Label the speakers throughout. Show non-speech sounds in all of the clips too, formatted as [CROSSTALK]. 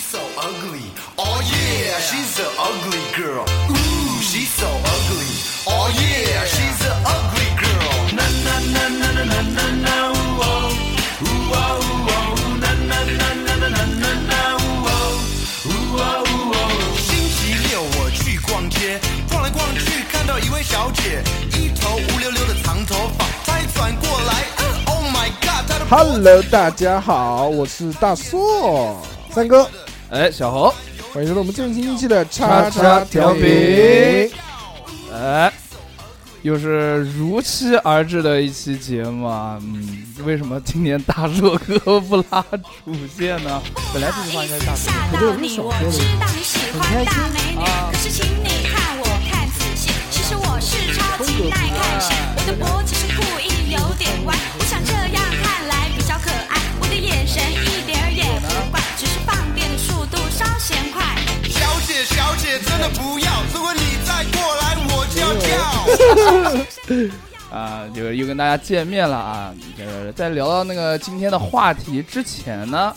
Speaker 1: ugly. Oh yeah, she's an ugly girl. Ooh, she's so ugly. Oh yeah, she's an ugly girl. Na na na na na na na na. Ooh oh, ooh oh, ooh oh. Na na na na na na na na. Ooh oh, ooh oh, ooh oh. 星期六我去逛街，逛来逛去看到一位小姐，一头乌溜溜的长头发，她一转过来，啊 oh my god，她的脖子
Speaker 2: Hello，大家好，我是大硕三哥，
Speaker 3: 哎，小侯，
Speaker 2: 欢迎收到我们最新一期的叉
Speaker 3: 叉
Speaker 2: 叉
Speaker 3: 叉
Speaker 2: 调
Speaker 3: 调
Speaker 2: 频
Speaker 3: 频。哎，又是如期而至的一期节目啊。嗯，为什么今年大硕哥不拉主线呢？本来这句话应该是大硕
Speaker 4: 吓到你，我知道你喜欢大美女，
Speaker 3: 啊
Speaker 4: 可是请你看我看仔细，其实我是超级耐看型，
Speaker 3: 哎
Speaker 4: 我的脖子是故意有点弯，我想这样看来比较可爱，我的眼神一点儿也不怪，只是放电的速度稍嫌快。
Speaker 1: 小姐，小姐，真的不要！如果你再过来，我就要叫。
Speaker 3: 啊，就又跟大家见面了啊。就是在聊到那个今天的话题之前呢，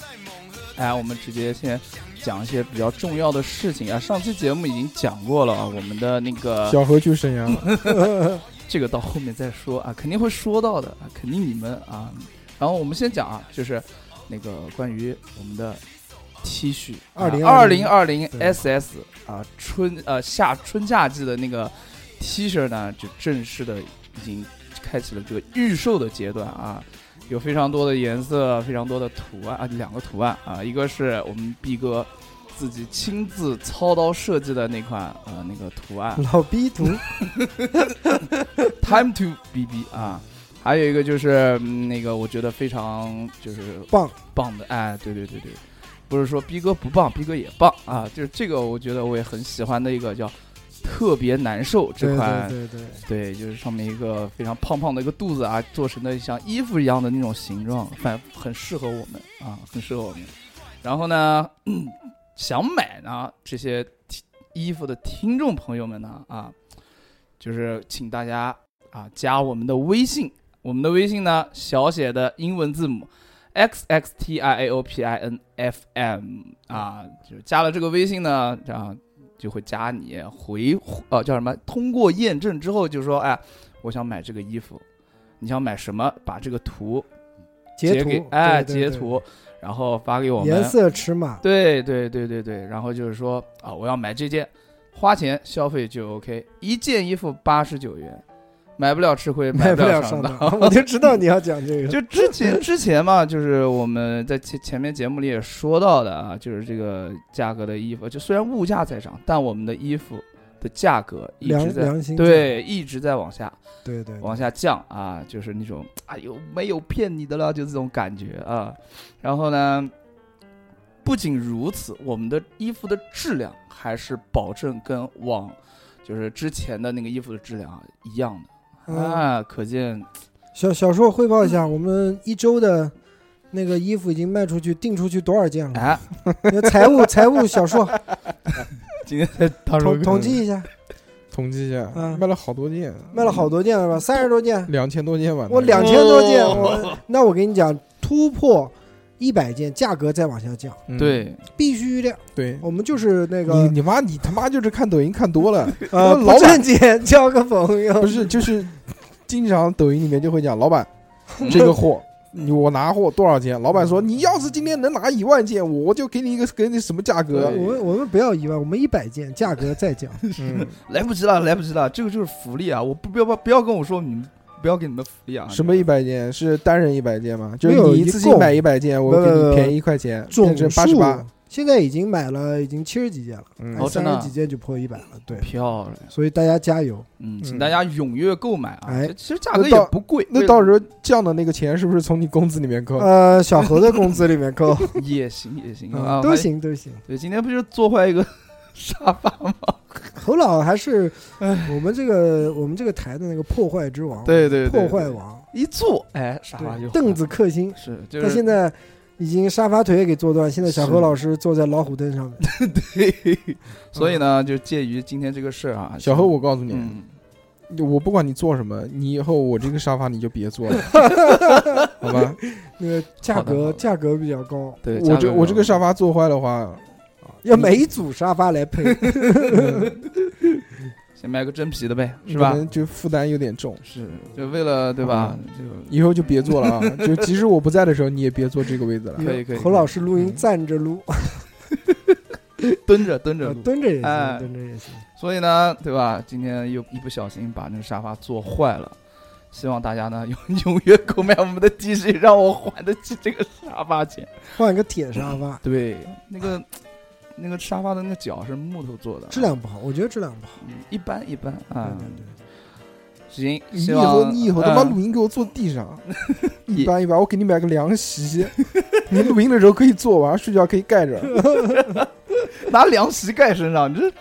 Speaker 3: 哎，我们直接先讲一些比较重要的事情啊。上期节目已经讲过了啊，我们的那个
Speaker 2: 小何去沈阳了，
Speaker 3: 这个到后面再说啊， [LAUGHS] 肯定会说到的，啊肯定你们啊。然后我们先讲啊，就是那个关于我们的 T 恤，
Speaker 2: 2020
Speaker 3: 二零二零
Speaker 2: 对
Speaker 3: SS 啊春呃夏春夏季的那个 T 恤呢，就正式的已经开启了这个预售的阶段啊。有非常多的颜色，非常多的图案啊，两个图案啊，一个是我们 B 哥自己亲自操刀设计的那款啊、呃那个图案，
Speaker 2: 老逼图，
Speaker 3: Time to BB 啊，还有一个就是、嗯那个我觉得非常就是
Speaker 2: 棒
Speaker 3: 棒的，哎，对对对对，不是说逼哥不棒，逼哥也棒啊，就是这个我觉得我也很喜欢的一个叫特别难受
Speaker 2: [LAUGHS]
Speaker 3: 这
Speaker 2: 对
Speaker 3: 款，
Speaker 2: 对对对，
Speaker 3: 对就是上面一个非常胖胖的一个肚子啊，做成的像衣服一样的那种形状，反很适合我们啊，很适合我们。然后呢， [CLEARS THROAT] 嗯想买呢这些 T- 衣服的听众朋友们呢啊，就是请大家啊加我们的微信，我们的微信呢小写的英文字母 x x t i a o p i n f m 啊，就是加了这个微信呢，啊这样就会加你回呃叫什么？通过验证之后就说哎，我想买这个衣服，你想买什么？把这个图
Speaker 2: 截
Speaker 3: 给
Speaker 2: 图，
Speaker 3: 哎
Speaker 2: 对对
Speaker 3: 截
Speaker 2: 对
Speaker 3: 图，然后发给我们
Speaker 2: 颜色尺码，
Speaker 3: 对对对对对，然后就是说啊，我要买这件，花钱消费就 OK，一件衣服八十九元，买不了吃亏，
Speaker 2: 买
Speaker 3: 不
Speaker 2: 不了
Speaker 3: 上
Speaker 2: 上当， [LAUGHS] 我就知道你要讲 [LAUGHS] 这个，
Speaker 3: [LAUGHS] 就之前之前嘛，就是我们在前前面节目里也说到的啊，就是这个价格的衣服，就虽然物价在涨，但我们的衣服的价格一
Speaker 2: 良
Speaker 3: 直在
Speaker 2: 良心价，
Speaker 3: 对一直在往下
Speaker 2: 对对，
Speaker 3: 往下降啊，就是那种哎呦没有骗你的了，就这种感觉啊。然后呢，不仅如此，我们的衣服的质量还是保证跟往就是之前的那个衣服的质量啊一样的
Speaker 2: 嗯，
Speaker 3: 啊，
Speaker 2: [LAUGHS]
Speaker 3: 可见
Speaker 2: 小小硕汇报一下，我们一周的。那个衣服已经卖出去，订出去多少件
Speaker 3: [LAUGHS]
Speaker 2: 了？
Speaker 3: 哎，
Speaker 2: 那财务财务小硕
Speaker 3: 今天在
Speaker 5: 大硕
Speaker 2: 统
Speaker 5: 哥
Speaker 2: 统计一下，
Speaker 5: 统计一下
Speaker 2: 嗯，
Speaker 5: 卖了好多件，
Speaker 2: 卖了好多件了吧？三十多件，
Speaker 5: 两千多件吧。
Speaker 2: 我两千多件，
Speaker 5: 哦
Speaker 2: 我那我跟你讲，突破一百件，价格再往下降，
Speaker 5: 嗯
Speaker 3: 对，
Speaker 2: 必须的。
Speaker 5: 对，
Speaker 2: 我们就是那
Speaker 5: 你
Speaker 2: 个
Speaker 5: 你妈你他妈就是看抖音看多
Speaker 2: [LAUGHS]
Speaker 5: 了，
Speaker 2: 呃，
Speaker 5: 老
Speaker 2: 不
Speaker 5: 板
Speaker 2: 正经交个朋友，
Speaker 5: 不是就是经常抖音里面就会讲，老
Speaker 2: [LAUGHS]
Speaker 5: 板这个货。你我拿货多少钱？老板说你要是今天能拿一万件，我就给你一个给你什么价格
Speaker 2: 我？们我们不要一万，我们一百件，价格再降。
Speaker 5: 嗯，
Speaker 3: 来不及了，来不及了，这个就是福利啊！我不不要不要跟我说你们不要给你们福利啊！
Speaker 5: 什么一百件是单人一百件吗？就
Speaker 2: 没有
Speaker 5: 是你
Speaker 2: 一
Speaker 5: 自己
Speaker 2: 共
Speaker 5: 买一百件，我
Speaker 2: 不
Speaker 5: 给
Speaker 2: 不不
Speaker 5: 你便宜一块钱，
Speaker 2: 总
Speaker 5: 变成
Speaker 2: 数
Speaker 5: 八十八。
Speaker 2: 现在已经买了，已经七十几件了，哎
Speaker 5: 嗯
Speaker 3: 哦真
Speaker 2: 三
Speaker 3: 的
Speaker 2: 十
Speaker 3: 啊
Speaker 2: 几件就破一百了。对，
Speaker 3: 漂亮？
Speaker 2: 所以大家加油。
Speaker 3: 嗯，
Speaker 5: 嗯
Speaker 3: 请大家踊跃购买啊！
Speaker 2: 哎
Speaker 3: 这其实价
Speaker 5: 那
Speaker 3: 格也
Speaker 5: 到
Speaker 3: 不贵，
Speaker 5: 那到时候降的那个钱是不是从你工资里面扣？
Speaker 2: 呃，小何的工资里面够，
Speaker 3: 候 [LAUGHS] 也行也行
Speaker 2: 嗯
Speaker 3: 啊，
Speaker 2: 都。行都行。
Speaker 3: 对，今天不就是坐坏一个 [LAUGHS] 沙发吗？
Speaker 2: 侯老还是我们这个我们这个台的那个破坏之王，
Speaker 3: 对对
Speaker 2: 破坏王，
Speaker 3: 一坐，哎，沙发就
Speaker 2: 对，
Speaker 3: 坏
Speaker 2: 凳子克星。
Speaker 3: 是就
Speaker 2: 他
Speaker 3: 是
Speaker 2: 现在已经沙发腿也给坐断，现在小何
Speaker 3: 是
Speaker 2: 老师坐在老虎凳上面。
Speaker 3: 所以呢，就介于今天这个事儿啊，
Speaker 5: 小何，我告诉你，
Speaker 3: 嗯，
Speaker 5: 我不管你做什么，你以后我这个沙发你就别坐
Speaker 3: [LAUGHS]
Speaker 5: 了，好吧？
Speaker 2: 那个价
Speaker 3: 好的好
Speaker 2: 格
Speaker 3: 的
Speaker 2: 价格比较高，
Speaker 3: 对，
Speaker 5: 我
Speaker 3: 价
Speaker 5: 这
Speaker 3: 格
Speaker 5: 我这个
Speaker 3: 高
Speaker 5: 沙发坐坏的话，
Speaker 2: 要买一组沙发来配，
Speaker 3: 先买个真皮的呗，是吧
Speaker 5: 可？能就负担有点重，
Speaker 3: 是，就为了对吧？
Speaker 5: 以后就别做了
Speaker 3: [LAUGHS]
Speaker 5: 啊！就即使我不在的时候，你也别坐这个位置了。
Speaker 3: 可以可以
Speaker 2: 侯老师录音站着录，
Speaker 3: 就蹲着蹲着录。
Speaker 2: 蹲着也
Speaker 3: 哎
Speaker 2: 行，蹲着也行。
Speaker 3: 所以呢，对吧？今天又一不小心把那个沙发坐坏了，希望大家呢 [LAUGHS] 有踊跃购买我们的 T 恤，让我还得起这个沙发钱。
Speaker 2: 换个铁沙发，
Speaker 3: 对，那个那个沙发的那个脚是木头做的，
Speaker 2: 质量不好，我觉得质量不好。
Speaker 3: 嗯一般一般啊。
Speaker 2: 对对
Speaker 3: 行，
Speaker 5: 你嗯
Speaker 3: 希
Speaker 5: 以
Speaker 3: 望
Speaker 5: 后你以后他妈
Speaker 3: 嗯
Speaker 5: 录音给我坐地上，
Speaker 3: [LAUGHS]
Speaker 5: 一
Speaker 3: 也
Speaker 5: 般一般，我给你买个凉
Speaker 3: [LAUGHS]
Speaker 5: 席，你录音的时候可以坐，晚上睡觉可以盖着。
Speaker 3: [LAUGHS] 拿凉席盖身上，你这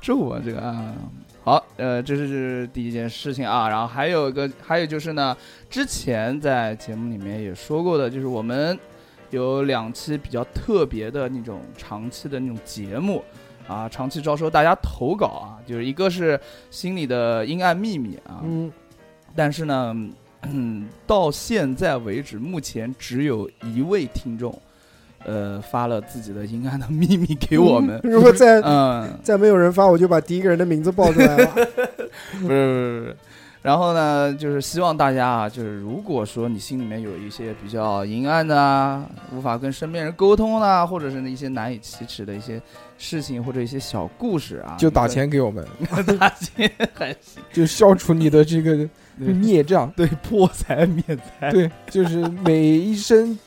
Speaker 3: 咒啊，这个啊。好，呃，这是第一件事情啊，然后还有一个，还有就是呢，之前在节目里面也说过的，就是我们有两期比较特别的那种长期的那种节目啊，长期招收大家投稿啊，就是一个是心里的阴暗秘密啊，
Speaker 2: 嗯，
Speaker 3: 但是呢，嗯到现在为止，目前只有一位听众，呃，发了自己的阴暗的秘密给我们。
Speaker 2: 如果再
Speaker 5: [LAUGHS]
Speaker 3: 嗯，
Speaker 2: 再没有人发，我就把第一个人的名字报出来了。
Speaker 3: 不是不是不是。然后呢，就是希望大家啊，就是如果说你心里面有一些比较阴暗的啊，无法跟身边人沟通的、啊，或者是一些难以启齿的一些事情或者一些小故事啊，
Speaker 5: 就
Speaker 3: 你可
Speaker 5: 打，钱给我们，
Speaker 3: 打钱还行，
Speaker 5: 就消除你的这个孽障。
Speaker 3: 对破财灭财，
Speaker 5: 对，就是每一声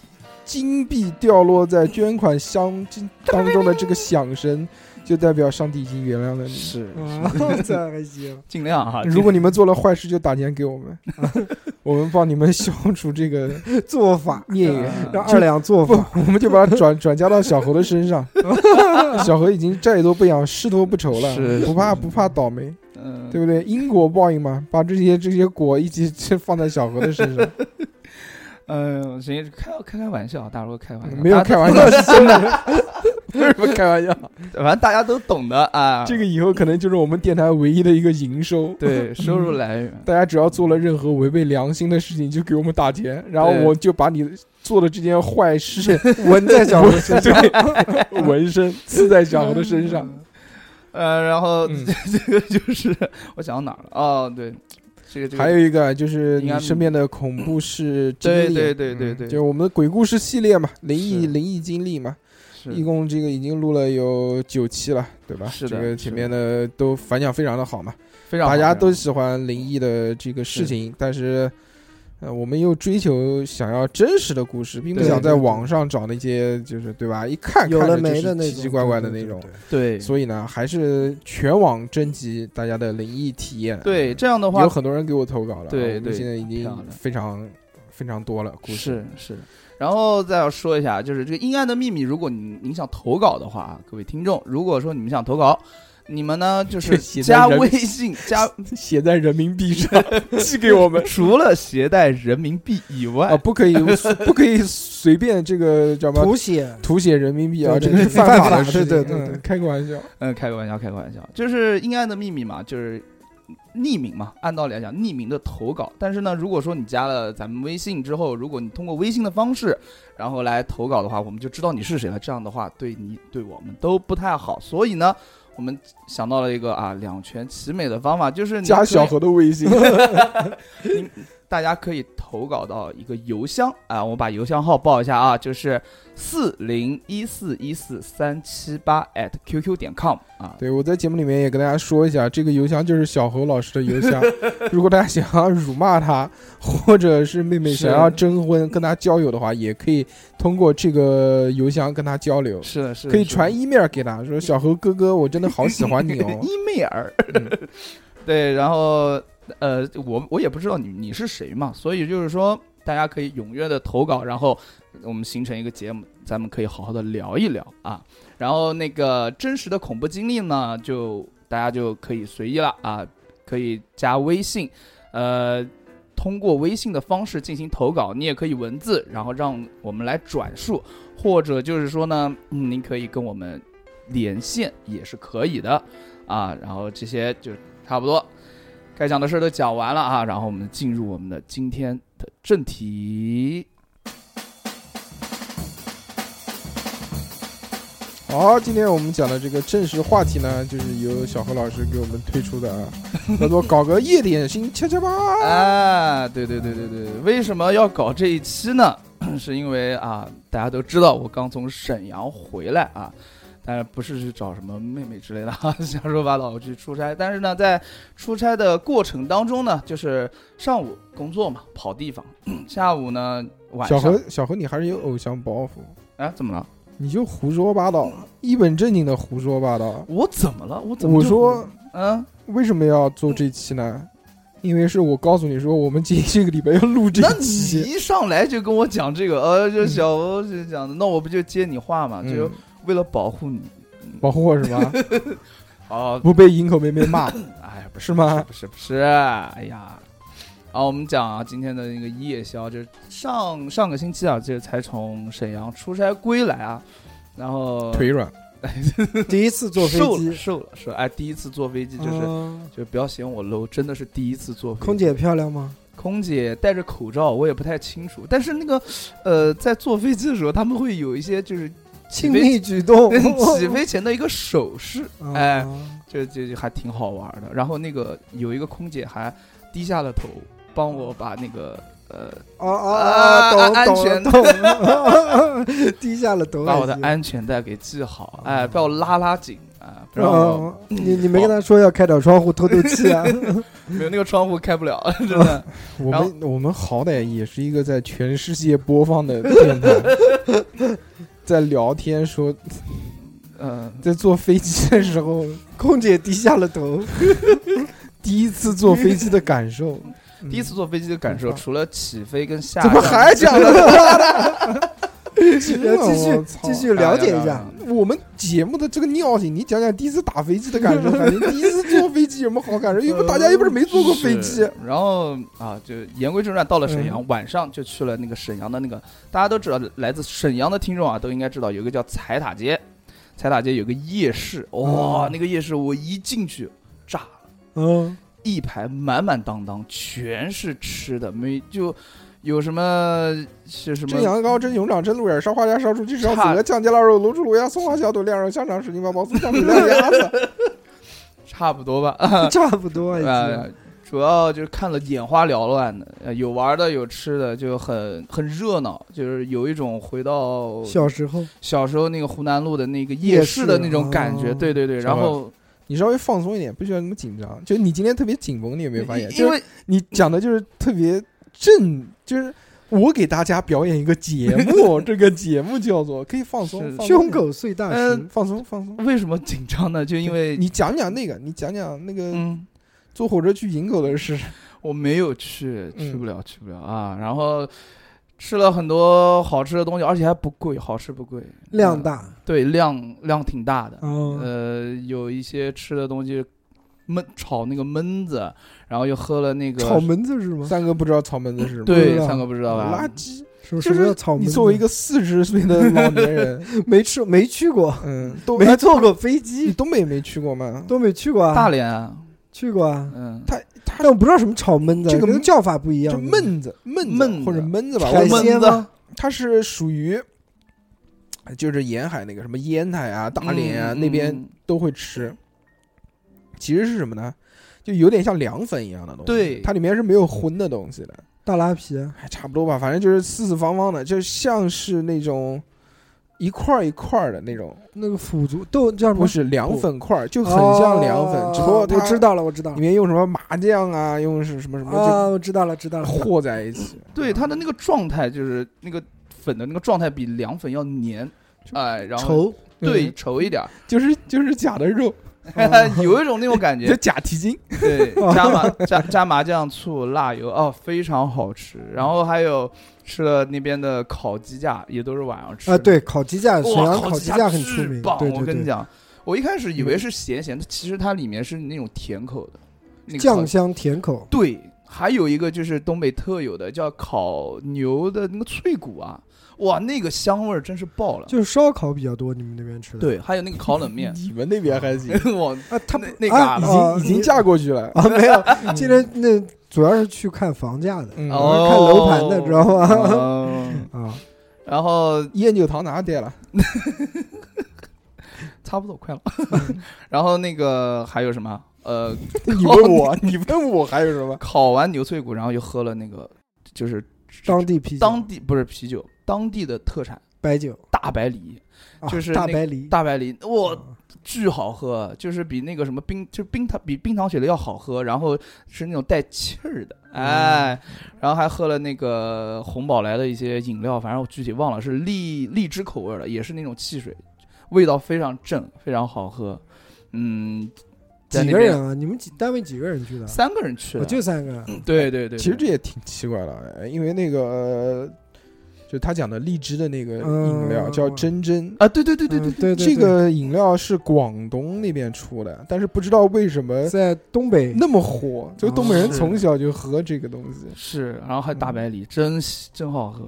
Speaker 5: 金币掉落在捐款箱金当中的这个响声，就代表上帝已经原谅了你。
Speaker 3: 是
Speaker 2: 啊，这还行。
Speaker 3: 尽
Speaker 5: [LAUGHS]
Speaker 3: 量啊，
Speaker 5: 如果你们做了坏事，就打钱给我们， [LAUGHS] 我们帮你们消除这个
Speaker 2: 做法，
Speaker 5: 孽
Speaker 3: 尽
Speaker 5: 缘。
Speaker 3: 量
Speaker 2: 让二两做
Speaker 5: 不
Speaker 2: 法。，
Speaker 5: 我们就把它转转嫁到小何的身上。 [LAUGHS] 小何已经债多不养，师多不愁了，
Speaker 3: 是
Speaker 5: 不怕不怕倒霉，
Speaker 3: 嗯，
Speaker 5: 对不对？因果报应嘛，把这些这些果一起就放在小何的身 [LAUGHS] 上，
Speaker 3: 嗯，行，开开开玩笑，大家伙开玩笑，
Speaker 5: 没有开玩笑，是真的， [LAUGHS] 不是不开玩笑。
Speaker 3: 笑，反正大家都懂的啊。
Speaker 5: 这个以后可能就是我们电台唯一的一个营收。
Speaker 3: 对收入来源，
Speaker 5: 大家只要做了任何违背良心的事情，就给我们打钱，然后
Speaker 3: 对
Speaker 5: 我就把你做的这件坏
Speaker 3: [LAUGHS]
Speaker 5: 事
Speaker 2: 纹在小猴身上，
Speaker 5: 对 [LAUGHS] 纹身刺在小何的身上。
Speaker 3: 呃，然后、
Speaker 5: 嗯
Speaker 3: 这个 [LAUGHS] 就是我想到哪儿了？哦，对，这个这个
Speaker 5: 还有一个啊就是
Speaker 3: 应该
Speaker 5: 你身边的恐怖事经
Speaker 3: 对
Speaker 5: 历，
Speaker 3: 对对对
Speaker 5: 嗯
Speaker 3: 对
Speaker 5: 就是我们的鬼故事系列嘛，灵异
Speaker 3: 是
Speaker 5: 灵异经历嘛，
Speaker 3: 是
Speaker 5: 一共这个已经录了有九期了，对吧？
Speaker 3: 是的
Speaker 5: 这个前面的都反响非常的好嘛，
Speaker 3: 非常好
Speaker 5: 大家都
Speaker 3: 非常
Speaker 5: 喜欢灵异的这个事
Speaker 3: 是
Speaker 5: 情，但是。呃，我们又追求想要真实的故事，并不
Speaker 2: 对
Speaker 5: 想在
Speaker 2: 对对
Speaker 5: 网上找那些就是对吧？一看
Speaker 2: 有
Speaker 5: 看
Speaker 2: 了
Speaker 5: 着就
Speaker 2: 没
Speaker 5: 是
Speaker 2: 的那
Speaker 5: 奇
Speaker 2: 种，
Speaker 5: 奇怪怪的
Speaker 2: 对
Speaker 5: 那
Speaker 2: 对
Speaker 5: 种
Speaker 2: 对。对
Speaker 3: 对
Speaker 5: 所以呢，还是全网征集大家的灵异体验。
Speaker 3: 对这样的话
Speaker 5: 有很多人给我投稿了，啊
Speaker 3: 对
Speaker 5: 我们
Speaker 3: 对
Speaker 5: 现在已
Speaker 3: 漂
Speaker 5: 经
Speaker 3: 亮
Speaker 5: 非常非常多了故
Speaker 2: [LAUGHS]
Speaker 5: 事。
Speaker 3: 是是。然后再要说一下，就是这个阴暗的秘密，如果您您想投稿的话，各位听众，如果说你们想投稿，你们呢就
Speaker 5: 写
Speaker 3: 是
Speaker 5: 在
Speaker 3: 加
Speaker 5: 人
Speaker 3: 微信加， [LAUGHS]
Speaker 5: 写在人民币
Speaker 2: [LAUGHS]
Speaker 5: 上寄给我们
Speaker 3: 除了携带人民币以外，
Speaker 5: [LAUGHS] 啊，不可以不可以随便这个叫什么
Speaker 2: 吐血，
Speaker 5: 涂写人民币啊，这
Speaker 2: 对对
Speaker 5: 个是
Speaker 2: 对犯
Speaker 5: 法
Speaker 2: 法
Speaker 5: 的事情。
Speaker 2: 对对对
Speaker 5: 嗯
Speaker 2: 对
Speaker 5: 开个玩笑，
Speaker 3: 嗯，开个玩笑，开个玩笑，就是阴暗的秘密嘛，就是匿名嘛。按道理来讲，匿名的投稿，但是呢，如果说你加了咱们微信之后，如果你通过微信的方式，然后来投稿的话，我们就知道你是谁了。这样的话，对你对我们都不太好。所以呢，我们想到了一个啊两全其美的方法，就是
Speaker 5: [LAUGHS]
Speaker 3: 你
Speaker 5: 加
Speaker 3: 可以
Speaker 5: 小何的微信，
Speaker 3: 大家可以投稿到一个邮箱啊，我把邮箱号报一下啊，就是四零一四一四三七八 at qq 点 com 啊。
Speaker 5: [LAUGHS] 对我在节目里面也跟大家说一下，这个邮箱就是小何老师的邮
Speaker 3: [LAUGHS]
Speaker 5: 箱。如果大家想要辱骂他，或者是妹妹想
Speaker 3: 是
Speaker 5: 要征婚跟他交友的话，也可以通过这个邮箱跟他交流，
Speaker 3: 是的，是的
Speaker 5: 可以
Speaker 3: 是的
Speaker 5: 传 email 给他说：“小何哥哥，我真的好喜欢你
Speaker 3: [LAUGHS]
Speaker 5: 哦。
Speaker 3: 伊妹儿，嗯对，然后呃，我我也不知道你你是谁嘛，所以就是说大家可以踊跃的投稿，然后我们形成一个节目，咱们可以好好的聊一聊啊。然后那个真实的恐怖经历呢，就大家就可以随意了啊，可以加微信，呃。通过微信的方式进行投稿，你也可以文字，然后让我们来转述，或者就是说呢，嗯您可以跟我们连线也是可以的啊。然后这些就差不多，该讲的事儿都讲完了啊。然后我们进入我们的今天的正题。”
Speaker 5: 好，今天我们讲的这个正式话题呢，就是由小何老师给我们推出的啊，叫做搞个夜点心跷跷吧。
Speaker 3: 啊，对对对对对，为什么要搞这一期呢？ [COUGHS] 是因为啊，大家都知道我刚从沈阳回来啊，但是不是去找什么妹妹之类的啊， [LAUGHS] 想说把老婆去出差。但是呢，在出差的过程当中呢，就是上午工作嘛，跑地方， [COUGHS] 下午呢晚
Speaker 5: 小
Speaker 3: 上
Speaker 5: 何，小何，你还是有偶像包袱，
Speaker 3: 啊怎么了？
Speaker 5: 你就胡说八道，一本正经的胡说八道。
Speaker 3: 我怎么了？我怎么
Speaker 5: 我
Speaker 3: 就
Speaker 5: 说
Speaker 3: 嗯，
Speaker 5: 为什么要做这期呢？因为是我告诉你说，我们今这个礼拜要录这
Speaker 3: 那你
Speaker 5: 期。
Speaker 3: 一上来就跟我讲这个，呃，就小欧就讲的，那我不就接你话嘛？就
Speaker 5: 嗯
Speaker 3: 为了保护你。
Speaker 5: 保护嗯我什么？
Speaker 3: [LAUGHS] 哦，
Speaker 5: 不被营口妹妹骂
Speaker 3: 哎，不是
Speaker 5: 是吗？
Speaker 3: 不是不是，哎呀，啊，我们讲啊，今天的那个夜宵，就是上上个星期啊，这才从沈阳出差归来啊，然后
Speaker 5: 腿软，
Speaker 2: 第一次坐飞
Speaker 3: 瘦了
Speaker 2: 机，
Speaker 3: 瘦了瘦了，哎，第一次坐飞机就是、
Speaker 2: 嗯
Speaker 3: 就不要嫌我 low，真的是第一次坐飞机。
Speaker 2: 空姐漂亮吗？
Speaker 3: 空姐戴着口罩，我也不太清楚，但是那个呃，在坐飞机的时候，他们会有一些就是，
Speaker 2: 亲密举动
Speaker 3: [LAUGHS] 起飞前的一个手势，
Speaker 2: 啊
Speaker 3: 哎，，这这这还挺好玩的。然后那个有一个空姐还低下了头，帮我把那个呃，
Speaker 2: 哦哦
Speaker 3: 啊
Speaker 2: 哦，
Speaker 3: 安
Speaker 2: 懂
Speaker 3: 全
Speaker 2: 懂懂， [LAUGHS] 低下了头还行，哦
Speaker 3: 把我的安全带给系好，哎，把我拉拉紧啊，不让我嗯
Speaker 2: 哦，你你没跟他说要开点窗户透透气
Speaker 3: [LAUGHS]
Speaker 2: 啊？
Speaker 3: 没有那个窗户开不了， [LAUGHS] 真的。嗯
Speaker 5: 我
Speaker 3: 然后
Speaker 5: 们我们好歹也是一个在全世界播放的电台，
Speaker 3: [LAUGHS]
Speaker 5: 在聊天说，
Speaker 3: 嗯，
Speaker 5: 在坐飞机的时候，
Speaker 2: 空姐低下了头，
Speaker 3: [LAUGHS]
Speaker 5: 第一次坐飞机的感受，
Speaker 3: 第一次坐飞机的感受，
Speaker 5: 嗯
Speaker 3: 除了起飞跟下，
Speaker 5: 怎么还讲
Speaker 3: [LAUGHS]
Speaker 5: 呢？ [LAUGHS] 哎
Speaker 2: 要继续继续了解一
Speaker 3: 哎
Speaker 2: 下。
Speaker 5: 我们节目的这个尿性，你讲讲第一次打飞机的感
Speaker 3: [LAUGHS]
Speaker 5: 受，反正第一次坐飞机有什么好感受？又不大家又不是没 [LAUGHS] 坐过飞机
Speaker 3: [LAUGHS]
Speaker 5: 嗯
Speaker 3: 是。然后啊，就言归正传，到了沈阳，晚上就去了那个沈阳的那个，大家都知道，来自沈阳的听众啊，都应该知道有一个叫彩塔街，彩塔街有个夜市，哇、
Speaker 5: 嗯
Speaker 2: 哦
Speaker 3: 那个夜市我一进去炸了， [LAUGHS]
Speaker 2: 嗯，
Speaker 3: 一排满满当当全是吃的，没就有什么是什
Speaker 5: 蒸
Speaker 3: 么。
Speaker 5: 羊羔、蒸熊掌、蒸鹿眼、烧花鸭、烧雏鸡、烧
Speaker 3: 差
Speaker 5: 子鹅、酱鸡腊肉、卤煮卤鸭、松花小肚、晾肉香肠、水晶包、毛酥酱皮、晾鸭
Speaker 3: [LAUGHS]
Speaker 5: 子。
Speaker 3: 差不多吧，
Speaker 2: 差不多已
Speaker 3: 呃
Speaker 2: 经。，
Speaker 3: [LAUGHS] 主要就是看了眼花缭乱的，呃有玩的有吃的，就很很热闹，就是有一种回到
Speaker 2: 小时候，
Speaker 3: 小时候那个湖南路的那个
Speaker 2: 夜
Speaker 3: 夜市的
Speaker 2: 市
Speaker 3: 那种感觉，
Speaker 2: 哦
Speaker 3: 对对对。
Speaker 5: 是吧
Speaker 3: 然后
Speaker 5: 你稍微放松一点，不需要那么紧张。就你今天特别紧绷，你有没有发现？
Speaker 3: 因
Speaker 5: 就是
Speaker 3: 为
Speaker 5: 你讲的就是特别正，就是我给大家表演一个节目，这个节目叫做可以放松
Speaker 3: 是，
Speaker 5: 放松
Speaker 2: 胸口碎大石
Speaker 3: 嗯，
Speaker 5: 放松放松。
Speaker 3: 为什么紧张呢？就因为
Speaker 5: 你讲讲那个，你讲讲那个
Speaker 3: 嗯，
Speaker 5: 坐火车去营口的事。
Speaker 3: 我没有去，
Speaker 5: 嗯
Speaker 3: 去不了，去不了啊。然后吃了很多好吃的东西，而且还不贵，好吃不贵，
Speaker 2: 量
Speaker 3: 嗯
Speaker 2: 大。
Speaker 3: 对量量挺大的。
Speaker 2: 嗯，
Speaker 3: 呃，有一些吃的东西，焖炒那个焖子，然后又喝了那个
Speaker 2: 草门子是吗？
Speaker 5: 三哥不知道草门子是什么？
Speaker 3: 对，
Speaker 2: 不知道
Speaker 3: 三哥不知道吧？
Speaker 5: 垃圾。
Speaker 2: 什么
Speaker 5: 就
Speaker 2: 什么
Speaker 5: 是
Speaker 2: 叫草门子？
Speaker 5: 你作为一个四十岁的老年
Speaker 2: [LAUGHS]
Speaker 5: 人，
Speaker 2: 没吃没去过，
Speaker 5: 嗯，东
Speaker 2: 没
Speaker 5: 哎
Speaker 2: 坐过飞
Speaker 5: 你
Speaker 2: 机，
Speaker 5: 东北没去过吗？
Speaker 2: 都没去过啊。
Speaker 3: 大连啊，
Speaker 2: 去过啊，
Speaker 3: 嗯，
Speaker 5: 他他
Speaker 2: 但我不知道什么炒焖子，
Speaker 5: 这个
Speaker 2: 跟叫法不一
Speaker 5: 就
Speaker 2: 样。
Speaker 5: 焖子，焖
Speaker 3: 焖
Speaker 5: 子
Speaker 3: 子
Speaker 5: 或者焖子吧，
Speaker 2: 海
Speaker 5: 我们
Speaker 2: 鲜吗？
Speaker 5: 它是属于。就是沿海那个什么烟台啊、大连啊、
Speaker 3: 嗯
Speaker 5: 那边
Speaker 3: 嗯
Speaker 5: 都会吃，其实是什么呢？就有点像凉粉一样的东西，
Speaker 3: 对
Speaker 5: 它里面是没有荤的东西的，
Speaker 2: 大拉皮，
Speaker 5: 还差不多吧，反正就是四四方方的，就像是那种一块儿一块儿的那种，
Speaker 2: 那个腐竹豆叫什么
Speaker 5: 不？是凉粉块儿，就很像凉粉，
Speaker 2: 哦
Speaker 5: 只不过它
Speaker 2: 我知道了，我知道
Speaker 5: 里
Speaker 2: 了。
Speaker 5: 面用什么麻酱啊，用是什么什
Speaker 2: 啊，
Speaker 5: 么
Speaker 2: 我知道了，知道
Speaker 5: 就
Speaker 2: 了。
Speaker 5: 和在一起。
Speaker 3: 对它的那个状态，就是那个粉的那个状态比凉粉要黏，
Speaker 5: 就
Speaker 3: 哎，然后
Speaker 2: 稠，
Speaker 3: 对
Speaker 5: 嗯
Speaker 3: 稠一点儿，
Speaker 5: 就是就是假的肉，
Speaker 2: 哦
Speaker 3: [LAUGHS] 有一种那种感
Speaker 5: 就
Speaker 2: [LAUGHS]
Speaker 3: 觉。
Speaker 5: 假蹄筋。
Speaker 3: 对，加麻加加麻酱、醋、辣油，哦，非常好吃。然后还有吃了那边的烤鸡架，也都是晚上吃
Speaker 2: 啊，
Speaker 3: 的
Speaker 2: 对，烤鸡架，沈
Speaker 3: 哇，
Speaker 2: 阳
Speaker 3: 烤
Speaker 2: 鸡架很出
Speaker 3: 巨
Speaker 2: 名。
Speaker 3: 棒
Speaker 2: 对嗯
Speaker 3: 我跟
Speaker 2: 对
Speaker 3: 你
Speaker 2: 对，
Speaker 3: 讲，我一开始以为是咸咸的，其实它里面是那种甜口的，那个烤
Speaker 2: 酱香甜口，
Speaker 3: 对，还有一个就是东北特有的叫烤牛的那个脆骨啊，哇，那个香味儿真是爆了。
Speaker 2: 就是烧烤比较多，你们那边吃的。
Speaker 3: 对，还有那个烤冷面， [LAUGHS]
Speaker 5: 你们那边还行，
Speaker 3: 我
Speaker 2: 啊，他
Speaker 3: 那那
Speaker 2: 啊
Speaker 3: 旮
Speaker 5: 已
Speaker 3: 旯
Speaker 2: 啊
Speaker 5: 经已经嫁过去了。
Speaker 2: 啊没有，今天那主要是去看房价的，
Speaker 5: 嗯，
Speaker 2: 哦看楼盘的知道吗
Speaker 3: 哦 [LAUGHS]
Speaker 2: 啊，
Speaker 3: 然后
Speaker 2: [LAUGHS]
Speaker 5: 烟酒糖拿掉了，
Speaker 3: 差不多快了。 [LAUGHS] 然后那个还有什么？呃，
Speaker 5: 你问
Speaker 3: [LAUGHS]
Speaker 5: 我， [LAUGHS] 你问我还有什么？
Speaker 3: 烤完牛脆骨，然后又喝了那个就是
Speaker 2: 当地啤酒、
Speaker 3: 当地不是啤酒，当地的特产
Speaker 2: 白酒，
Speaker 3: 大白梨，
Speaker 2: 啊
Speaker 3: 就是
Speaker 2: 大
Speaker 3: 那
Speaker 2: 白梨。
Speaker 3: 大白梨，哇，
Speaker 2: 啊
Speaker 3: 巨好喝，就是比那个什么冰，就冰糖比冰糖雪梨要好喝，然后是那种带气儿的，哎，然后还喝了那个红宝来的一些饮料，反正我具体忘了，是荔荔枝口味的，也是那种汽水，味道非常正，非常好喝，嗯，在
Speaker 2: 几
Speaker 3: 那
Speaker 2: 个
Speaker 3: 边
Speaker 2: 人啊？你们几单位几个人去的？
Speaker 3: 三个人去
Speaker 2: 我
Speaker 3: 的，嗯
Speaker 2: 就三个。嗯
Speaker 3: 对对对，
Speaker 5: 其实这也挺奇怪的，哎因为那个呃就他讲的荔枝的那个饮料
Speaker 2: 嗯
Speaker 5: 叫珍珍，
Speaker 3: 啊，对对对对对
Speaker 2: 嗯，对
Speaker 5: 这
Speaker 2: 对，对
Speaker 5: 个饮料是广东那边出的，但是不知道为什么
Speaker 2: 在东北
Speaker 5: 那么火，就东北人
Speaker 3: 哦
Speaker 5: 从小就喝这个东西。
Speaker 3: 是，然后还有大
Speaker 2: 嗯
Speaker 3: 白梨，真真好喝。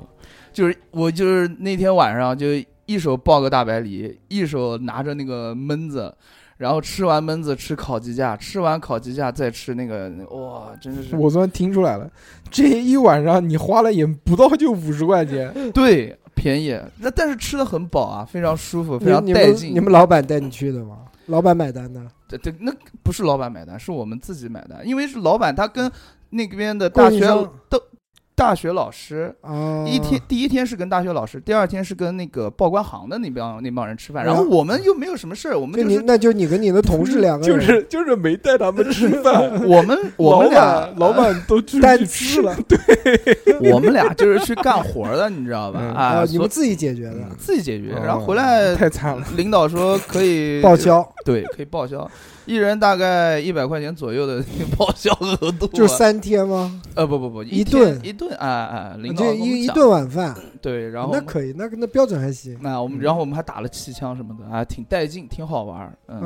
Speaker 3: 就是我就是那天晚上就一手抱个大白梨，一手拿着那个焖子，然后吃完焖子吃烤鸡架，吃完烤鸡架再吃那个，哇，真的是
Speaker 5: 我算听出来了， [LAUGHS] 这一晚上你花了也不到就五十块钱，
Speaker 3: 嗯对便宜，那但是吃的很饱啊，非常舒服，非
Speaker 2: 你
Speaker 3: 常
Speaker 2: 你
Speaker 3: 带
Speaker 2: 们
Speaker 3: 劲。
Speaker 2: 你们老板带你去的吗？老板买单的，
Speaker 3: 对对，那不是老板买单，是我们自己买单，因为是老板他跟那边的大
Speaker 2: 供应
Speaker 3: 学
Speaker 2: 商
Speaker 3: 都大学老师
Speaker 2: 啊，
Speaker 3: 一天，第一天是跟大学老师，第二天是跟那个报关行的那帮那帮人吃饭，然后
Speaker 2: 然后
Speaker 3: 我们又没有什么事儿，我们
Speaker 2: 就
Speaker 3: 就
Speaker 2: 你
Speaker 3: 是。
Speaker 2: 那就你跟你的同事两个
Speaker 5: 就
Speaker 2: 人，
Speaker 5: 是就是没带他们吃饭
Speaker 3: 我们我
Speaker 5: 老
Speaker 3: 们俩
Speaker 5: 板，老板都出
Speaker 2: [LAUGHS] 单
Speaker 5: 去吃
Speaker 2: 吃
Speaker 5: 了
Speaker 2: 了，
Speaker 3: 我们俩就是去干活儿的，你知道吧？
Speaker 5: 嗯
Speaker 3: 啊，
Speaker 2: 啊，你
Speaker 3: 所嗯
Speaker 2: 们自己解决的，
Speaker 3: 自己解决，
Speaker 5: 哦
Speaker 3: 然后回来
Speaker 5: 太惨了。
Speaker 3: 领导说可
Speaker 2: [LAUGHS]
Speaker 3: 以
Speaker 2: 报，销
Speaker 3: 对，可以报销，一人大概一百块钱左右的报销额度啊，
Speaker 2: 就是三天吗？
Speaker 3: 呃不不不
Speaker 2: 一
Speaker 3: 天
Speaker 2: 顿
Speaker 3: 一顿啊啊，领导
Speaker 2: 就
Speaker 3: 跟我们
Speaker 2: 一一
Speaker 3: 讲
Speaker 2: 顿晚饭，
Speaker 3: 对，然后
Speaker 2: 那可以，嗯那那标准还行。
Speaker 3: 那我们然后我们还打了气枪什么的啊，挺带劲，挺好玩儿，
Speaker 2: 哦
Speaker 3: 嗯。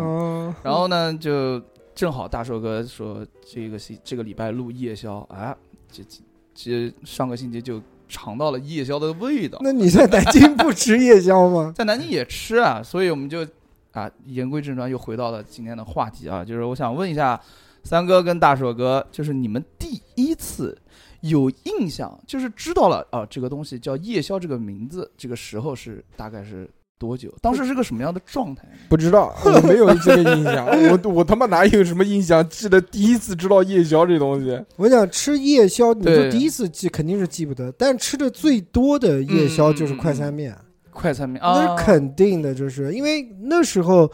Speaker 5: 嗯，
Speaker 3: 然后呢，就正好大寿哥说这个星这个礼拜录夜宵啊，这这这上个星期就尝到了夜宵的味道，？
Speaker 2: 那你在南京不吃夜宵吗
Speaker 3: [LAUGHS] 在南京也吃啊，所以我们就啊言归正传，又回到了今天的话题啊，就是我想问一下三哥跟大寿哥，就是你们第一次。有印象，就是知道了啊，这个东西叫夜宵这个名字，这个时候是大概是多久？当时是个什么样的状态呢？
Speaker 5: 不知道，我没有这个印象，我我他妈哪有什么印象？记得第一次知道夜宵这东西，
Speaker 2: 我想吃夜宵，你
Speaker 3: 对
Speaker 2: 说第一次记肯定是记不得，但吃的最多的夜宵
Speaker 3: 嗯
Speaker 2: 就是快餐面，
Speaker 3: 快餐面啊，
Speaker 2: 那是肯定的，就是因为那时候。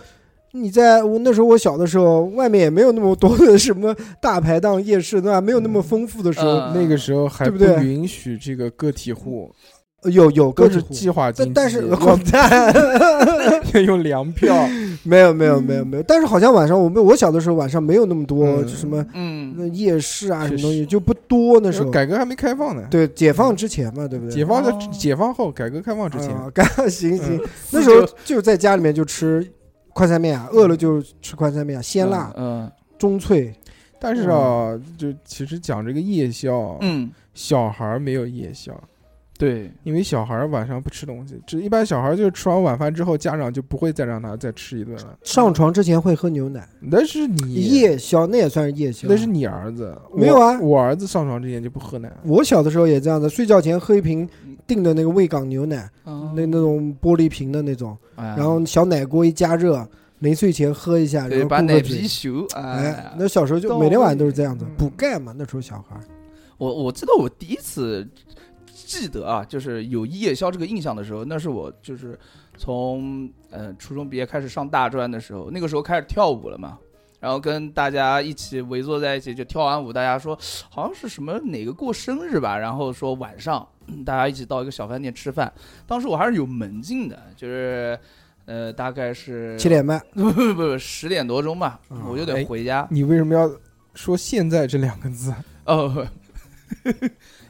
Speaker 2: 你在我那时候我小的时候，外面也没有那么多的什么大排档、夜市，对吧？没有那么丰富的时候，
Speaker 3: 嗯
Speaker 5: 那个时候还
Speaker 2: 对不对
Speaker 5: 允许这个个体户，
Speaker 2: 呃有有
Speaker 5: 都
Speaker 2: 各
Speaker 5: 是
Speaker 2: 种
Speaker 5: 计划经
Speaker 2: 但
Speaker 5: 济，
Speaker 2: 但是
Speaker 5: 要
Speaker 2: 滚蛋！
Speaker 5: 要 [LAUGHS] 用粮票，
Speaker 2: 没有没有没有没有，但是好像晚上我们我小的时候晚上没有那么多
Speaker 5: 嗯
Speaker 2: 什么那
Speaker 3: 嗯，
Speaker 2: 夜市啊
Speaker 5: 确
Speaker 2: 什
Speaker 5: 实
Speaker 2: 么东西就不多那时候。
Speaker 5: 改革还没开放呢。，
Speaker 2: 对，解放之前嘛，对不对？
Speaker 5: 解放的
Speaker 3: 哦
Speaker 5: 解放后，改革开放之前，嗯
Speaker 2: 啊，干 [LAUGHS] 行行，那
Speaker 3: 四
Speaker 2: 时候
Speaker 3: 九
Speaker 2: 就在家里面就吃快餐面啊，
Speaker 5: 嗯
Speaker 2: 饿了就吃快餐面啊，鲜辣、
Speaker 3: 嗯
Speaker 2: 中脆，
Speaker 5: 但是啊，就其实讲这个夜
Speaker 2: 哦
Speaker 5: 宵，啊
Speaker 3: 嗯，
Speaker 5: 小孩儿没有夜宵，
Speaker 3: 对，
Speaker 5: 因为小孩儿晚上不吃东西，只一般小孩儿就是吃完晚饭之后，家长就不会再让他再吃一顿了。嗯
Speaker 2: 上床之前会喝牛奶，
Speaker 5: 那是你
Speaker 2: 夜宵那也算是夜宵。
Speaker 5: 那是你儿子，
Speaker 2: 没有啊
Speaker 5: 我我儿子上床之前就不喝奶，
Speaker 2: 我小的时候也这样的，睡觉前喝一瓶订的那个味港牛奶，那
Speaker 3: 那
Speaker 2: 那种玻璃瓶的那种，
Speaker 3: 然
Speaker 2: 然后小奶锅一加热，临睡前喝一下，然
Speaker 3: 对，
Speaker 2: 后
Speaker 3: 把
Speaker 2: 过
Speaker 3: 奶
Speaker 2: 个嘴。
Speaker 3: 皮球，
Speaker 2: 哎
Speaker 3: 哎，，
Speaker 2: 那小时候
Speaker 3: 到
Speaker 2: 就每天晚上都是这样子
Speaker 5: 位，
Speaker 2: 补钙嘛。那时候小孩儿，
Speaker 3: 我我记得我第一次记得啊，就是有夜宵这个印象的时候，那是我就是从呃初中毕业开始上大专的时候，那个时候开始跳舞了嘛。然后跟大家一起围坐在一起，就跳完舞，大家说好像是什么哪个过生日吧，然后说晚上嗯大家一起到一个小饭店吃饭。当时我还是有门禁的，就是呃大概是
Speaker 2: 七点半，
Speaker 3: [LAUGHS] 不不不十点多钟吧，
Speaker 2: 啊
Speaker 3: 我就得
Speaker 5: 哎
Speaker 3: 回家。
Speaker 5: [LAUGHS] 你为什么要说现在这两个字？啊
Speaker 3: 哦， [LAUGHS] 不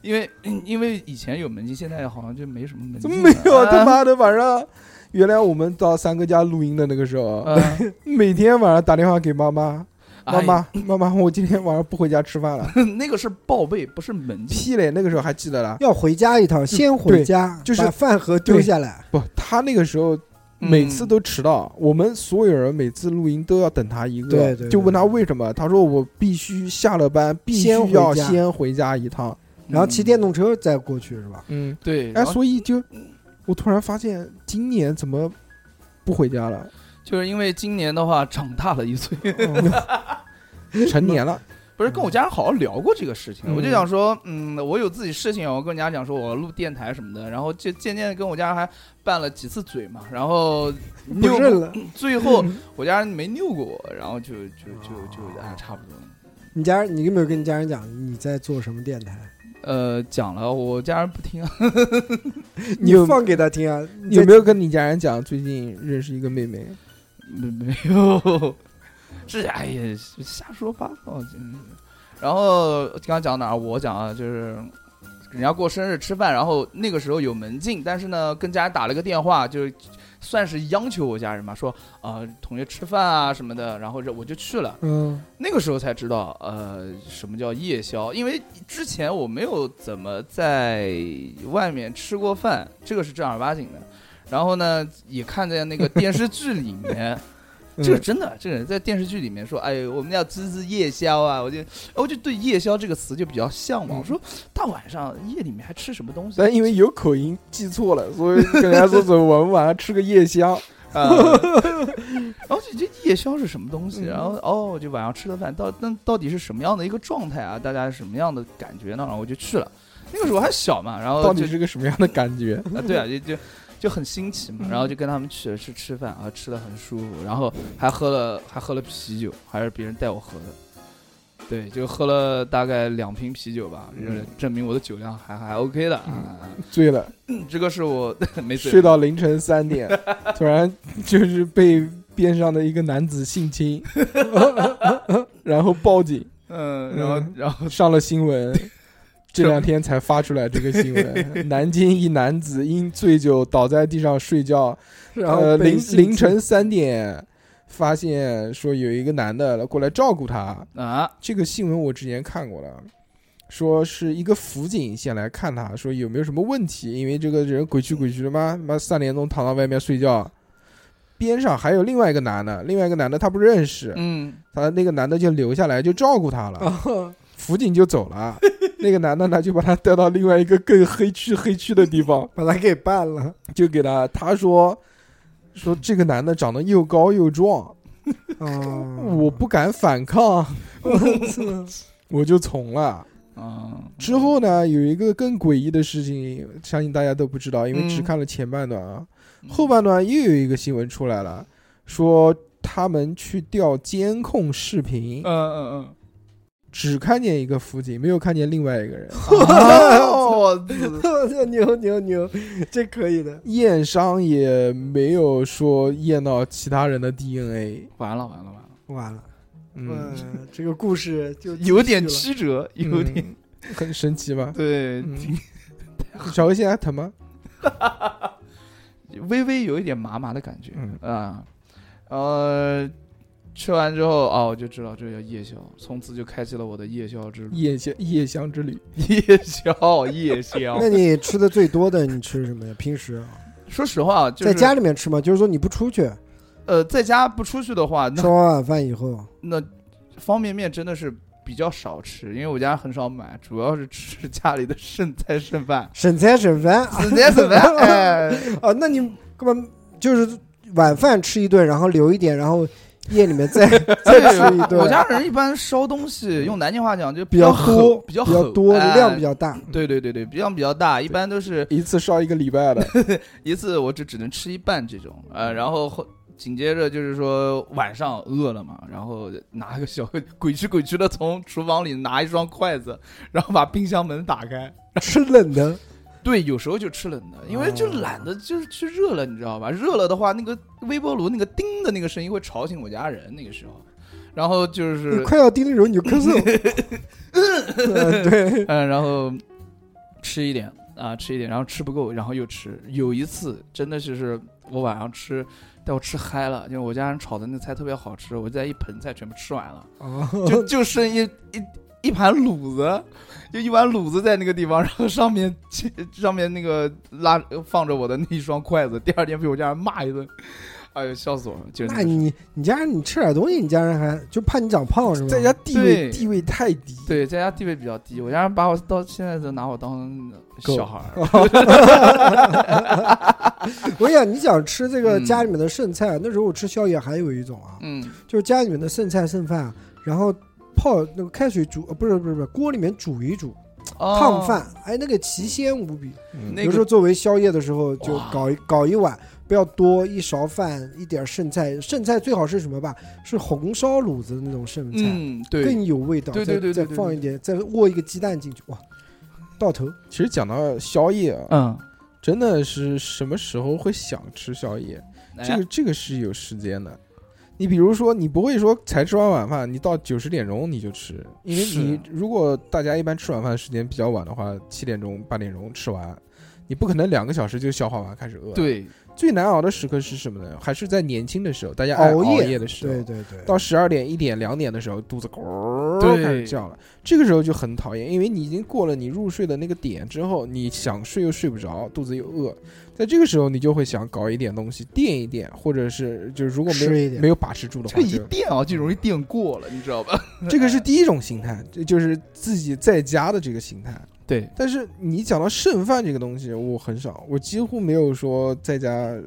Speaker 3: 因为嗯因为以前有门禁，现在好像就没什么门禁。
Speaker 5: 怎么没有？
Speaker 3: 啊
Speaker 5: 他妈的晚上，原来我们到三哥家录音的那个时候，
Speaker 3: 啊
Speaker 5: 每天晚上打电话给妈妈，妈 [LAUGHS]
Speaker 3: 哎
Speaker 5: 妈、妈妈，我今天晚上不回家吃饭了。
Speaker 3: [LAUGHS] 那个是报备，不是门禁。
Speaker 5: 屁嘞，那个时候还记得啦。
Speaker 2: 要回家一趟，先回家，
Speaker 5: 就是
Speaker 2: 把饭盒丢下来。
Speaker 5: 不，他那个时候每次
Speaker 3: 嗯
Speaker 5: 都迟到，我们所有人每次录音都要等他一个，
Speaker 2: 对对对
Speaker 5: 就问他为什么，他说我必须下了班，必须
Speaker 2: 先回
Speaker 5: 要
Speaker 2: 家
Speaker 5: 先回家一趟。
Speaker 3: 嗯，
Speaker 2: 然后骑电动车再过去是吧？
Speaker 5: 嗯，
Speaker 3: 对，
Speaker 5: 哎，
Speaker 3: 然后
Speaker 2: [LAUGHS]
Speaker 5: 所以就我突然发现今年怎么不回家了？
Speaker 3: 就是因为今年的话长大了一岁， [LAUGHS]
Speaker 5: 成年了，
Speaker 3: 不是跟我家人好好聊过这个事情，
Speaker 5: 嗯
Speaker 3: 我就想说，嗯，我有自己事情，我跟人家讲说我录电台什么的，然后就渐渐地跟我家人还拌了几次嘴嘛，然后
Speaker 2: 不
Speaker 3: 拗过
Speaker 2: 认了。
Speaker 3: 最
Speaker 5: [LAUGHS]
Speaker 3: 后我家人没拗过我，然后就就就就哎差不多了。
Speaker 2: 你家人，你有没有跟你家人讲你在做什么电台？
Speaker 3: 呃，讲了，我家人不听啊。 [LAUGHS]
Speaker 2: 你
Speaker 5: 有
Speaker 2: 放给他听啊？
Speaker 5: 你有没有跟你家人讲最近认识一个妹妹？
Speaker 3: 没没有，这哎呀瞎说八道。真是然后刚刚讲哪儿？我讲啊，就是人家过生日吃饭，然后那个时候有门禁，但是呢，跟家人打了个电话，就是算是央求我家人嘛，说啊、同学吃饭啊什么的，然后这我就去了。
Speaker 5: 嗯，
Speaker 3: 那个时候才知道，呃，什么叫夜宵，因为之前我没有怎么在外面吃过饭，这个是正儿八经的。然后呢，也看在那个电视剧里
Speaker 5: [LAUGHS]
Speaker 3: 面，这个真的，这个在电视剧里面说，哎，我们要吃吃夜宵啊，我就，我就对夜宵这个词就比较向往。我说大晚上夜里面还吃什么东
Speaker 5: 嗯
Speaker 3: 西？
Speaker 5: 但因为有口音记错了，所以跟人家说走，我们晚上吃个夜宵。
Speaker 3: 啊，
Speaker 5: [LAUGHS]
Speaker 3: 然后这这夜宵是什么
Speaker 5: 嗯
Speaker 3: 东西？然后哦，就晚上吃的饭，到那到底是什么样的一个状态啊？大家是什么样的感觉呢？然后我就去了，那个时候还小嘛，然后
Speaker 5: 到
Speaker 3: 就
Speaker 5: 底是个什么样的感觉？
Speaker 3: 啊，对啊，就就就很新奇
Speaker 5: 嗯
Speaker 3: 嘛，然后就跟他们去吃吃饭啊，吃的很舒服，然后还喝了还喝了啤酒，还是别人带我喝的。对，就喝了大概两瓶啤酒吧，
Speaker 5: 嗯
Speaker 3: 就是证明我的酒量还还 OK 的啊。 [LAUGHS]
Speaker 5: 醉了，
Speaker 3: 这个是我 [LAUGHS] 没醉
Speaker 5: 嗯睡到凌晨三
Speaker 2: [LAUGHS]
Speaker 5: 点，突然就是被边上的一个男子性侵， [LAUGHS] 然后报警，
Speaker 3: 嗯，然后
Speaker 5: 嗯
Speaker 3: 然后
Speaker 5: 上了新闻。这两天才发出来这个新闻：南京一男子因醉酒倒在地上睡觉，
Speaker 2: 然后
Speaker 5: 呃
Speaker 2: 被
Speaker 5: 凌
Speaker 2: 性侵
Speaker 5: 凌
Speaker 2: [LAUGHS]
Speaker 5: 晨 [LAUGHS] 三点发现说有一个男的过来照顾他，
Speaker 3: 啊，
Speaker 5: 这个新闻我之前看过了，啊说是一个辅警先来看他，说有没有什么问题，因为这个人鬼去鬼去的嘛，妈三点钟躺到外面睡觉，边上还有另外一个男的，另外一个男的他不认识，
Speaker 3: 嗯，
Speaker 5: 他那个男的就留下来就照顾他
Speaker 2: 哦
Speaker 5: 了，辅警就走了，那个男的呢就把他带到另外一个更黑区黑区的地方，
Speaker 2: 把他给办
Speaker 3: [LAUGHS]
Speaker 2: 了，
Speaker 5: 就给他他说说这个男的长得又高又壮，
Speaker 2: 哦，
Speaker 5: 我不敢反抗，我就从了。
Speaker 3: 嗯，
Speaker 5: 之后呢，有一个更诡异的事情，相信大家都不知道，因为只
Speaker 3: 嗯
Speaker 5: 看了前半段啊。后半段又有一个新闻出来了，说他们去调监控视频
Speaker 3: 嗯，嗯
Speaker 5: 只看见一个辅警，没有看见另外一个人。
Speaker 3: 嗯，哦，
Speaker 2: 牛牛牛，这可以的。
Speaker 5: 验伤也没有说验到其他人的 DNA。
Speaker 3: 完了完了完了，
Speaker 2: 完了，
Speaker 5: 嗯，
Speaker 2: 呃这个故事就
Speaker 3: 有点
Speaker 2: 继续
Speaker 3: 曲折，有点、
Speaker 5: 嗯很神奇吧？
Speaker 3: 对，
Speaker 5: 嗯
Speaker 3: 挺
Speaker 5: 小何现在疼
Speaker 3: [LAUGHS]
Speaker 5: 吗？
Speaker 3: 微微有一点麻麻的感觉
Speaker 5: 嗯
Speaker 3: 啊、呃，吃完之后哦，我就知道这叫夜宵，从此就开启了我的夜宵之
Speaker 5: [LAUGHS]
Speaker 3: 路，
Speaker 5: 夜宵夜香之旅，
Speaker 3: 夜宵夜宵 [LAUGHS]
Speaker 2: 了。那。你吃的最多的你吃什么呀？平时啊
Speaker 3: 说实话，就
Speaker 2: 在
Speaker 3: 是
Speaker 2: 家里面吃吗？就是说你不出去，
Speaker 3: 呃，在家不出去的话，
Speaker 2: 吃
Speaker 3: 那
Speaker 2: 完晚饭以后，。
Speaker 3: 那方便面真的是比较少吃，因为我家很少买，主要是吃家里的剩菜剩饭
Speaker 2: 省菜省 [LAUGHS] 饭
Speaker 3: 省菜省饭， [LAUGHS] 哎，
Speaker 2: 啊，那你根本就是晚饭吃一顿，然后留一点，然后夜里面
Speaker 3: [LAUGHS]
Speaker 2: 再再吃一
Speaker 3: 我
Speaker 2: 顿，
Speaker 3: 家人一般烧东西，用南京话讲就
Speaker 2: 比较
Speaker 3: 狠
Speaker 2: 多，
Speaker 3: 比较
Speaker 2: 比
Speaker 3: 狠
Speaker 2: 较多，
Speaker 3: 哎
Speaker 2: 量比较大。
Speaker 3: 对对对对，比较比较大，一般都是
Speaker 5: 一次烧一个礼拜的。
Speaker 3: 一次我只只能吃一半这种，呃，然后后紧接着就是说晚上饿了嘛，然后拿个小 [LAUGHS] 鬼去鬼去的从厨房里拿一双筷子， [LAUGHS] 然后把冰箱门打开。
Speaker 2: 吃冷的，
Speaker 3: 对，有时候就吃冷的，因为就懒得就是去热了，你知道吧？热了的话，那个微波炉那个叮的那个声音会吵醒我家人那个时候，然后就
Speaker 2: 你
Speaker 3: 是
Speaker 2: 快要叮的时候你就咳
Speaker 3: [LAUGHS]
Speaker 2: 嗽。嗯对，
Speaker 3: 嗯，然后吃一点啊，吃一点，然后吃不够，然后又吃。有一次真的就是我晚上吃，带我吃嗨了，因为我家人炒的那菜特别好吃，我在一盆菜全部吃完了，
Speaker 2: 哦
Speaker 3: 就就剩一一。一盘卤子，就一碗卤子在那个地方，然后上面上面那个拉放着我的那一双筷子，第二天被我家人骂一顿。哎呦，笑死我了！就是
Speaker 2: 那你你家人你吃点东西，你家人还就怕你长胖是吧？
Speaker 5: [LAUGHS] 在家地
Speaker 3: 对
Speaker 5: 位地位太低，
Speaker 3: 对在家地位比较低，我家人把我到现在都拿我当
Speaker 5: 狗
Speaker 3: 小孩
Speaker 2: [LAUGHS]
Speaker 3: 儿。
Speaker 2: 我想你想吃这个
Speaker 3: 嗯
Speaker 2: 家里面的剩菜，那时候我吃宵夜还有一种啊， [LAUGHS]
Speaker 3: 嗯，
Speaker 2: 就是家里面的剩菜剩饭，然后泡那个开水煮，呃不是不是不是锅里面煮一煮，
Speaker 3: 哦
Speaker 2: 烫饭，哎，那个奇鲜无比。
Speaker 5: 嗯
Speaker 3: 那
Speaker 2: 有时
Speaker 3: 个
Speaker 2: 候作为宵夜的时候，就
Speaker 3: 哇
Speaker 2: 搞一搞一碗，不要多，一勺饭，一点剩菜，剩菜最好是什么吧？是红烧卤子的那种剩菜，
Speaker 3: 嗯，对，
Speaker 2: 更有味道。
Speaker 3: 对
Speaker 2: 再
Speaker 3: 对对对
Speaker 2: 再
Speaker 3: 对
Speaker 2: 放
Speaker 3: 对
Speaker 2: 一点，再握一个鸡蛋进去，哇，到头。
Speaker 5: 其实讲到宵夜啊，
Speaker 3: 嗯，
Speaker 5: 真的是什么时候会想吃宵夜？这
Speaker 3: 哎
Speaker 5: 个这个是有时间的。你比如说，你不会说才吃完晚饭，你到九十点钟你就吃，因为
Speaker 3: 是
Speaker 5: 你如果大家一般吃晚饭时间比较晚的话，七点钟八点钟吃完，你不可能两个小时就消化完开始饿。，
Speaker 3: 对，
Speaker 5: 最难熬的时刻是什么呢？还是在年轻的时候，大家爱
Speaker 2: 熬
Speaker 5: 熬
Speaker 2: 夜
Speaker 5: 的
Speaker 3: 哦
Speaker 5: 时候，
Speaker 2: 对对对，
Speaker 5: 到十二点一点两点的时候，肚子咕儿
Speaker 3: 对
Speaker 5: 开始叫了，这个时候就很讨厌，因为你已经过了你入睡的那个点之后，你想睡又睡不着，肚子又饿，在这个时候你就会想搞一点东西垫一垫，或者是就是如果没
Speaker 2: 吃一
Speaker 5: 有
Speaker 2: 点
Speaker 5: 没有把持住的
Speaker 3: 这
Speaker 5: 话，
Speaker 3: 个一
Speaker 5: 就
Speaker 3: 电啊就容易电过了，你知道吧？
Speaker 5: [LAUGHS] 这个是第一种心态，这就是自己在家的这个心态。
Speaker 3: 对，
Speaker 5: 但是你讲到剩饭这个东西，我很少，我几乎没有说在家
Speaker 2: [LAUGHS]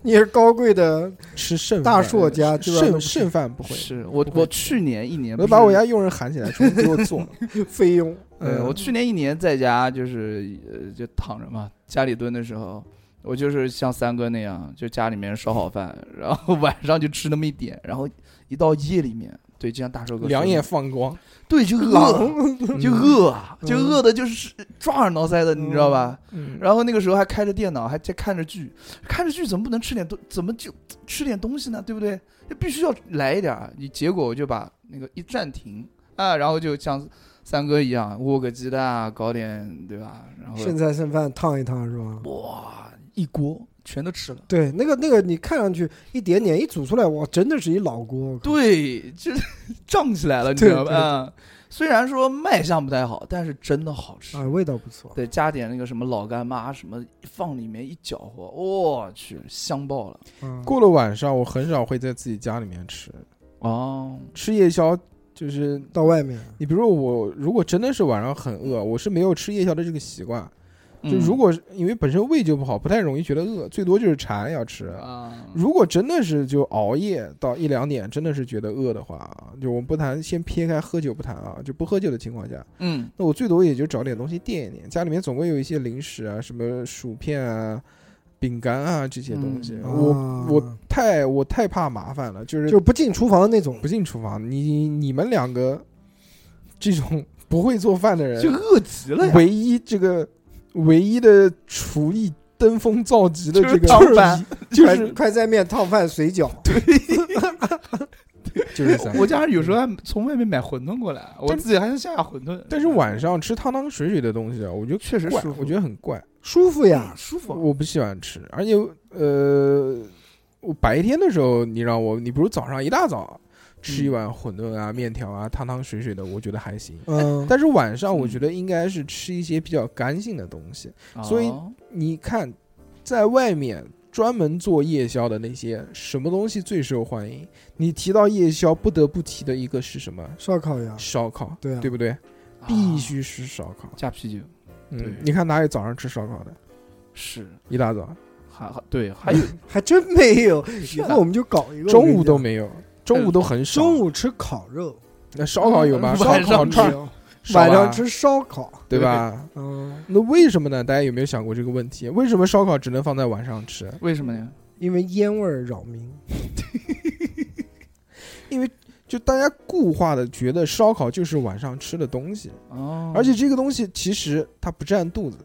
Speaker 2: 你是高贵的
Speaker 5: 吃剩饭
Speaker 2: 大啊硕家，对吧？
Speaker 5: 剩剩饭不会，
Speaker 3: 是我
Speaker 5: 不会
Speaker 3: 我去年一年
Speaker 5: 我都
Speaker 3: 不
Speaker 5: 把
Speaker 3: 是
Speaker 5: 我家佣人喊起来说给我做。
Speaker 2: 费用，
Speaker 3: 对，
Speaker 5: 嗯
Speaker 3: 我去年一年在家就是呃就躺着嘛，家里蹲的时候，我就是像三哥那样，就家里面烧好饭，然后 [LAUGHS] 晚上就吃那么一点，然后一到夜里面，对，就像大寿哥说的
Speaker 5: 两眼，放光，
Speaker 3: 对，就饿， [LAUGHS] 就饿啊，就
Speaker 2: 嗯
Speaker 3: 饿的就是抓耳挠腮的，你知道吧？
Speaker 5: 嗯，
Speaker 3: 然后那个时候还开着电脑，还在看着剧，看着剧怎么不能吃点东，怎么就吃点东西呢？对不对？就必须要来一点儿。你结果我就把那个一暂停啊，然后就像三哥一样握个鸡蛋啊，搞点对吧？然后
Speaker 2: 剩菜剩饭烫一烫是吧？
Speaker 3: 哇，一锅全都吃了。
Speaker 2: 对，那个那个，你看上去一点点一煮出来，哇，真的是一老锅。我靠
Speaker 3: 对，就是 [LAUGHS] 胀起来了，你
Speaker 2: 对
Speaker 3: 知道吧？
Speaker 2: 对
Speaker 3: 啊虽然说卖相不太好，但是真的好吃。
Speaker 2: 啊，味道不错。
Speaker 3: 对，加点那个什么老干妈，什么放里面一搅和，我、去，香爆了！
Speaker 2: 嗯
Speaker 5: 过了晚上，我很少会在自己家里面吃
Speaker 3: 哦，
Speaker 5: 吃夜宵，就是
Speaker 2: 到外面，
Speaker 5: 你比如说我如果真的是晚上很饿，我是没有吃夜宵的这个习惯。就
Speaker 3: 嗯
Speaker 5: 如果是因为本身胃就不好，不太容易觉得饿，最多就是馋要吃。
Speaker 3: 啊，
Speaker 5: 如果真的是就熬夜到一两点，真的是觉得饿的话啊，就我们不谈，先撇开喝酒不谈啊，就不喝酒的情况下，
Speaker 3: 嗯
Speaker 5: 那我最多也就找点东西垫一垫，家里面总归有一些零食啊，什么薯片啊、饼干啊这些东西。
Speaker 3: 嗯
Speaker 2: 啊
Speaker 5: 我我太我太怕麻烦了，就是
Speaker 2: 就不进厨房那种
Speaker 5: 不。进厨房。你你们两个这种 [LAUGHS] 不会做饭的
Speaker 3: 就
Speaker 5: 人，
Speaker 3: 饿极了呀，
Speaker 5: 唯一这个唯一的厨艺登峰造极的这
Speaker 3: 就是
Speaker 5: 个
Speaker 3: 当班
Speaker 5: [LAUGHS] 就
Speaker 2: 快
Speaker 5: 是
Speaker 2: 快在面烫饭水饺，
Speaker 5: 就是三
Speaker 3: 我家人有时候还从外面买馄饨过来，我
Speaker 5: 但
Speaker 3: 自己还能下下馄饨。
Speaker 5: 但是晚上吃汤汤水水的东西啊，我觉得
Speaker 3: 确实
Speaker 5: 怪
Speaker 3: 舒服
Speaker 5: 我觉得很怪，
Speaker 2: 舒服
Speaker 3: [LAUGHS]
Speaker 2: 呀。
Speaker 3: 舒服，
Speaker 5: 我不喜欢吃，而且呃，我白天的时候你让我，你比如早上一大早
Speaker 3: 嗯
Speaker 5: 吃一碗馄饨啊、面条啊、汤汤水水的，我觉得还行。
Speaker 2: 嗯，
Speaker 5: 但是晚上我
Speaker 3: 嗯
Speaker 5: 觉得应该是吃一些比较干性的东西。
Speaker 3: 哦
Speaker 5: 所以
Speaker 3: 啊
Speaker 5: 你看，在外面专门做夜宵的那些，什么东西最受欢迎？你提到夜宵，不得不提的一个是什么？
Speaker 2: 烧烤呀，
Speaker 5: 烧烤，
Speaker 2: 对啊
Speaker 5: 不对？必须是烧烤。
Speaker 3: 加啤酒，对
Speaker 5: 嗯，你看哪有早上吃烧烤的？
Speaker 3: 是
Speaker 5: 一大早，
Speaker 3: 还还对，还
Speaker 5: 哎
Speaker 3: 有
Speaker 2: 还真没有。以
Speaker 3: 是的
Speaker 2: 后我们就搞一个。我
Speaker 5: 中
Speaker 2: 跟你
Speaker 5: 午都
Speaker 2: 讲
Speaker 5: 没有，中午都很少。
Speaker 2: 中午吃烤肉，
Speaker 5: 那烧烤有吗？
Speaker 3: 嗯
Speaker 5: 烧
Speaker 3: 晚
Speaker 5: 烤
Speaker 3: 上
Speaker 5: 串儿
Speaker 2: 没有
Speaker 5: 少吧
Speaker 2: 晚上吃烧烤。
Speaker 5: 对吧？
Speaker 2: 嗯，
Speaker 5: 那为什么呢？大家有没有想过这个问题？为什么烧烤只能放在晚上吃？
Speaker 3: 为什么呢？
Speaker 2: 因为烟味儿扰民。
Speaker 5: 就大家固化的觉得烧烤就是晚上吃的东西，
Speaker 3: 哦，
Speaker 5: 而且这个东西其实它不占肚子，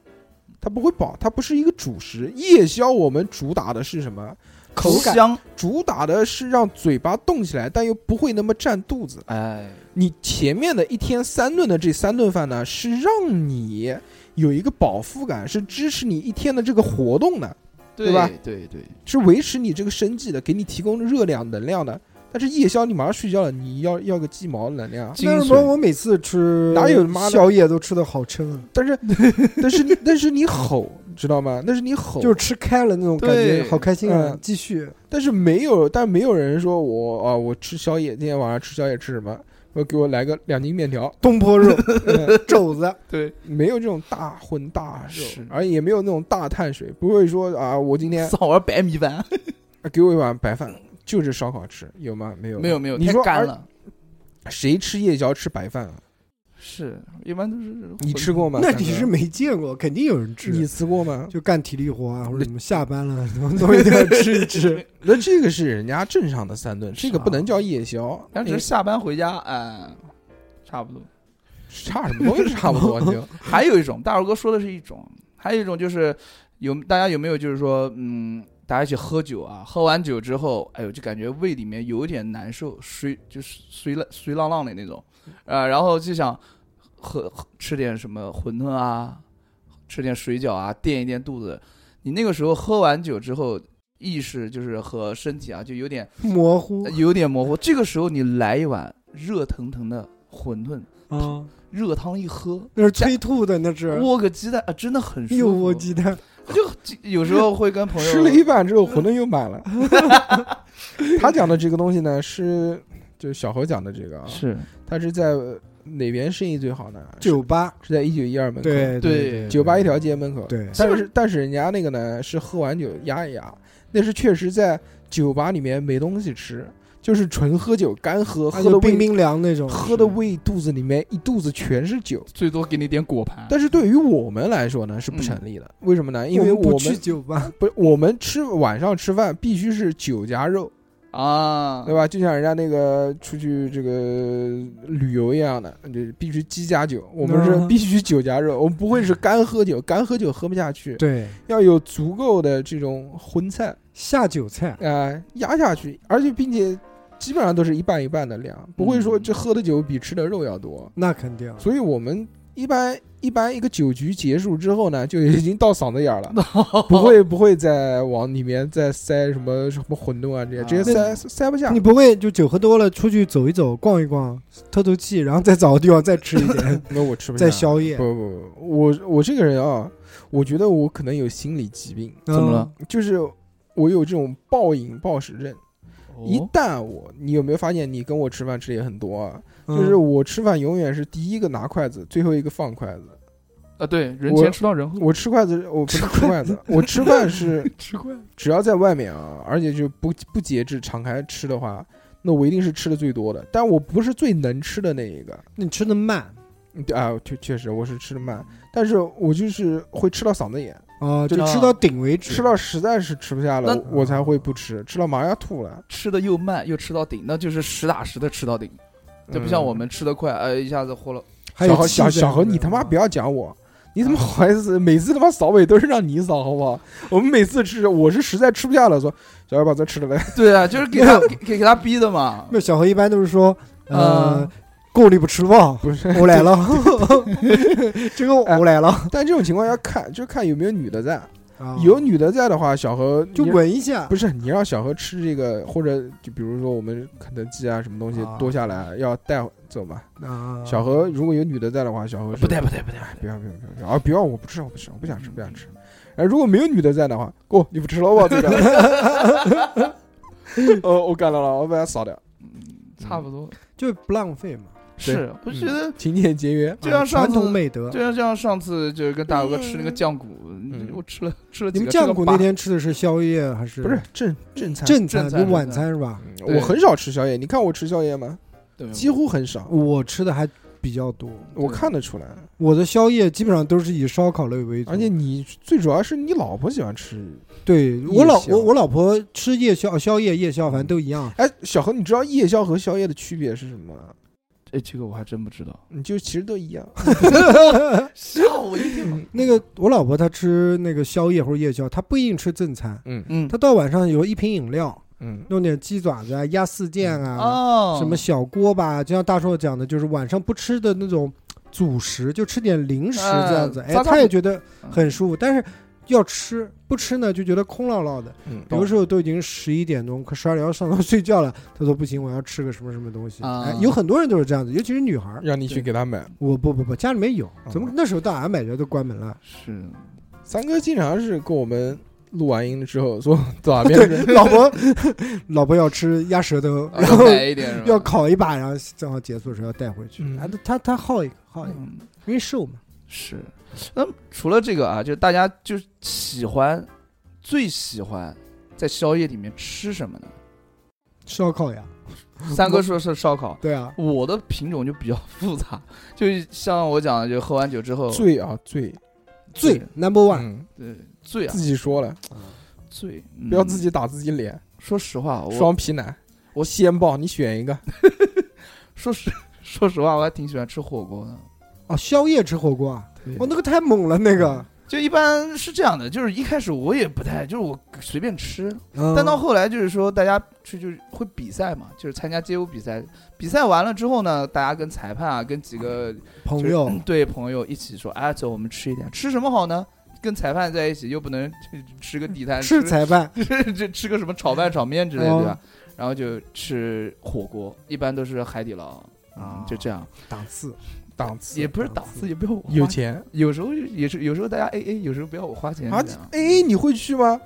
Speaker 5: 它不会饱，它不是一个主食。夜宵我们主打的是什么？口感
Speaker 3: 香，
Speaker 5: 主打的是让嘴巴动起来，但又不会那么占肚子。
Speaker 3: 哎，
Speaker 5: 你前面的一天三顿的这三顿饭呢，是让你有一个饱腹感，是支持你一天的这个活动的，对吧？
Speaker 3: 对对，
Speaker 5: 是维持你这个生计的，给你提供热量能量的。但是夜宵你马上睡觉了，你要要个鸡毛能量。啊
Speaker 3: 精
Speaker 2: 但是
Speaker 3: 髓
Speaker 2: 我每次吃
Speaker 5: 哪有妈的
Speaker 2: 宵夜都吃的好撑啊，
Speaker 5: 但是 [LAUGHS] 但是你但是你吼，你知道吗？但是你吼，
Speaker 2: 就是吃开了那种感觉，
Speaker 3: 对
Speaker 2: 好开心啊
Speaker 5: 嗯！
Speaker 2: 继续，
Speaker 5: 但是没有，但没有人说我啊，我吃宵夜，今天晚上吃宵夜吃什么？我给我来个两斤面条， [LAUGHS]
Speaker 2: 东坡肉、
Speaker 5: 嗯
Speaker 2: 肘子，
Speaker 3: 对，
Speaker 5: 没有这种大荤大肉
Speaker 3: 是，
Speaker 5: 而也没有那种大碳水，不会说啊，我今天
Speaker 3: 枣儿白米饭
Speaker 5: 啊给我一碗白饭，就着烧烤吃，有吗？没有，
Speaker 3: 没有没有，
Speaker 5: 你
Speaker 3: 太
Speaker 5: 说
Speaker 3: 干
Speaker 5: 而
Speaker 3: 了。
Speaker 5: 谁吃夜宵吃白饭啊？
Speaker 3: 是，一般都是
Speaker 5: 你吃过吗？
Speaker 2: 那
Speaker 5: 三
Speaker 2: 你
Speaker 5: 哥
Speaker 2: 是没见过，肯定有人吃。
Speaker 5: 你吃过吗？
Speaker 2: 就干体力活啊，或者什么下班了， [LAUGHS] 什么东西都要吃
Speaker 5: [LAUGHS]
Speaker 2: 一吃。
Speaker 5: 那这个是人家正常的三顿，这个
Speaker 3: 是啊
Speaker 5: 不能叫夜宵，哎
Speaker 3: 但只是下班回家，哎，差不多。
Speaker 5: 差什么东西差不多就
Speaker 3: 还有一种，大二哥说的是一种，还有一种就是有大家有没有就是说，嗯，大家一起喝酒啊，喝完酒之后，哎呦，就感觉胃里面有点难受，水就是水了水浪浪的那种，啊、然后就想喝喝吃点什么馄饨啊，吃点水饺啊，垫一垫肚子。你那个时候喝完酒之后，意识就是和身体啊，就有点
Speaker 2: 模糊
Speaker 3: 有点模糊。这个时候你来一碗热腾腾的馄饨，
Speaker 2: 啊，
Speaker 3: 热汤一喝，
Speaker 2: 那是催吐的，那是哎
Speaker 3: 握个鸡蛋啊，真的很舒服。
Speaker 2: 又窝鸡蛋，
Speaker 3: 有时候会跟朋友
Speaker 5: 吃了一半之后馄饨又满
Speaker 2: [LAUGHS]
Speaker 5: 了。他讲的这个东西呢，是就是小侯讲的这个啊，
Speaker 3: 是
Speaker 5: 他是在呃哪边生意最好呢？是
Speaker 2: 酒
Speaker 5: [LAUGHS]
Speaker 2: 吧，
Speaker 5: 是在一九一二门口，
Speaker 2: 对
Speaker 3: 对
Speaker 5: 酒吧一条街门口。
Speaker 2: 对
Speaker 5: 但是但是人家那个呢是喝完酒压一压，那是确实在酒吧里面没东西吃，就是纯喝酒，干喝，
Speaker 2: 还
Speaker 5: 喝
Speaker 2: 有
Speaker 5: 的
Speaker 2: 冰
Speaker 5: 胃
Speaker 2: 冰凉那种，
Speaker 5: 喝的胃肚子里面一肚子全是酒。
Speaker 3: 最多给你点果盘，
Speaker 5: 但是对于我们来说呢，是不成立的。为什么呢？ [LAUGHS] 因为
Speaker 2: 嗯我
Speaker 5: 我
Speaker 2: 们不去
Speaker 5: 们
Speaker 2: 酒
Speaker 5: [LAUGHS]
Speaker 2: 吧，
Speaker 5: 不是我们吃晚上吃饭必须是酒加肉，
Speaker 3: 啊，
Speaker 2: 呃
Speaker 5: 对吧？就像人家那个出去这个旅游一样的，就是必须鸡加酒。我们是
Speaker 3: 啊
Speaker 2: 嗯
Speaker 5: 必须酒加肉，我们不会是干喝
Speaker 3: [LAUGHS]
Speaker 5: 酒，干喝酒喝不下去，
Speaker 2: 对，
Speaker 5: 要有足够的这种荤菜
Speaker 2: 下酒菜
Speaker 5: 啊、呃压下去，而且并且基本上都是一半一半的量，不会说
Speaker 3: 嗯
Speaker 5: 这喝的酒比吃的肉要多。
Speaker 2: 那肯定，
Speaker 5: 所以我们一般一般一个酒局结束之后呢，就已经到嗓子眼儿了，不会不会再往里面再塞什么什么馄饨啊这些，
Speaker 3: 啊
Speaker 5: 直接塞塞不下，
Speaker 2: 你。不会就酒喝多了出去走一走、逛一逛、透透气，然后再找个地方再吃一 [LAUGHS] 点
Speaker 5: 那我吃不下。
Speaker 2: 再宵夜
Speaker 5: 不？不不，我我这个人啊，我觉得我可能有心理疾病，
Speaker 2: 嗯
Speaker 3: 怎么了？
Speaker 5: 就是我有这种暴饮暴食症。一
Speaker 3: 哦
Speaker 5: 旦我，你有没有发现你跟我吃饭吃的也很多啊？
Speaker 2: 嗯
Speaker 5: 就是我吃饭永远是第一个拿筷子，最后一个放筷子。
Speaker 3: 啊，对，人
Speaker 5: 我
Speaker 3: 前吃到人后，
Speaker 5: 我吃筷子，我不是吃筷子，我吃饭是
Speaker 3: 吃亏
Speaker 5: 只要在外面啊，而且就不不节制敞开吃的话，那我一定是吃的最多的。但我不是最能吃的那一个，
Speaker 2: 你吃的慢
Speaker 5: 嗯对啊，确确实我是吃的慢，但是我就是会吃到嗓子眼，
Speaker 2: 啊，就
Speaker 3: 真的
Speaker 2: 吃到顶为止，
Speaker 5: 吃到实在是吃不下了
Speaker 3: 那，
Speaker 5: 我我才会不吃，吃到马上要吐了。
Speaker 3: 吃的又慢又吃到顶，那就是实打实的吃到顶，这不像我们吃的
Speaker 2: 嗯
Speaker 3: 快，哎，一下子豁了，
Speaker 2: 还
Speaker 5: 嗯
Speaker 2: 有
Speaker 5: 小何
Speaker 2: 气啊
Speaker 5: 小
Speaker 2: 氛
Speaker 5: 小何，你他妈不要讲我。你怎么好意思？每次他妈扫尾都是让你扫，好不好？我们每次吃，我是实在吃不下了，说小伙把再吃了
Speaker 2: [LAUGHS]
Speaker 5: 来。
Speaker 3: 对啊，就是给他给给给他逼的嘛，
Speaker 2: 那小何一般都是说，呃
Speaker 3: 嗯，
Speaker 2: 够力不吃 [LAUGHS] 旺，
Speaker 5: 不是，
Speaker 2: 我来了，这个我来了，
Speaker 5: [LAUGHS] 但这种情况要看，就看有没有女的在。
Speaker 2: 啊
Speaker 5: 有女的在的话，小何
Speaker 2: 就
Speaker 5: 你
Speaker 2: 闻一下，
Speaker 5: 不是你让小何吃这个，或者就比如说我们肯德基啊什么东西
Speaker 2: 啊
Speaker 5: 多下来要带走嘛。
Speaker 2: 啊，
Speaker 5: 小何如果有女的在的话，小
Speaker 1: 啊
Speaker 5: 何是
Speaker 3: 不带不带不带，
Speaker 5: 不要不要不要不要啊！不要我不吃我不吃我不想吃不想吃。然后如果没有女的在的话，哦你不吃了吧这个。 [LAUGHS] 哦，我干到了，我把它扫掉。
Speaker 3: 差不多
Speaker 2: 就不浪费嘛，
Speaker 3: 是，我觉得
Speaker 5: 勤俭节约，
Speaker 3: 就像
Speaker 2: 啊
Speaker 3: 上
Speaker 2: 嗯传统
Speaker 3: 次。
Speaker 2: 美德。
Speaker 3: 就像就像上次就是跟大哥吃那个酱骨，我吃了吃了
Speaker 2: 嗯你
Speaker 3: 几
Speaker 2: 们
Speaker 3: 个。
Speaker 2: 酱骨那
Speaker 3: 那
Speaker 2: 天吃的是宵夜还是
Speaker 5: 不是正正餐。
Speaker 2: 正餐？
Speaker 3: 正
Speaker 2: 就
Speaker 3: 餐
Speaker 2: 晚餐是吧？
Speaker 5: 嗯
Speaker 3: 对嗯
Speaker 5: 我很少吃宵夜，你看我吃宵夜吗？
Speaker 3: 对
Speaker 5: 几乎很少，
Speaker 2: 我吃的还比较多，
Speaker 5: 我看得出来。
Speaker 2: 我的宵夜基本上都是以烧烤类为主，
Speaker 5: 而且你最主要是你老婆喜欢吃
Speaker 2: 对我老
Speaker 5: 宵
Speaker 2: 我我老婆吃夜宵、宵夜、夜宵，反正都一样。
Speaker 5: 哎，小何，你知道夜宵和宵夜的区别是什么吗？
Speaker 3: 哎，这个我还真不知
Speaker 2: [LAUGHS]
Speaker 3: 道，
Speaker 5: 你就其实都一样。 [LAUGHS]
Speaker 3: 吓我一跳。
Speaker 2: 那个我老婆她吃那个宵夜或者夜宵，她不一定吃正餐，
Speaker 5: 嗯
Speaker 3: 嗯，
Speaker 2: 她到晚上有一瓶饮料，
Speaker 5: 嗯，
Speaker 2: 弄点鸡爪子啊、鸭四件啊、
Speaker 3: 哦，
Speaker 2: 什么小锅巴，就像大硕讲的，就是晚上不吃的那种主食，就吃点零食这样子。
Speaker 3: 嗯
Speaker 2: 哎
Speaker 5: 呃
Speaker 3: 扎，扎
Speaker 2: 她也
Speaker 3: 实
Speaker 2: 觉得很舒服。但是要吃，不吃呢就觉得空落落的。
Speaker 5: 嗯，
Speaker 2: 有的时候都已经十一点钟，快十二点要上床 [LAUGHS] 睡觉了，他说不行，我要吃个什么什么东西。
Speaker 3: 啊？
Speaker 2: 哎，有很多人都是这样子，尤其是女孩儿。
Speaker 5: 让你去给他买。
Speaker 2: 我不不不，家里面有，怎么
Speaker 5: 嗯
Speaker 2: 那时候到俺买着都关门了 [LAUGHS]
Speaker 3: 是
Speaker 5: 三哥经常是跟我们录完音了之后
Speaker 3: [LAUGHS]
Speaker 5: 说走啊，别人
Speaker 2: 老婆老婆要吃鸭舌头，然后
Speaker 3: 哦改一点是吧
Speaker 2: 要烤一把，然后正好结束的时候要带回去。
Speaker 5: 嗯
Speaker 2: 啊，他他好一个好一个，
Speaker 3: 嗯
Speaker 2: 因为瘦嘛。
Speaker 3: 是。那么除了这个啊，就是大家就是喜欢最喜欢在宵夜里面吃什么呢？
Speaker 2: 烧烤呀，
Speaker 3: 三哥说是烧烤，
Speaker 2: [LAUGHS] 对啊，
Speaker 3: 我的品种就比较复杂， [LAUGHS] 就是像我讲的，就喝完酒之后
Speaker 5: 醉啊醉，
Speaker 2: 最 number one，
Speaker 5: 嗯，
Speaker 3: 呃醉啊
Speaker 5: 自己说了，
Speaker 3: 醉，
Speaker 5: 不要
Speaker 3: 嗯
Speaker 5: 自。己打自己脸，
Speaker 3: 说实话，我
Speaker 5: 双皮奶，
Speaker 3: 我
Speaker 5: 鲜爆，你选
Speaker 3: [LAUGHS]
Speaker 5: 一个
Speaker 3: 说实 [LAUGHS] 说实话，我还挺喜欢吃火锅的。
Speaker 2: 哦，宵夜吃火锅啊，
Speaker 3: 对
Speaker 2: 哦，那个太猛了，那个。
Speaker 3: 就一般是这样的，就是一开始我也不太，就是我随便吃，
Speaker 2: 嗯
Speaker 3: 但到后来就是说大家去就是会比赛嘛，就是参加街舞比赛，比赛完了之后呢，大家跟裁判啊，跟几个
Speaker 2: 朋友
Speaker 3: 就是嗯对朋友一起说，哎，走，我们吃一点，吃什么好呢？跟裁判在一起又不能吃个地摊，
Speaker 2: 是
Speaker 3: 吃
Speaker 2: 裁判，
Speaker 3: 这这吃个什么炒饭、炒面之类的，
Speaker 2: 哦
Speaker 3: 对吧？
Speaker 5: 嗯
Speaker 3: 然后就吃火锅，一般都是海底捞，嗯
Speaker 2: 啊，
Speaker 3: [LAUGHS] 就这样，
Speaker 2: 档次
Speaker 5: 档次
Speaker 3: 也不是档次，也不要我花
Speaker 5: 有，钱
Speaker 3: 有时候也是，有时候大家 A A，有时候不要我花钱
Speaker 5: 啊
Speaker 3: 这样。
Speaker 5: 哎，你会去吗？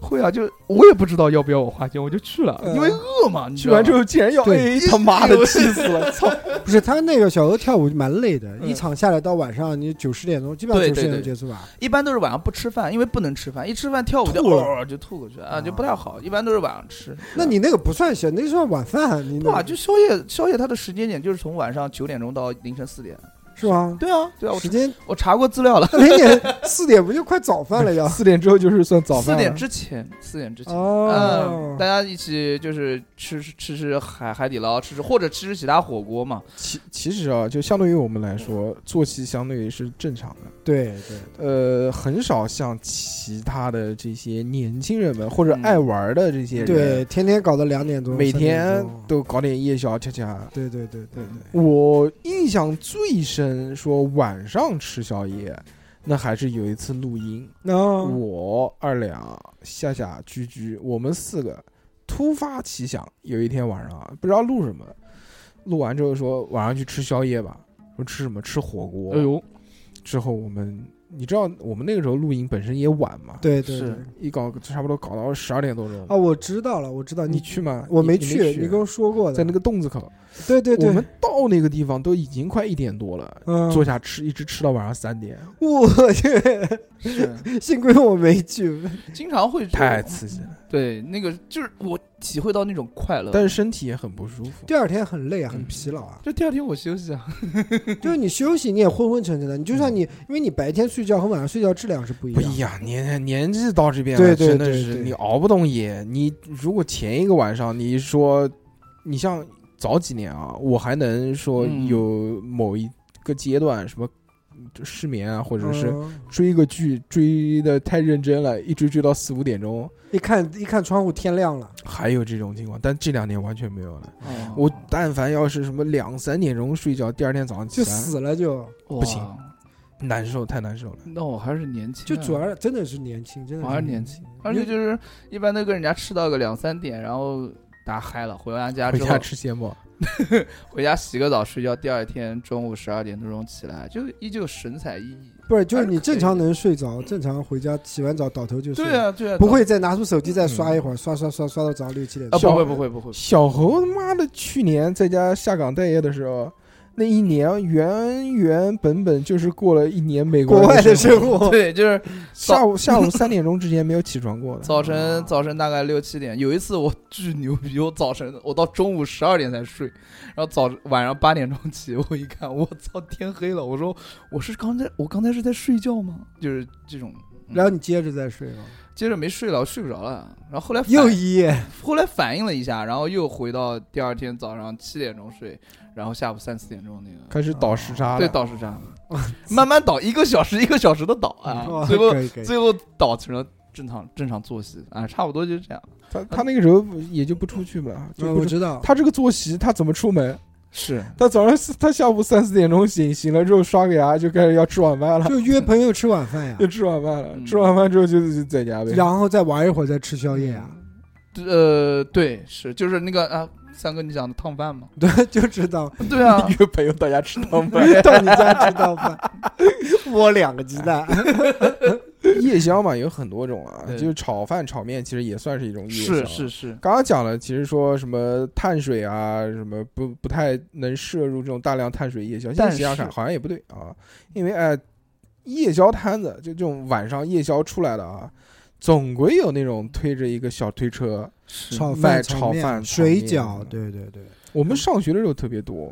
Speaker 3: 会啊，就我也不知道要不要我花钱，我就去了，
Speaker 5: 嗯
Speaker 3: 因为饿嘛。你知
Speaker 5: 去
Speaker 3: 道吗
Speaker 5: 完之
Speaker 3: [LAUGHS]
Speaker 5: 后竟然要
Speaker 2: 对
Speaker 5: A，他妈的气死了！操，
Speaker 2: 不是他那个小鹅跳舞蛮累的，
Speaker 5: 嗯
Speaker 2: 一场下来到晚上你九十点钟，基本上
Speaker 3: 对
Speaker 2: 九十点
Speaker 3: 对
Speaker 2: 钟结
Speaker 3: 对
Speaker 2: 束吧。
Speaker 3: 一般都是晚上不吃饭，因为不能吃饭，一吃饭跳舞就
Speaker 2: 吐了嗯
Speaker 3: 嗷就吐过去啊，就不太好。一般都是晚上吃。
Speaker 2: 那你那个不算小，那算晚饭，你
Speaker 3: 不
Speaker 2: 那
Speaker 3: 啊，
Speaker 2: 个
Speaker 3: 就宵夜，宵夜它的时间点就是从晚上九点钟到凌晨四点。
Speaker 2: 是吗？
Speaker 3: 对啊，对啊，我
Speaker 2: 时
Speaker 3: 查
Speaker 2: 间
Speaker 3: 我查过资料了，
Speaker 2: 那零点 [LAUGHS] 四点不就快早饭了要？
Speaker 5: 哎 [LAUGHS] 四点之后就是算早饭啊
Speaker 3: 四
Speaker 5: 了，
Speaker 3: 点之前，四点之前。
Speaker 2: 哦
Speaker 3: 嗯，，大家一起就是吃吃吃吃海海底捞，吃吃或者吃吃其他火锅嘛。
Speaker 5: 其其实啊，就相对于我们来说，作息相对于是正常的。
Speaker 2: 对对，
Speaker 5: 呃，很少像其他的这些年轻人们或者
Speaker 3: 嗯
Speaker 5: 爱玩的这些人，
Speaker 2: 对，天天搞到两点钟，
Speaker 5: 每
Speaker 2: 三点
Speaker 5: 天
Speaker 2: 钟
Speaker 5: 都嗯搞点夜宵恰恰。
Speaker 2: 对对对对对，
Speaker 5: 我印象最深，说晚上吃宵夜，那还是有一次录音，
Speaker 2: 那
Speaker 3: 嗯
Speaker 5: 我二两、夏夏、居居，我们四个突发奇想，有一天晚上啊不知道录什么，录完之后说晚上去吃宵夜吧，说吃什么？吃火锅。
Speaker 3: 哎呦，
Speaker 5: 之后我们，你知道我们那个时候录音本身也晚嘛，，
Speaker 2: 对对
Speaker 3: 是
Speaker 2: 对，
Speaker 5: 一搞差不多搞到十二点多钟。
Speaker 2: 哦，我知道了，我知道
Speaker 5: 你
Speaker 2: 你，
Speaker 5: 去吗？
Speaker 2: 我
Speaker 5: 没
Speaker 2: 去，
Speaker 5: 你
Speaker 2: 你跟我说过的，
Speaker 5: 在那个洞子口，
Speaker 2: 对对对
Speaker 5: 我，们到那个地方都已经快一点多了，
Speaker 2: 嗯，
Speaker 5: 坐下吃，一直吃到晚上三点，
Speaker 2: 我 [LAUGHS] 去，
Speaker 3: 是
Speaker 2: 幸亏我没去， [LAUGHS]
Speaker 3: 经常会
Speaker 5: 太刺激了，
Speaker 3: 对那个就是我体会到那种快乐。
Speaker 5: 但是身体也很不舒服。
Speaker 2: 第二天很累啊，很疲劳啊，
Speaker 3: 就第二天我休息啊，
Speaker 2: 就是你休息你也昏昏沉沉的，你就算
Speaker 3: 嗯
Speaker 2: 你，因为你白天睡觉和晚上睡觉质量是不一
Speaker 5: 不
Speaker 2: 样的
Speaker 5: 一，样，年年纪到这边了，
Speaker 2: 对对
Speaker 5: 真的
Speaker 2: 对
Speaker 5: 是
Speaker 2: 对
Speaker 5: 你熬不动夜。你如果前一个晚上你说，你像早几年啊，我还能说
Speaker 3: 嗯
Speaker 5: 有某一个阶段什么失眠啊，或者是
Speaker 2: 嗯
Speaker 5: 追个剧追的太认真了，一追追到四五点钟，
Speaker 2: 一看一看窗户天亮了，
Speaker 5: 还有这种情况。但这两年完全没有了。
Speaker 2: 哦
Speaker 5: 我但凡要是什么两三点钟睡觉，第二天早上起
Speaker 2: 就
Speaker 5: 来
Speaker 2: 死了就
Speaker 3: 不
Speaker 5: 不行难受，太难受了。
Speaker 3: 那我还是年轻啊，
Speaker 2: 就主要是真的是年轻，真的
Speaker 3: 我还是年
Speaker 2: 轻。
Speaker 3: 轻，而且就是一般都跟人家吃到个两三点，然后打嗨了，回完家
Speaker 5: 回
Speaker 3: 之后
Speaker 5: 家吃鲜鲍，
Speaker 3: 回家洗个澡睡觉，第二天中午十二点多钟起来，就依旧神采奕奕。
Speaker 2: 不是，就是
Speaker 3: 还是
Speaker 2: 你
Speaker 3: 可以
Speaker 2: 正常能睡着，正常回家洗完澡倒头就睡，
Speaker 3: 对啊，嗯对啊，
Speaker 2: 不会再拿出手机再刷一会儿，刷刷刷刷到早上六七点 [LAUGHS]
Speaker 3: 啊，
Speaker 2: 钟。
Speaker 3: 不会不会不会，
Speaker 5: 小猴他妈的去年在家下岗待业的时候，那一年原原本本就是过了一年美国
Speaker 2: 国外的
Speaker 5: 生
Speaker 2: 生活，
Speaker 3: 对，就是
Speaker 5: 下午 [LAUGHS] 下午三点钟之前没有起床过的。
Speaker 3: 早晨早晨大概六七点，有一次我巨牛逼，我早晨我到中午十二点才睡，然后早晚上八点钟起，我一看，我操，天黑了，我说我是刚才我刚才是在睡觉吗？就是这种，
Speaker 2: [LAUGHS]
Speaker 3: 嗯
Speaker 2: 然后你接着再睡了，
Speaker 3: 接着没睡了，我睡不着了，然后后来反
Speaker 2: 又一夜。
Speaker 3: 后来反应了一下，然后又回到第二天早上七点钟睡，然后下午三四点钟那个
Speaker 5: 开始倒时差了，
Speaker 3: 对倒时差，慢慢倒，一个小时一个小时的倒啊，
Speaker 2: 哦
Speaker 3: 最后
Speaker 2: 可以可以
Speaker 3: 最后倒成了正常正常作息啊，差不多就这样。
Speaker 5: 他他那个时候也就不出去嘛，就
Speaker 2: 嗯
Speaker 5: 不
Speaker 2: 我
Speaker 5: 出
Speaker 3: [LAUGHS]
Speaker 2: 知道，
Speaker 5: 他这个作息他怎么出门？
Speaker 3: 是
Speaker 5: 他早上四他下午三四点钟醒，醒了之后刷个牙就开始要吃晚 [LAUGHS] 饭了，，
Speaker 2: 就约朋友吃晚饭呀
Speaker 5: 就吃晚饭了。
Speaker 3: 嗯
Speaker 5: 吃晚饭之后就就在家呗。
Speaker 2: 然后再玩一会儿再吃宵夜啊，
Speaker 3: 呃，对，是就是那个啊，三哥你讲的烫饭嘛，
Speaker 2: 对， [LAUGHS] 就知道
Speaker 3: 对啊，
Speaker 5: 约朋友大家吃汤饭，
Speaker 2: [LAUGHS] 到你家吃
Speaker 5: [LAUGHS]
Speaker 2: 到饭，窝两个鸡蛋，
Speaker 5: 夜宵嘛有很多种啊，
Speaker 3: 对
Speaker 5: 就是炒饭、炒面，其实也算是一种夜宵。
Speaker 3: 是是是，
Speaker 5: 刚刚讲了，其实说什么碳水啊，什么不不太能摄入这种大量碳水夜宵。现在
Speaker 3: 但是
Speaker 5: 想想看，好像也不对啊，因为哎、夜宵摊子就这种晚上夜宵出来的啊，总归有那种推着一个小推车。
Speaker 3: 是
Speaker 5: 卖
Speaker 2: 炒饭、
Speaker 5: 炒
Speaker 2: 面
Speaker 5: 饭
Speaker 2: 水
Speaker 5: 炒
Speaker 2: 饺，
Speaker 5: 面
Speaker 2: 对对对，
Speaker 5: 我们上学的时候特别多，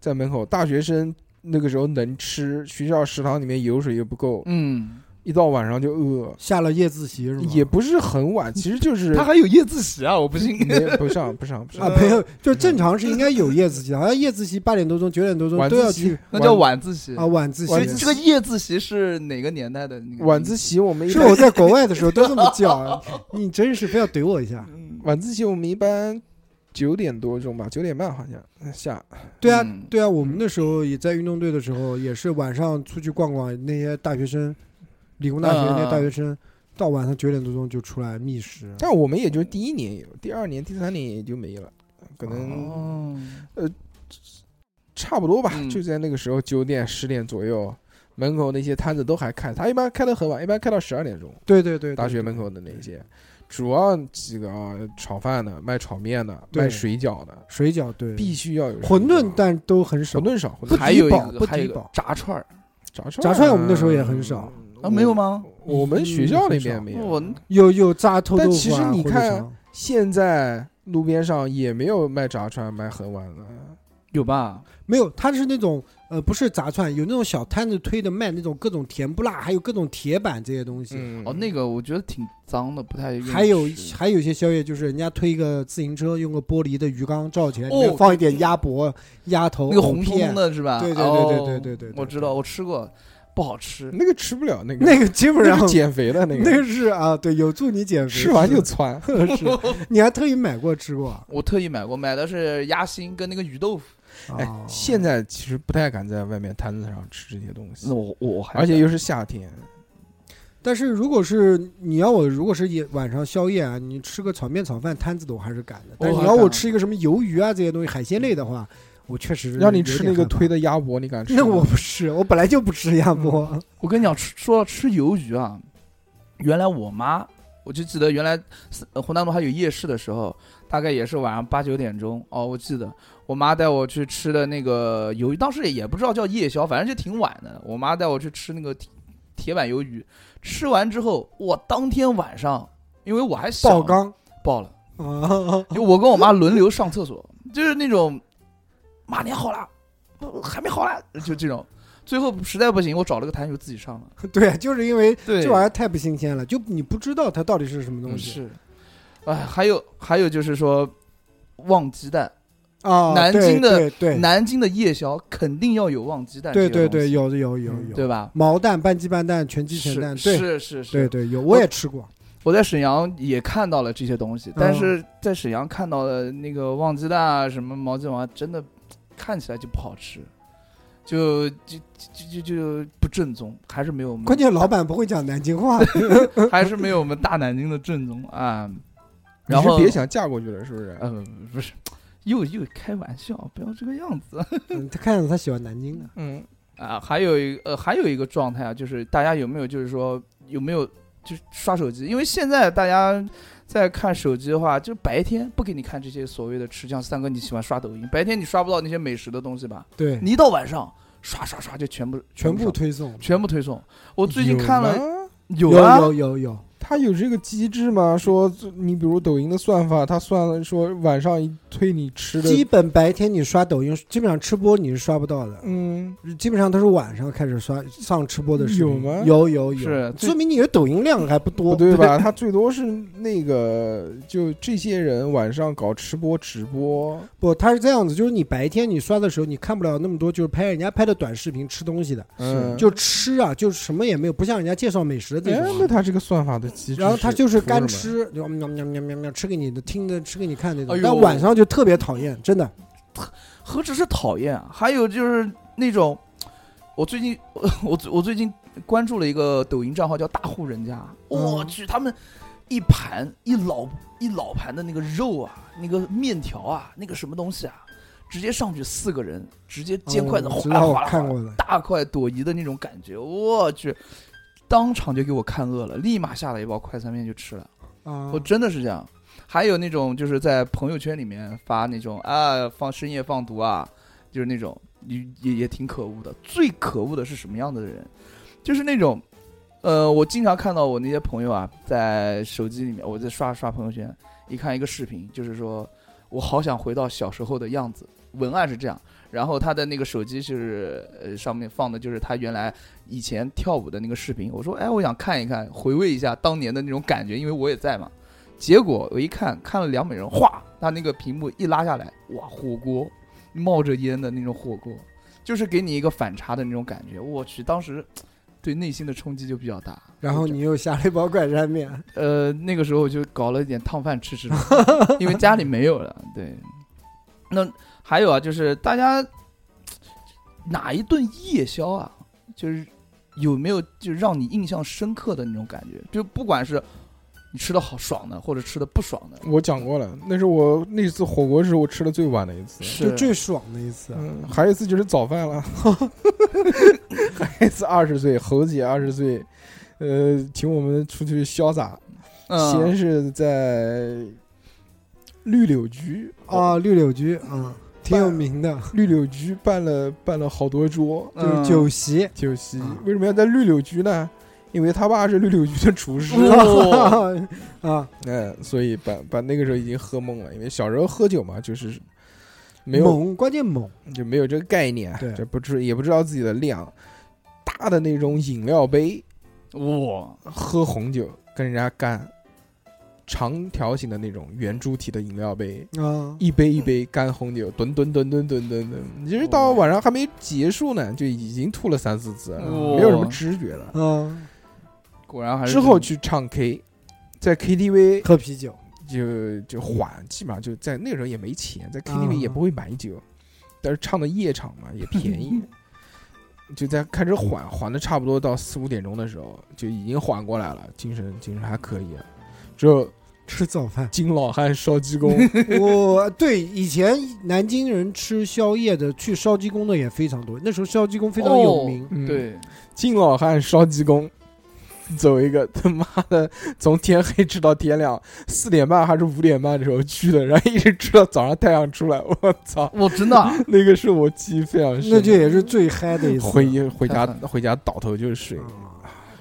Speaker 5: 在门口大学生那个时候能吃，学校食堂里面油水又不够，
Speaker 3: 嗯，
Speaker 5: 一到晚上就饿，
Speaker 2: 下了夜自习是吗？
Speaker 5: 也不是很
Speaker 2: [LAUGHS]
Speaker 5: 晚，其实就是
Speaker 3: 他还有夜自习啊，我不信，
Speaker 5: 没不上不上不
Speaker 2: 啊
Speaker 5: 上，
Speaker 2: 没有，就正常是应该有夜自习的，好像夜自习八点多钟、九点多钟
Speaker 5: 晚
Speaker 2: 都要
Speaker 5: 自
Speaker 2: 去
Speaker 5: 习
Speaker 3: [LAUGHS] 那叫晚自习
Speaker 2: 啊。晚自习
Speaker 5: 晚
Speaker 3: 这这个夜自习是哪个年代的那个？
Speaker 5: 晚自习我们一
Speaker 2: 是
Speaker 5: 般
Speaker 2: 我在国外的时候都这么叫，你真是非要怼我一下。
Speaker 5: 晚自习我们一般九点多钟吧，九点半好像下。
Speaker 2: 对啊
Speaker 3: 嗯，
Speaker 2: 对啊，我们那时候也在运动队的时候，也是晚上出去逛逛，那些大学生，理工大学那些大学生，到晚上九点多钟就出来觅食。
Speaker 5: 但我们也就第一年有，第二年、第三年也就没了，可能
Speaker 3: 哦，
Speaker 5: 差不多吧，
Speaker 3: 嗯
Speaker 5: 就在那个时候九点、十点左右，门口那些摊子都还开，他一般开的很晚，一般开到十二点钟。
Speaker 2: 对对对，对
Speaker 5: 大学门口的那些，主要几个啊，炒饭的、卖炒面的、
Speaker 2: 对
Speaker 5: 卖水饺的，
Speaker 2: 水饺对，
Speaker 5: 必须要有
Speaker 2: 馄饨，
Speaker 5: 但
Speaker 2: 但都很少
Speaker 5: 馄。饨少，馄饨
Speaker 3: 还有一
Speaker 2: 不低保
Speaker 3: 个
Speaker 2: 不
Speaker 3: 还有一
Speaker 2: 低
Speaker 3: 个
Speaker 2: 保
Speaker 3: 炸串儿
Speaker 5: 炸串
Speaker 2: 炸串我们那时候也很
Speaker 5: 嗯
Speaker 2: 少嗯
Speaker 3: 啊，没有？吗？哦
Speaker 5: 我我们学校里面没
Speaker 3: 我
Speaker 5: 有。
Speaker 2: 有有炸臭豆
Speaker 5: 但
Speaker 2: 腐啊，
Speaker 5: 其实你
Speaker 2: 或者
Speaker 5: 看
Speaker 2: 啥
Speaker 5: 现在路边上也没有卖炸串、卖很晚的，
Speaker 3: 有吧？
Speaker 2: 没有，它是那种呃，不是炸串，有那种小摊子推的卖那种各种甜不辣，还有各种铁板这些东西。
Speaker 5: 嗯
Speaker 3: 哦，那个我觉得挺脏的，不太愿意
Speaker 2: 还有
Speaker 3: 吃
Speaker 2: 还有一些宵夜，就是人家推一个自行车，用个玻璃的鱼缸罩起来，里
Speaker 3: 哦
Speaker 2: 面放一点鸭脖、鸭头、
Speaker 3: 那个
Speaker 2: 藕
Speaker 3: 红彤
Speaker 2: 片
Speaker 3: 彤，的是吧？
Speaker 2: 对对对对对对对对
Speaker 3: 哦我知道，我吃过，不好吃。
Speaker 5: 那个吃不了，那个
Speaker 2: 那个基本
Speaker 5: 那
Speaker 2: 上
Speaker 5: 是减肥的那
Speaker 2: 那
Speaker 5: 个，
Speaker 2: 个是啊，对，有助你减肥，
Speaker 5: 吃完就
Speaker 2: [LAUGHS]
Speaker 5: 窜。
Speaker 2: 是是。你还特意买过吃过啊？
Speaker 3: 我特意买过，买的是鸭心跟那个鱼豆腐。
Speaker 5: 哎
Speaker 2: 哦，
Speaker 5: 现在其实不太敢在外面摊子上吃这些东西，
Speaker 3: 我我还
Speaker 5: 而且又是夏天，
Speaker 2: 但是如果是你要我，如果是夜晚上宵夜啊，你吃个炒面、炒饭摊子的，我还是敢的。但是
Speaker 3: 我
Speaker 2: 你要
Speaker 3: 敢嗯
Speaker 2: 我
Speaker 3: 啊
Speaker 2: 吃一个什么鱿鱼啊这些东西海鲜类的话，我确实
Speaker 5: 让你
Speaker 2: 有
Speaker 5: 吃
Speaker 2: 点
Speaker 5: 那个
Speaker 2: 害怕
Speaker 5: 推的鸭脖，你敢吃吗？
Speaker 2: [LAUGHS] 那我不是，我本来就不吃鸭
Speaker 3: [LAUGHS]
Speaker 2: 脖。
Speaker 3: 我跟你讲，吃说到吃鱿鱼啊，原来我妈，我就记得原来呃湖南路还有夜市的时候，大概也是晚上八九点钟哦，我记得我妈带我去吃的那个鱿鱼，当时也也不知道叫夜宵，反正就挺晚的。我妈带我去吃那个铁铁板鱿鱼，吃完之后，我当天晚上，因为我还小
Speaker 2: 爆缸 [LAUGHS]
Speaker 3: 爆了，
Speaker 2: 啊，
Speaker 3: 就我跟我妈轮流上厕所，就是那种马年好了，不还没好了，就这种。最后实在不行，我找了个台球自己上了。
Speaker 2: 对，就是因为
Speaker 3: 对
Speaker 2: 这玩意儿太不新鲜了，就你不知道它到底是什么东
Speaker 3: 嗯
Speaker 2: 西
Speaker 3: 是，哎，还有还有就是说，旺鸡蛋，
Speaker 2: 啊。
Speaker 3: 南京的
Speaker 2: 对对
Speaker 3: 南京的夜宵肯定要有旺鸡蛋这
Speaker 2: 对
Speaker 3: 个东
Speaker 2: 对
Speaker 3: 西，嗯
Speaker 2: 对，有的有有有，
Speaker 3: 对吧？
Speaker 2: 毛蛋、半鸡半蛋、全鸡全蛋，对
Speaker 3: 是是是
Speaker 2: 对
Speaker 3: 是，
Speaker 2: 对有，我也吃过。
Speaker 3: 我在沈阳也看到了这些东西，
Speaker 2: 嗯
Speaker 3: 但是在沈阳看到的那个旺鸡蛋啊，什么毛鸡王啊，真的看起来就不好吃，就就就就就不正宗，还是没有我们
Speaker 2: 关键老板不会讲南京话， [LAUGHS]
Speaker 3: 还是没有我们大南京的正宗啊。
Speaker 5: 你
Speaker 3: 然
Speaker 5: 是
Speaker 3: 后
Speaker 5: 别想嫁过去了，是不是？
Speaker 3: 呃不是，又又开玩笑，不要这个样子。
Speaker 2: 嗯他看着他喜欢南京的。
Speaker 5: 嗯，
Speaker 3: 啊，还有一呃，还有一个状态啊，就是大家有没有就是说有没有就是刷手机？因为现在大家在看手机的话，就是白天不给你看这些所谓的吃，像三哥你喜欢刷抖音，白天你刷不到那些美食的东西吧？
Speaker 2: 对，
Speaker 3: 你一到晚上刷刷刷就全部
Speaker 2: 嗯全
Speaker 3: 部
Speaker 2: 部
Speaker 3: 上
Speaker 2: 推送。
Speaker 3: 全部推送。我最近看
Speaker 5: 有
Speaker 3: 了
Speaker 5: 吗
Speaker 3: 有啊，
Speaker 2: 有有有，
Speaker 5: 它有这个机制吗？说你比如抖音的算法，它算了说晚上一推你吃
Speaker 2: 基
Speaker 5: 的，
Speaker 2: 本白天你刷抖音，基本上吃播你是刷不到的，
Speaker 5: 嗯，
Speaker 2: 基本上都是晚上开始刷上吃播的视频。
Speaker 5: 有吗
Speaker 2: 有有有，
Speaker 3: 是最
Speaker 2: 说明你的抖音量还不
Speaker 5: 不
Speaker 2: 多，
Speaker 5: 对吧？它最多是那个，就这些人晚上搞吃播直播，
Speaker 2: 不，它是这样子，就是你白天你刷的时候，你看不了那么多，就是拍人家拍的短视频吃东西的，
Speaker 5: 嗯，
Speaker 2: 就吃啊，就什么也没有，不像人家介绍美食的
Speaker 5: 哎
Speaker 2: 那，
Speaker 5: 那
Speaker 2: 种。
Speaker 5: 它这个算法的机制，
Speaker 2: 然后它就是干，吃，就喵喵喵喵喵喵，吃给你的，听的，吃给你看那
Speaker 3: 哎
Speaker 2: 种。
Speaker 3: 呦
Speaker 2: 但晚上就特别讨厌，真的。
Speaker 3: 何止是讨厌啊，还有就是那种，我最近 [LAUGHS] 我我最近关注了一个抖音账号叫大户人家，我
Speaker 2: 嗯
Speaker 3: 去，他们一盘一老一老盘的那个肉啊，那个面条啊，那个什么东西啊，直接上去四个人，直接尖筷子
Speaker 2: 嗯我
Speaker 3: 哗
Speaker 2: 知
Speaker 3: 啦
Speaker 2: 道，我
Speaker 3: 哗啦哗
Speaker 2: 看
Speaker 3: 啦，
Speaker 2: 过的。
Speaker 3: 大快朵颐的那种感觉，我去。当场就给我看饿了，立马下了一包快餐面就吃了。
Speaker 2: 啊
Speaker 3: 我真的是这样。还有那种就是在朋友圈里面发那种啊放深夜放毒啊，就是那种也也也挺可恶的。最可恶的是什么样的人？就是那种，呃，我经常看到我那些朋友啊，在手机里面我在刷刷朋友圈，一看一个视频，就是说我好想回到小时候的样子。文案是这样，然后他的那个手机是呃上面放的就是他原来以前跳舞的那个视频。我说哎，我想看一看，回味一下当年的那种感觉，因为我也在嘛。结果我一看，看了两美人，哗，他那个屏幕一拉下来，哇，火锅，冒着烟的那种火锅，就是给你一个反差的那种感觉。我去，当时对内心的冲击就比较大。
Speaker 2: 然后
Speaker 3: 就
Speaker 2: 你又下了一包快
Speaker 5: [LAUGHS]
Speaker 2: 餐面，
Speaker 3: 呃，那个时候就搞了一点烫饭吃吃，因为家里没有了。对，那还有啊，就是大家哪一顿夜宵啊，就是有没有就让你印象深刻的那种感觉？就不管是你吃的好爽的，或者吃的不爽的，
Speaker 5: 我讲过了，那是我那次火锅是我吃的最晚的一次。
Speaker 3: 是
Speaker 2: 就最爽的一次。
Speaker 5: 嗯，还有一次就是早饭了， [LAUGHS] 还有一次二十岁，侯姐二十岁，呃，请我们出去潇洒，
Speaker 3: 嗯
Speaker 5: 先是在绿柳居哦，
Speaker 2: 啊，绿柳居啊，挺有名的，
Speaker 5: 绿柳居办了办了好多桌
Speaker 3: 嗯
Speaker 2: 就是酒席。
Speaker 5: 酒席
Speaker 2: 啊，
Speaker 5: 为什么要在绿柳居呢？因为他爸是绿柳居的厨师，
Speaker 2: 嗯
Speaker 5: [LAUGHS]
Speaker 3: 哦
Speaker 2: [LAUGHS] 啊，
Speaker 5: 嗯，所以把把那个时候已经喝懵了，因为小时候喝酒嘛，就是没有
Speaker 2: 猛，关键猛，
Speaker 5: 就没有这个概念，
Speaker 2: 对
Speaker 5: 就不知也不知道自己的量，大的那种饮料杯
Speaker 3: 哇，
Speaker 5: 喝红酒跟人家干，长条形的那种圆柱体的饮料杯，
Speaker 2: 啊，
Speaker 5: 一杯一杯干红酒，吨吨吨吨吨吨吨，其实到晚上还没结束呢，就已经吐了三四次了，
Speaker 3: 哇
Speaker 5: 没有什么知觉了。
Speaker 2: 啊，
Speaker 3: 果然还是
Speaker 5: 之后去唱 K，在
Speaker 3: [LAUGHS]
Speaker 5: KTV
Speaker 2: 喝啤酒，
Speaker 5: 就就缓，基本上就在那个时候也没钱，在 KTV
Speaker 2: 啊
Speaker 5: 也不会买酒，但是唱的夜场嘛也便
Speaker 3: [LAUGHS]
Speaker 5: 宜，就在开始缓，缓的差不多到四五点钟的时候就已经缓过来了，精神精神还可以了。之后。
Speaker 2: 吃早
Speaker 5: [LAUGHS]
Speaker 2: 饭
Speaker 5: 金老汉烧鸡
Speaker 3: [LAUGHS]
Speaker 5: 公，
Speaker 2: 我对以前南京人吃宵夜的，去烧鸡公的也非常多。那时候烧鸡公非常有名
Speaker 3: 哦，
Speaker 5: 嗯
Speaker 3: 对，
Speaker 5: 金老汉哦烧鸡公， [LAUGHS] 走一个 [LAUGHS] 他妈的从天黑吃到天亮，四点半还是五点半的时候去的，然后一直吃到早上太阳出来， [LAUGHS] 我操，
Speaker 3: 我真 [LAUGHS] 的啊
Speaker 5: 那个是我记忆非常深的。
Speaker 2: 那就也是最嗨的一次。
Speaker 5: 回回家
Speaker 3: 太狠了
Speaker 5: 回家倒头就睡，
Speaker 2: 啊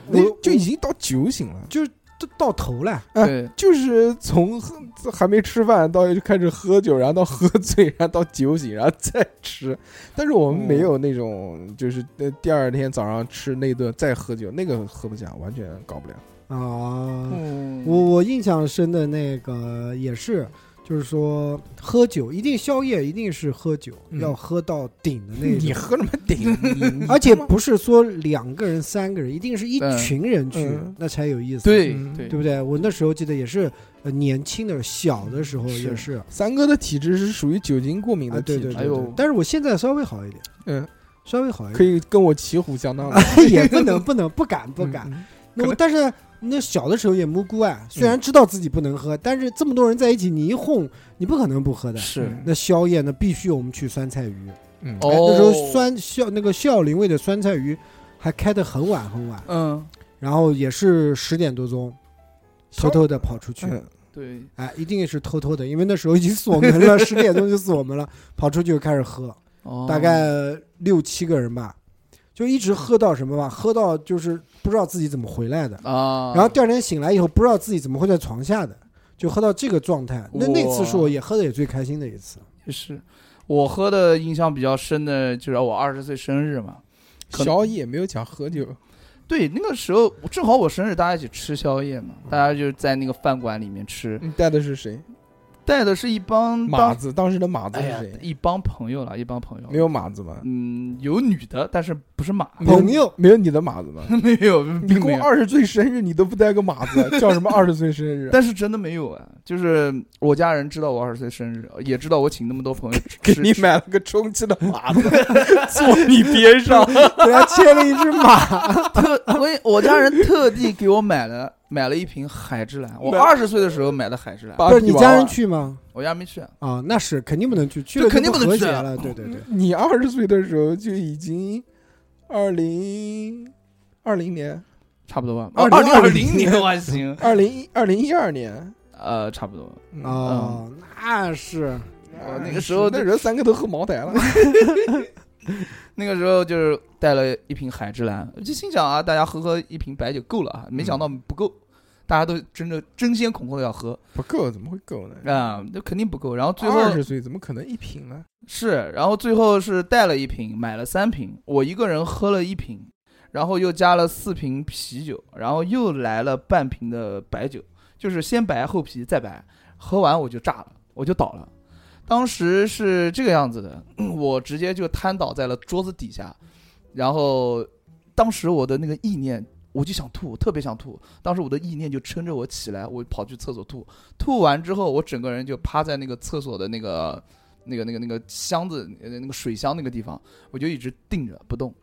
Speaker 5: 那
Speaker 2: 我
Speaker 5: 就已经到酒醒了，
Speaker 2: 就都到头了，
Speaker 5: 哎
Speaker 3: 对，
Speaker 5: 就是从喝还没吃饭到就开始喝酒，然后到喝醉， [LAUGHS] 然后到酒醒，然后再吃。但是我们没有那种，就是呃第二天早上吃那顿再喝酒，那个喝不下，完全搞不了。
Speaker 2: 啊。
Speaker 3: 嗯
Speaker 2: 我我印象深的那个也是，就是说喝酒一定宵夜一定是喝酒，
Speaker 5: 嗯
Speaker 2: 要喝到顶的那
Speaker 5: 你
Speaker 2: 种，
Speaker 5: 喝什么顶？你
Speaker 2: 而且不是说两个人三个人，一定是一
Speaker 3: 对
Speaker 2: 群人去，
Speaker 5: 嗯
Speaker 2: 那才有意思，
Speaker 3: 对
Speaker 5: 嗯
Speaker 3: 对
Speaker 2: 对不对？我那时候记得也是，呃，年轻的小的时候
Speaker 5: 是
Speaker 2: 也是，
Speaker 5: [LAUGHS] 三哥的体质是属于酒精过敏
Speaker 2: 啊
Speaker 5: 的
Speaker 2: 对
Speaker 5: 体
Speaker 2: 对
Speaker 5: 质，
Speaker 2: 对，
Speaker 3: 哎呦
Speaker 2: 但是我现在稍微好一点，
Speaker 5: 嗯，
Speaker 2: 稍微好一
Speaker 5: 可
Speaker 2: 点，
Speaker 5: 以跟我骑虎相当。
Speaker 2: [LAUGHS] 啊也不
Speaker 5: [LAUGHS]
Speaker 2: 能不能不敢不敢，
Speaker 5: 嗯，
Speaker 2: 那
Speaker 5: 可能
Speaker 2: 我
Speaker 5: 嗯
Speaker 2: 但是那小的时候也无辜啊，虽然知道自己不能喝，但是这么多人在一起，你一哄，你不可能不喝的。
Speaker 3: 是
Speaker 5: 嗯
Speaker 2: 那宵夜呢，必须我们去酸菜鱼。
Speaker 5: 嗯，
Speaker 3: 哦
Speaker 2: 哎那时候酸孝那个孝陵卫的酸菜鱼还开得很晚很晚，
Speaker 3: 嗯，
Speaker 2: 然后也是十点多钟偷偷的跑出去。
Speaker 5: 嗯
Speaker 3: 对，
Speaker 2: 哎，一定是偷偷的，因为那时候已经锁门了，十点钟就锁门了，跑出去就开始喝。
Speaker 3: 哦
Speaker 2: 大概六七个人吧，就一直喝到什么吧，喝到就是不知道自己怎么回来的，
Speaker 3: 啊，
Speaker 2: 然后第二天醒来以后不知道自己怎么会在床下的，就喝到这个状态。那那次是我也喝的也最开心的一次。
Speaker 3: 就是我喝的印象比较深的，就是我二十岁生日嘛。可能
Speaker 5: 小野没有讲喝酒，
Speaker 3: 对，那个时候我正好我生日，大家一起吃宵夜嘛，大家就在那个饭馆里面吃。
Speaker 5: 你带的是谁？
Speaker 3: 带的是一帮
Speaker 5: 马
Speaker 3: 嗯当
Speaker 5: 子当时的马子
Speaker 3: 哎
Speaker 5: 是
Speaker 3: 呀
Speaker 5: 谁？
Speaker 3: 一帮朋友了，一帮朋友
Speaker 5: 没有马子吗？
Speaker 3: 嗯，有女的，但是不是马， [LAUGHS]
Speaker 5: 没有
Speaker 2: 朋友
Speaker 5: 没有你的马子吗？
Speaker 3: 没有，
Speaker 5: 你
Speaker 3: [LAUGHS] 并没
Speaker 5: 过
Speaker 3: 有。
Speaker 5: 二十岁生日你都不带个马子，啊叫什么二十岁生日？
Speaker 3: [LAUGHS] 但是真的没有啊，就是我家人知道我二十岁生日，也知道我请那么多朋友 [LAUGHS]
Speaker 5: 给
Speaker 3: 吃
Speaker 5: 你买了个充气的马子，坐你边上。
Speaker 2: [LAUGHS] 给他牵了一只
Speaker 5: [LAUGHS]
Speaker 2: 马，
Speaker 3: [LAUGHS] 特，我也我家人特地给我买了买了一瓶海之蓝，我
Speaker 5: 买
Speaker 3: 二十岁的时候买的海之蓝，
Speaker 5: 芭
Speaker 2: 不是
Speaker 5: 比
Speaker 2: 你
Speaker 5: 娃
Speaker 2: 家
Speaker 5: 娃
Speaker 2: 人？去吗？
Speaker 3: 我家没去，
Speaker 2: 啊，那是肯定不能去，去
Speaker 3: 这
Speaker 2: 了
Speaker 3: 肯定
Speaker 2: 不
Speaker 3: 不能
Speaker 2: 和
Speaker 3: 去
Speaker 2: 谐
Speaker 3: 啊
Speaker 2: 了。对对对，
Speaker 5: 你二十岁的时候就已经二零二零年、
Speaker 3: 差不多吧，
Speaker 5: 2020
Speaker 3: 零二零年我还行，
Speaker 5: 二零一二零一二年。
Speaker 3: [LAUGHS] 呃，差不多。
Speaker 5: 嗯哎
Speaker 2: 哦，那是
Speaker 3: 我啊那个时候
Speaker 5: 那人三个都喝茅台
Speaker 3: [LAUGHS]
Speaker 5: 了，
Speaker 3: 那个时候就是带了一瓶海之蓝，我就心想啊，大家喝喝一瓶白酒够了啊，没想到不够，大家都争着争先恐后的要喝
Speaker 5: 不够，怎么会够呢？
Speaker 3: 啊，那肯定不够。然后最后
Speaker 5: 二十岁怎么可能一瓶呢？
Speaker 3: 是，然后最后是带了一瓶，买了三瓶，我一个人喝了一瓶，然后又加了四瓶啤酒，然后又来了半瓶的白酒，就是先白后啤再白，喝完我就炸了，我就倒了。当时是这个样子的， [CLEARS THROAT] 我直接就瘫倒在了桌子底下，然后当时我的那个意念，我就想吐，我特别想吐。当时我的意念就撑着我起来，我跑去厕所吐，吐完之后，我整个人就趴在那个厕所的那个、那个、那个、那个箱子、呃那个水箱那个地方，我就一直定着不动。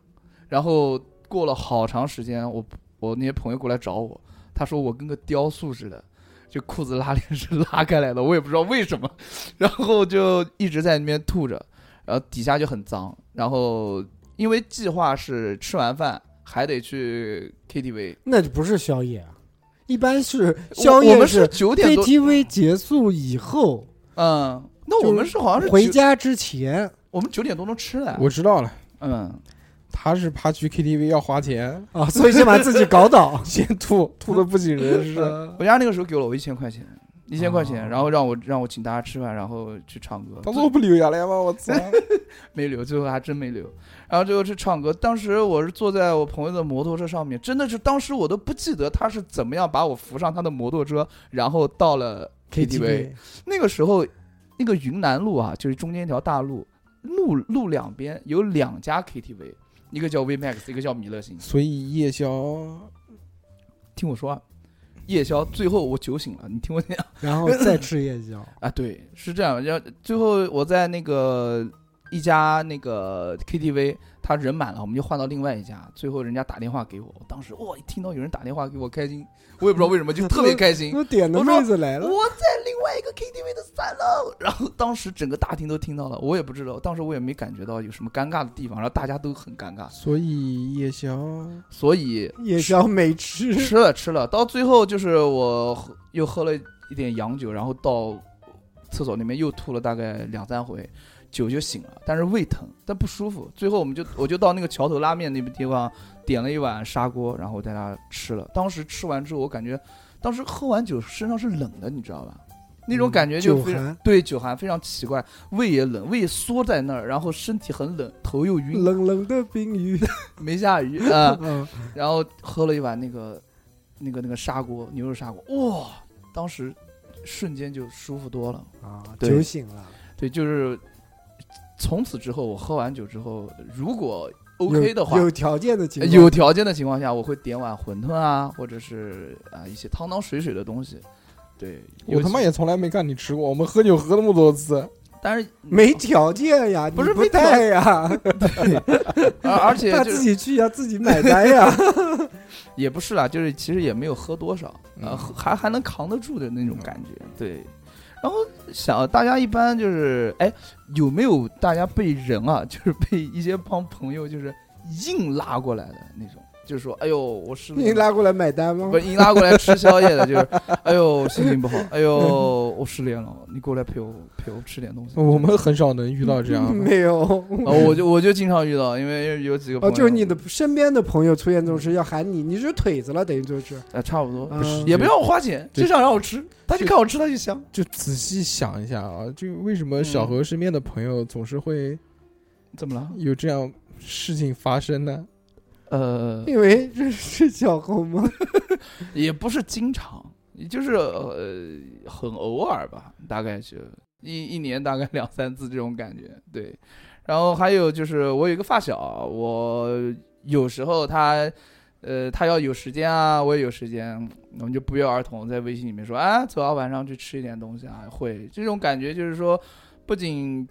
Speaker 3: 然后过了好长时间，我我那些朋友过来找我，他说我跟个雕塑似的，就裤子拉链是拉开来的，我也不知道为什么，然后就一直在那边吐着，然后底下就很脏，然后因为计划是吃完饭还得去 KTV，
Speaker 2: 那就不是宵夜啊，一般是
Speaker 3: 我
Speaker 2: 宵
Speaker 3: 我
Speaker 2: 夜
Speaker 3: 们是九点多，
Speaker 2: KTV 结束以后，
Speaker 3: 嗯，那我们是好像是
Speaker 2: 回
Speaker 3: 九
Speaker 2: 家之前，
Speaker 3: 我们九点多钟吃的，
Speaker 5: 我知道了，
Speaker 3: 嗯，
Speaker 5: 他是怕去 KTV 要花
Speaker 3: [LAUGHS]
Speaker 5: 钱，。
Speaker 2: 啊，所以先把自己搞倒
Speaker 5: 先吐吐的不省人事。
Speaker 3: [LAUGHS] 我家那个时候给了我一千块钱，一千块钱，
Speaker 2: 哦
Speaker 3: 然后让我让我请大家吃饭，然后去唱歌，
Speaker 5: 他说我不留下来吗？我
Speaker 3: [LAUGHS]
Speaker 5: 操！
Speaker 3: 没留，最后还真没留，然后最后去唱歌。当时我是坐在我朋友的摩托车上面，真的是当时我都不记得他是怎么样把我扶上他的摩托车，然后到了 KTV。
Speaker 2: KTV
Speaker 3: 那个时候，那个云南路啊，就是中间一条大路，路路两边有两家 KTV，一个叫 VMAX，一个叫米勒星。
Speaker 5: 所以夜宵
Speaker 3: 听我说啊，夜宵最后我酒醒了，你听我讲。
Speaker 2: 然后再吃夜
Speaker 3: [LAUGHS]
Speaker 2: 宵，
Speaker 3: 啊，对，是这样。然后最后我在那个一家那个 KTV，他人满了，我们就换到另外一家。最后人家打电话给我，我当时哇，一听到有人打电话给我，开心，我也不知道为什么，就特别
Speaker 2: [LAUGHS]
Speaker 3: 开心。
Speaker 2: 我点的
Speaker 3: 我说
Speaker 2: 妹子来了，
Speaker 3: 我在另外一个 KTV 的三楼，然后当时整个大厅都听到了，我也不知道，当时我也没感觉到有什么尴尬的地方，然后大家都很尴尬，
Speaker 5: 所以夜宵
Speaker 3: 所以
Speaker 2: 夜宵没吃，
Speaker 3: 吃了吃了，到最后就是我喝又喝了一点洋酒，然后到厕所里面又吐了大概两三回，酒就醒了，但是胃疼，但不舒服。最后我们就我就到那个桥头拉面那个地方点了一碗砂锅，然后在那吃了。当时吃完之后，我感觉当时喝完酒身上是冷的，你知道吧？那种感觉
Speaker 2: 嗯
Speaker 3: 就
Speaker 2: 酒
Speaker 3: 非常、
Speaker 2: 寒
Speaker 3: 对酒寒非常奇怪，胃也冷，胃缩在那儿，然后身体很冷，头又晕，
Speaker 2: 冷冷的冰
Speaker 3: [LAUGHS]
Speaker 2: 雨，
Speaker 3: 没下雨啊。
Speaker 2: 嗯，
Speaker 3: 然后喝了一碗那个那个那个砂锅牛肉砂锅，哇，当时瞬间就舒服多了。
Speaker 2: 啊，
Speaker 3: 对
Speaker 2: 酒醒了，
Speaker 3: 对，就是从此之后，我喝完酒之后，如果
Speaker 2: 有
Speaker 3: OK 的话。
Speaker 2: 有条件的情
Speaker 3: 呃
Speaker 2: 况
Speaker 3: 有条件的情况下，我会点碗馄饨啊，或者是啊一些汤汤水水的东西。对，
Speaker 5: 我他妈也从来没看你吃过，我们喝酒喝那么多次，
Speaker 3: 但是
Speaker 2: 没条件呀，
Speaker 3: 不是
Speaker 2: 你不
Speaker 3: 没条
Speaker 2: 带呀，
Speaker 3: 而而且
Speaker 2: 他
Speaker 3: 就
Speaker 2: 自
Speaker 3: 是
Speaker 2: 己去呀，自己买单
Speaker 5: [LAUGHS]
Speaker 2: 呀，
Speaker 3: 也不是啦，就是其实也没有喝多少，呃，
Speaker 5: 嗯
Speaker 3: 喝还还能扛得住的那
Speaker 2: 嗯
Speaker 3: 种感觉。对，然后想大家一般就是，哎，有没有大家被人啊，就是被一些帮朋友就是硬拉过来的那种，就是说，哎呦，我是
Speaker 2: 你拉过来买单吗
Speaker 3: 不？是硬拉过来吃宵夜的，就是，哎呦，心情不好，哎呦，我失恋了，你过来陪我陪我吃点东西。
Speaker 5: 我们很少能遇到这样的。
Speaker 2: 嗯没有，
Speaker 3: 啊，我就我就经常遇到，因为有几个
Speaker 2: 哦，
Speaker 3: 朋友，
Speaker 2: 就是你的身边的朋友出现这种事要喊你，你是腿子了，等于就是，
Speaker 3: 啊，差不多，
Speaker 2: 啊
Speaker 5: 是
Speaker 3: 也不让我花钱，
Speaker 5: 对
Speaker 3: 就想让我吃，他就看我吃他就香。
Speaker 5: 就仔细想一下啊，就为什么小
Speaker 3: 嗯
Speaker 5: 何身边的朋友总是会
Speaker 3: 怎么了？
Speaker 5: 有这样事情发生 [LAUGHS] 呢？
Speaker 3: 呃，
Speaker 2: 因为这是小红吗？
Speaker 3: 也不是经常，就是呃很偶尔吧，大概就一一年大概两三次这种感觉。对，然后还有就是我有一个发小，啊我有时候他。呃，他要有时间啊，我也有时间，我们就不约而同在微信里面说，啊，走啊，晚上去吃一点东西啊，会这种感觉就是说，不仅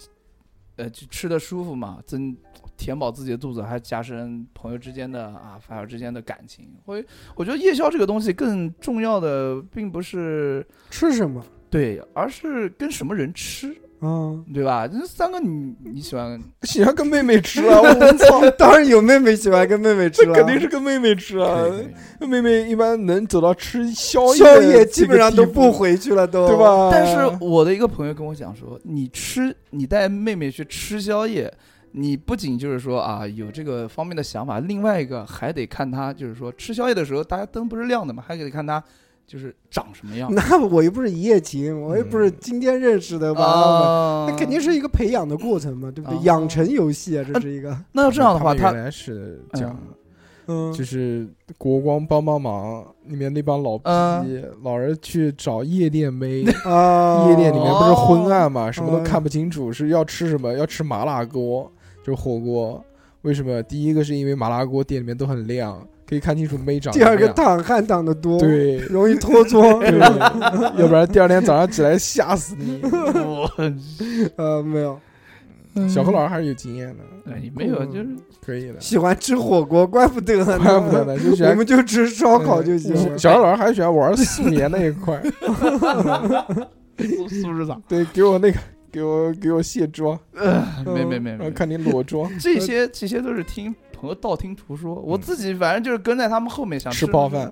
Speaker 3: 呃就吃的舒服嘛，增填饱自己的肚子，还加深朋友之间的啊发小之间的感情。会，我觉得夜宵这个东西更重要的，并不是
Speaker 2: 吃什么
Speaker 3: 对，而是跟什么人吃，
Speaker 2: 啊？
Speaker 3: 对吧？这三个你你喜欢
Speaker 5: 喜欢跟妹妹吃啊！ [LAUGHS] 我操，
Speaker 2: 当然有妹妹喜欢跟妹妹吃
Speaker 5: 这
Speaker 2: 了，
Speaker 5: 肯定是跟妹妹吃
Speaker 2: 呃
Speaker 5: 啊！妹妹一般能走到吃宵
Speaker 2: 宵
Speaker 5: 夜
Speaker 2: 夜
Speaker 5: 的
Speaker 2: 基
Speaker 5: 这个地步，
Speaker 2: 本上都不回去了，都
Speaker 5: 对？吧？
Speaker 3: 但是我的一个朋友跟我讲说，你吃，你带妹妹去吃宵夜，你不仅就是说啊有这个方面的想法，另外一个还得看她，就是说吃宵夜的时候，大家灯不是亮的嘛，还得看她就是长什么样。
Speaker 2: 那我又不是一夜情，我又不
Speaker 5: 嗯
Speaker 2: 是今天认识的吧？
Speaker 3: 啊，
Speaker 2: 那肯定是一个培养的过程嘛，对不对
Speaker 3: 啊？
Speaker 2: 养成游戏啊，这是一个，
Speaker 3: 那要这样的话，
Speaker 5: 他
Speaker 3: 她
Speaker 5: 们原来是讲
Speaker 3: 嗯
Speaker 2: 嗯，
Speaker 5: 就是国光帮帮忙里面那帮老逼
Speaker 3: 嗯，哦
Speaker 5: 老是去找夜店
Speaker 3: [LAUGHS]
Speaker 5: 妹。
Speaker 2: 啊，
Speaker 5: 夜店里面不是昏暗嘛，什么都
Speaker 2: 嗯
Speaker 5: 看不清楚，是要吃什么？要吃麻辣锅，就是火锅。为什么？第一个是因为麻辣锅店里面都很亮，可以看清楚妹长什
Speaker 2: 哦第
Speaker 5: 么
Speaker 2: 二
Speaker 5: 样。
Speaker 2: 个淌汗淌的 [LAUGHS] 多，，
Speaker 5: 对，
Speaker 2: 容易脱妆，是
Speaker 5: [LAUGHS] 对
Speaker 2: 吧？
Speaker 5: 要不然第二天早上起来吓死你。
Speaker 3: 我
Speaker 2: [LAUGHS] 呃，没有，
Speaker 5: 小何老师还是有经验的，
Speaker 3: 哎没有，就是
Speaker 5: 可以的，
Speaker 2: 喜欢吃火锅，怪不得呢，
Speaker 5: 怪不得呢，就喜
Speaker 2: [LAUGHS] 我
Speaker 5: 欢
Speaker 2: 们就吃烧烤就行了
Speaker 5: 嗯。小何老师还喜欢玩素颜那一块，
Speaker 2: 嗯
Speaker 3: 素素质咋？
Speaker 5: 对，给我那个，给我给我卸妆，
Speaker 3: 呃没没没
Speaker 5: 然后
Speaker 3: 没，
Speaker 5: 看你裸妆，
Speaker 3: [LAUGHS] 这些这些都是听朋友道听途说，我自己反正就是跟在他们后面想
Speaker 5: 吃
Speaker 3: 吃
Speaker 5: 泡饭，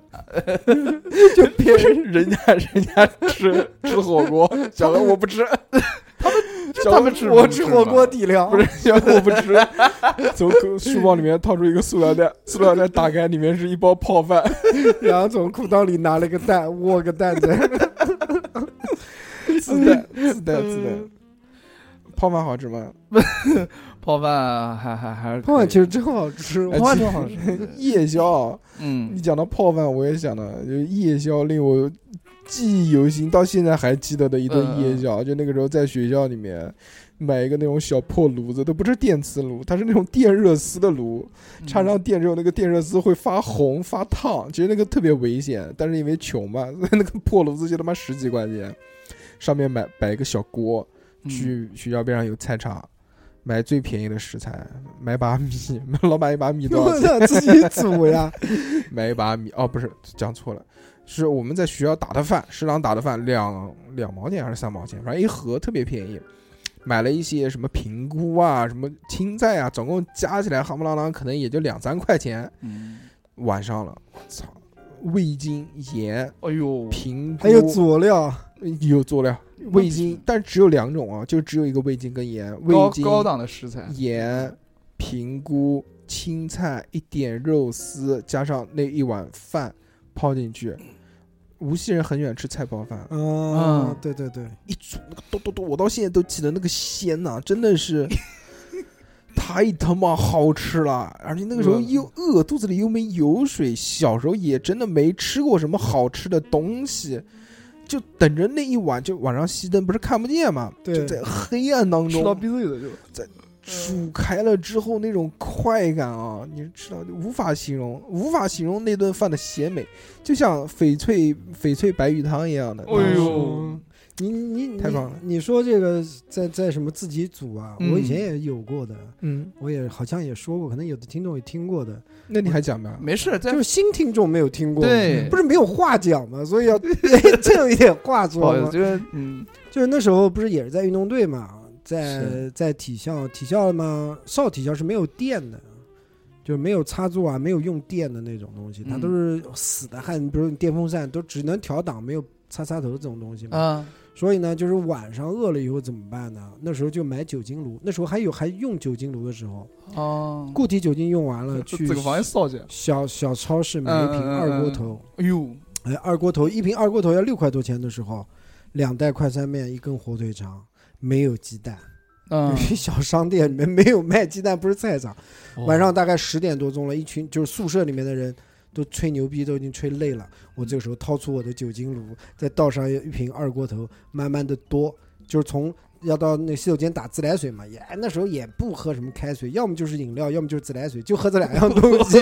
Speaker 3: 就别人
Speaker 5: 人家人家吃
Speaker 2: [LAUGHS]
Speaker 5: 吃火锅，小何我不吃，他们 [LAUGHS] 小何
Speaker 2: [LAUGHS] 我吃火锅底料，
Speaker 5: 不是小何我不吃，从书包里面掏出一个塑料袋，塑料袋打开里面是一包泡饭，
Speaker 2: [LAUGHS] 然后从裤裆里拿了个蛋，握个蛋
Speaker 5: [LAUGHS]
Speaker 2: 在。
Speaker 5: 自带自带自带，泡饭好吃吗？
Speaker 3: 泡饭还还还是
Speaker 2: 泡饭
Speaker 3: 可以
Speaker 2: 其实真好吃，
Speaker 5: 哎
Speaker 3: 泡饭
Speaker 5: 其
Speaker 3: 挺好吃的，
Speaker 5: 夜宵啊。
Speaker 3: 嗯
Speaker 2: [LAUGHS]
Speaker 5: 你，讲到泡饭，我也想到，就是夜宵令我记忆犹新，到现在还记得的一顿夜宵，就那个时候在学校里面买一个那种小破炉子，都不是电磁炉，它是那种电热丝的炉，
Speaker 3: 嗯
Speaker 5: 插上电之后，那个电热丝会发红发烫，其实那个特别危险，但是因为穷嘛， [LAUGHS] 所以那个破炉子就他妈十几块钱，上面买摆一个小锅，
Speaker 3: 嗯
Speaker 5: 去学校边上有菜场。买最便宜的食材，买把米， [LAUGHS] 老板一把米多少
Speaker 2: 我
Speaker 5: 钱？
Speaker 2: [LAUGHS] 操，自己
Speaker 5: [LAUGHS]
Speaker 2: 煮呀，
Speaker 5: 买一把米哦，不是讲错了，是我们在学校打的饭，食堂打的饭两两毛钱还是三毛钱，反正一盒特别便宜。买了一些什么平菇啊，什么青菜啊，总共加起来夯不啷当，可能也就两三块钱。
Speaker 3: 嗯，
Speaker 5: 晚上了，我操，味精、盐、
Speaker 3: 哎呦，
Speaker 5: 平菇哎
Speaker 2: 还有佐料，
Speaker 5: 有佐料，味精，但只有两种啊，就只有一个味精跟盐，味
Speaker 3: 高
Speaker 5: 精、
Speaker 3: 高档的食
Speaker 2: 嗯
Speaker 3: 材，
Speaker 5: 盐、平菇、青菜，一点肉丝，加上那一碗饭泡进去。无锡人很喜欢吃菜包饭，啊
Speaker 2: 嗯
Speaker 3: 嗯，
Speaker 2: 对对对，
Speaker 5: 一煮那个嘟嘟嘟，我到现在都记得那个鲜呐、真的 [LAUGHS] 是太他妈好吃了！而且那个时候
Speaker 3: 饿了
Speaker 5: 又饿，肚子里又没油水，小时候也真的没吃过什么好吃的东西，就等着那一碗，就晚上熄灯不是看不见嘛，
Speaker 2: 对
Speaker 5: 就在黑暗当
Speaker 3: 吃到
Speaker 5: 中
Speaker 3: 闭嘴的就，
Speaker 5: 煮开了之后那种快感啊，你知道无法形容，无法形容那顿饭的鲜美，就像翡翠翡翠白玉汤一样的。
Speaker 3: 哎呦
Speaker 2: 嗯，你你你
Speaker 5: 太棒了
Speaker 2: 你说这个在在什么自己煮啊？
Speaker 5: 嗯
Speaker 2: 我以前也有过的，
Speaker 5: 嗯，
Speaker 2: 我也好像也说过，可能有的听众也听过的，
Speaker 5: 那你还讲吧？
Speaker 3: 没事，在
Speaker 2: 就是新听众没有听过，
Speaker 3: 啊对
Speaker 2: 不是没有话讲嘛，所以
Speaker 3: [LAUGHS]
Speaker 2: 要哎这有一点话
Speaker 3: 不好
Speaker 2: 说
Speaker 3: 意思，
Speaker 2: 嘛。
Speaker 3: 就是嗯，
Speaker 2: 就是那时候不是也是在运动队嘛，在
Speaker 3: 是
Speaker 2: 在体校，体校嘛，少体校是没有电的，就是没有插座啊，没有用电的那种东西，它
Speaker 3: 嗯
Speaker 2: 都是死的焊，比如你电风扇都只能调档，没有插插头这种东西嘛。
Speaker 3: 啊，
Speaker 2: 所以呢，就是晚上饿了以后怎么办呢？那时候就买酒精炉，那时候还有还用酒精炉的时候，
Speaker 3: 哦，
Speaker 2: 固体酒精用
Speaker 3: [LAUGHS]
Speaker 2: 完了，
Speaker 3: 这
Speaker 2: 去
Speaker 3: 这个房间扫去，
Speaker 2: 小小超市买一瓶
Speaker 3: 嗯嗯嗯
Speaker 2: 二锅头，
Speaker 3: 哎呦，
Speaker 2: 哎，二锅头一瓶二锅头要六块多钱的时候，两袋快餐面，一根火腿肠，没有鸡蛋， [LAUGHS]
Speaker 3: 嗯，
Speaker 2: 小商店里面没有卖鸡蛋，不是菜场。
Speaker 3: 哦
Speaker 2: 晚上大概十点多钟了，一群就是宿舍里面的人都吹牛逼都已经吹累了，我这个时候掏出我的酒精炉，再倒上一瓶二锅头，慢慢的多，就是从要到那洗手间打自来水嘛，也那时候也不喝什么开水，要么就是饮料，要么就是自来水，就喝这两样东
Speaker 3: [LAUGHS]
Speaker 2: 西，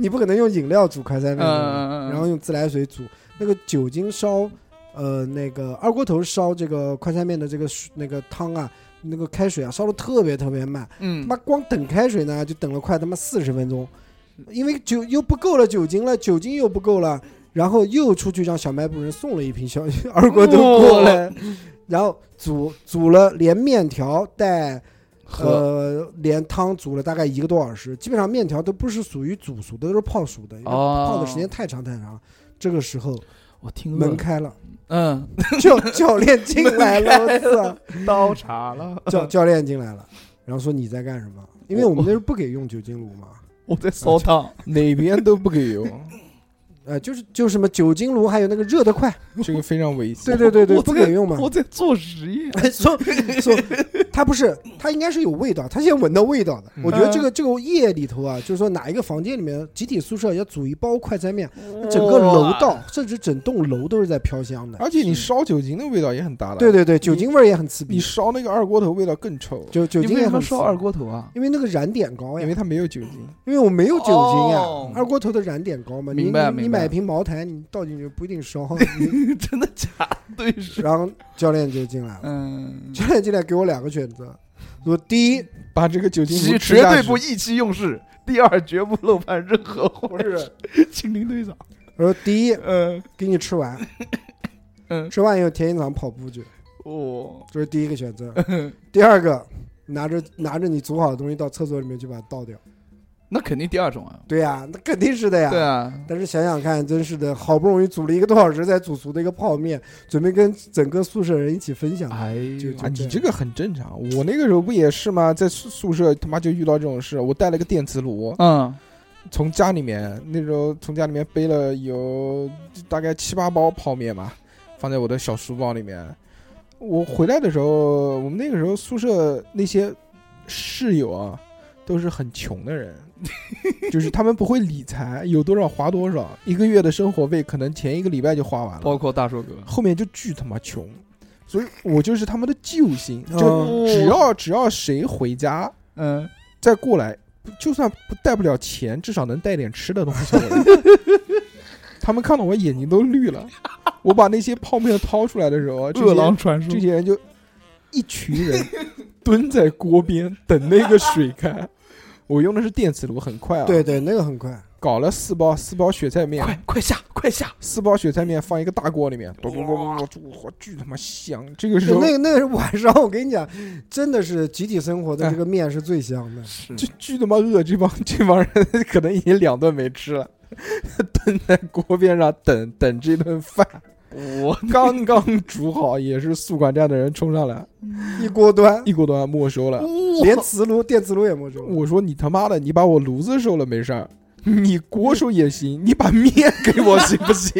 Speaker 2: 你不可能用饮料煮快餐面的嘛，
Speaker 3: 嗯嗯嗯
Speaker 2: 然后用自来水煮那个酒精烧，呃，那个二锅头烧这个快餐面的这个水那个汤啊，那个开水啊，烧的特别特别慢，他
Speaker 3: 嗯，
Speaker 2: 妈光等开水呢，就等了快他妈四十分钟，因为酒又不够了，酒精了，酒精又不够了，然后又出去让小卖部人送了一瓶小 [LAUGHS] 二锅头过来，然后煮煮了连面条带
Speaker 3: 喝
Speaker 2: 呃连汤煮了大概一个多小时，基本上面条都不是属于煮熟的，都是泡熟的，因为
Speaker 3: 哦
Speaker 2: 泡的时间太长太长了。这个时候
Speaker 3: 我听
Speaker 2: 门
Speaker 3: 门
Speaker 2: 开了，
Speaker 3: 嗯，
Speaker 2: [LAUGHS] 教教练进来了，我操！
Speaker 3: [LAUGHS] 刀叉了，
Speaker 2: 教教练进来了，然后说你在干什么？因为我们那时候不给用酒精炉嘛，
Speaker 3: 我在烧烫，
Speaker 5: 哪边都不给用，
Speaker 2: 呃，就是就是什么酒精炉，还有那个热得快，
Speaker 5: 这个非常危险。
Speaker 2: 对对对对，
Speaker 3: 我
Speaker 2: 不
Speaker 3: 这
Speaker 2: 给用嘛。
Speaker 3: 我在做实验，
Speaker 2: 说 [LAUGHS] 说，它不是，它应该是有味道，它先闻到味道的。我觉得这个这个夜里头啊，就是说哪一个房间里面集体宿舍要煮一包快餐面，整个楼道甚至整栋楼都是在飘香的。
Speaker 5: 而且你烧酒精的味道也很大的。
Speaker 2: 对，对对，酒精味儿也很刺
Speaker 5: 你
Speaker 2: 鼻，
Speaker 5: 烧那个二锅头味道更臭，
Speaker 2: 酒酒
Speaker 3: 你
Speaker 2: 精
Speaker 3: 为
Speaker 2: 也
Speaker 3: 什
Speaker 2: 很
Speaker 3: 么
Speaker 2: 刺
Speaker 3: 烧二锅头啊？
Speaker 2: 因为那个燃点高哎呀
Speaker 5: 因为，它没有酒精。
Speaker 2: 因为我没有酒精呀、
Speaker 3: 哦
Speaker 2: 二锅头的燃点高嘛。你
Speaker 3: 明白
Speaker 2: 你
Speaker 3: 明
Speaker 2: 你
Speaker 3: 白
Speaker 2: 买瓶茅台，你倒进去不一定烧。
Speaker 3: [LAUGHS] 真的假的？对是，
Speaker 2: 然后教练就进来了，
Speaker 3: 嗯，
Speaker 2: 教练进来给我两个选择，说第一
Speaker 5: 把这个酒精
Speaker 3: 其
Speaker 5: 炉吃
Speaker 3: 绝
Speaker 5: 下
Speaker 3: 对
Speaker 5: 去
Speaker 3: 不意气用事，第二绝不漏判任何
Speaker 2: 不
Speaker 3: 不
Speaker 2: 是，
Speaker 3: 精灵队长，
Speaker 2: 我说第一
Speaker 3: 嗯，
Speaker 2: 给你吃完，
Speaker 3: 嗯
Speaker 2: 吃完以后田径场跑步去，
Speaker 3: 哦，
Speaker 2: 这是第一个选择。
Speaker 3: 嗯
Speaker 2: 第二个拿着拿着你煮好的东西到厕所里面去把它倒掉。
Speaker 3: 那肯定第二种啊，
Speaker 2: 对呀、那肯定是的呀。
Speaker 3: 对啊，
Speaker 2: 但是想想看，真是的，好不容易煮了一个多小时才煮熟的一个泡面，准备跟整个宿舍人一起分享。
Speaker 3: 哎
Speaker 2: 就
Speaker 3: 呦，
Speaker 5: 啊，
Speaker 2: 就
Speaker 5: 你这个很正常。我那个时候不也是吗？在宿宿舍他妈就遇到这种事，我带了个电磁炉，
Speaker 3: 嗯，
Speaker 5: 从家里面那时候从家里面背了有大概七八包泡面吧，放在我的小书包里面。我回来的时候，我们那个时候宿舍那些室友啊，都是很穷的人， [LAUGHS] 就是他们不会理财，有多少花多少，一个月的生活费可能前一个礼拜就花完了，
Speaker 3: 包括大硕哥，
Speaker 5: 后面就巨他妈穷，所以我就是他们的救星，就
Speaker 2: 哦
Speaker 5: 只要只要谁回家
Speaker 3: 嗯，
Speaker 5: 再过来，就算不带不了钱，至少能带点吃的东西回来。
Speaker 3: [LAUGHS]
Speaker 5: 他们看到我眼睛都绿了，我把那些泡面掏出来的时候
Speaker 3: [LAUGHS]
Speaker 5: 啊，这
Speaker 3: 饿狼
Speaker 5: 些
Speaker 3: 传说
Speaker 5: 这，些人就一群人蹲在锅边等那个水开。我用的是电磁炉，很快啊，
Speaker 2: 对，对，那个很快。
Speaker 5: 搞了四包四包雪菜面，
Speaker 3: 快快下快下，
Speaker 5: 四包雪菜面放一个大锅里面，咚咚咚咚咚，哇，巨他妈香！这个时
Speaker 2: 对
Speaker 5: 候
Speaker 2: 那个那个晚上，我跟你讲，真的是集体生活的
Speaker 5: 哎
Speaker 2: 这个面是最香的。
Speaker 3: 是
Speaker 5: 就巨他妈饿，这帮这帮人可能已经两顿没吃了， [LAUGHS] 蹲在锅边上等等这顿饭，
Speaker 3: 我
Speaker 5: 刚刚煮好，也是宿管站的人冲上来，
Speaker 2: 一锅端，
Speaker 5: 一锅端没收了。
Speaker 2: 连磁炉、电磁炉也没收。
Speaker 5: 我说你他妈的，你把我炉子收了没事儿，你锅收也行，你把面给我行不
Speaker 3: [LAUGHS]
Speaker 5: 行？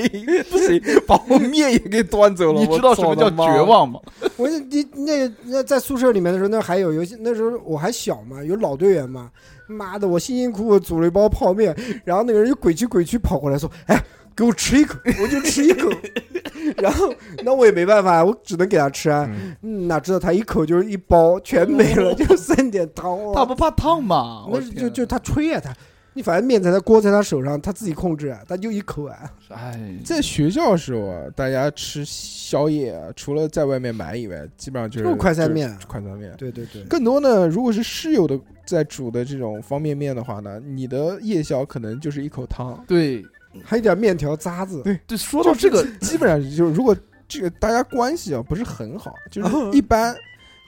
Speaker 5: 不行，把我面也给端走了。
Speaker 3: [LAUGHS] 你知道
Speaker 5: 我
Speaker 3: 什
Speaker 5: 操
Speaker 3: 么叫
Speaker 5: 他妈
Speaker 3: 绝？望吗？
Speaker 2: 我那你那那在宿舍里面的时候，那还有有些那时候我还小嘛，有老队员嘛，妈的，我辛辛苦苦煮了一包泡面，然后那个人就鬼屈鬼屈跑过来说：“哎，给我吃一口，我就吃一口。”然后啊嗯那我也没办法，我只能给他吃啊。
Speaker 5: 嗯
Speaker 2: 嗯哪知道他一口就是一包全没了，就剩点汤。哦
Speaker 3: 他不怕烫吗？我
Speaker 2: 那
Speaker 3: 天
Speaker 2: 就就他吹啊他。你反正面在他锅在他手上，他自己控制啊，他就一口啊。
Speaker 3: 哎，
Speaker 5: 在学校的时候啊，大家吃宵夜啊，除了在外面买以外，基本上就是
Speaker 2: 就是快餐面啊
Speaker 5: 就是快餐面。
Speaker 2: 对对对，
Speaker 5: 更多呢，如果是室友的在煮的这种方便面的话呢，你的夜宵可能就是一口汤。
Speaker 3: 对
Speaker 2: 还有点面条渣子。
Speaker 3: 对，说到这个，
Speaker 5: 基本上就是如果这个大家关系啊不是很
Speaker 3: [LAUGHS]
Speaker 5: 好，就是一般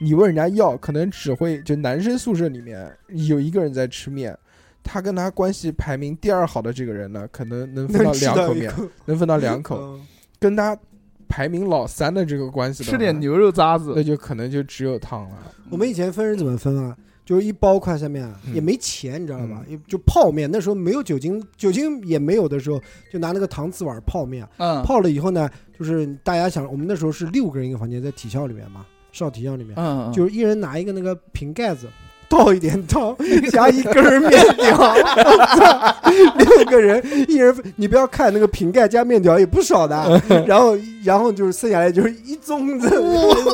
Speaker 5: 你问人家要，可能只会就男生宿舍里面有一个人在吃面，他跟他关系排名第二好的这个人呢，可能能分
Speaker 2: 能
Speaker 5: 到
Speaker 2: 吃
Speaker 5: 两口
Speaker 2: 到一
Speaker 3: [LAUGHS]
Speaker 5: 面，
Speaker 2: 口，
Speaker 5: 能分到两口，
Speaker 2: 嗯
Speaker 5: 跟他排名老三的这个关系的
Speaker 3: 吃点
Speaker 5: 话，
Speaker 3: 牛肉渣子
Speaker 5: 那，就可能就只有汤了。
Speaker 2: 哎
Speaker 3: 嗯
Speaker 2: 我们以前分是怎么分啊？就是一包快餐面啊，
Speaker 5: 嗯
Speaker 2: 也没钱，你知道吧？也就泡面，那时候没有酒精，酒精也没有的时候，就拿那个搪瓷碗泡面啊。
Speaker 3: 嗯
Speaker 2: 泡了以后呢，就是大家想，我们那时候是六个人一个房间，在体校里面嘛，上体校里面，
Speaker 3: 嗯，嗯 [LAUGHS]
Speaker 2: 就是一人拿一个那个瓶盖子，倒一点汤加一根儿面条， [LAUGHS] 我操六个人一人分，你不要看那个瓶盖加面条也不少的，
Speaker 3: 嗯
Speaker 2: 然后然后就是剩下来就是一盅子， [LAUGHS]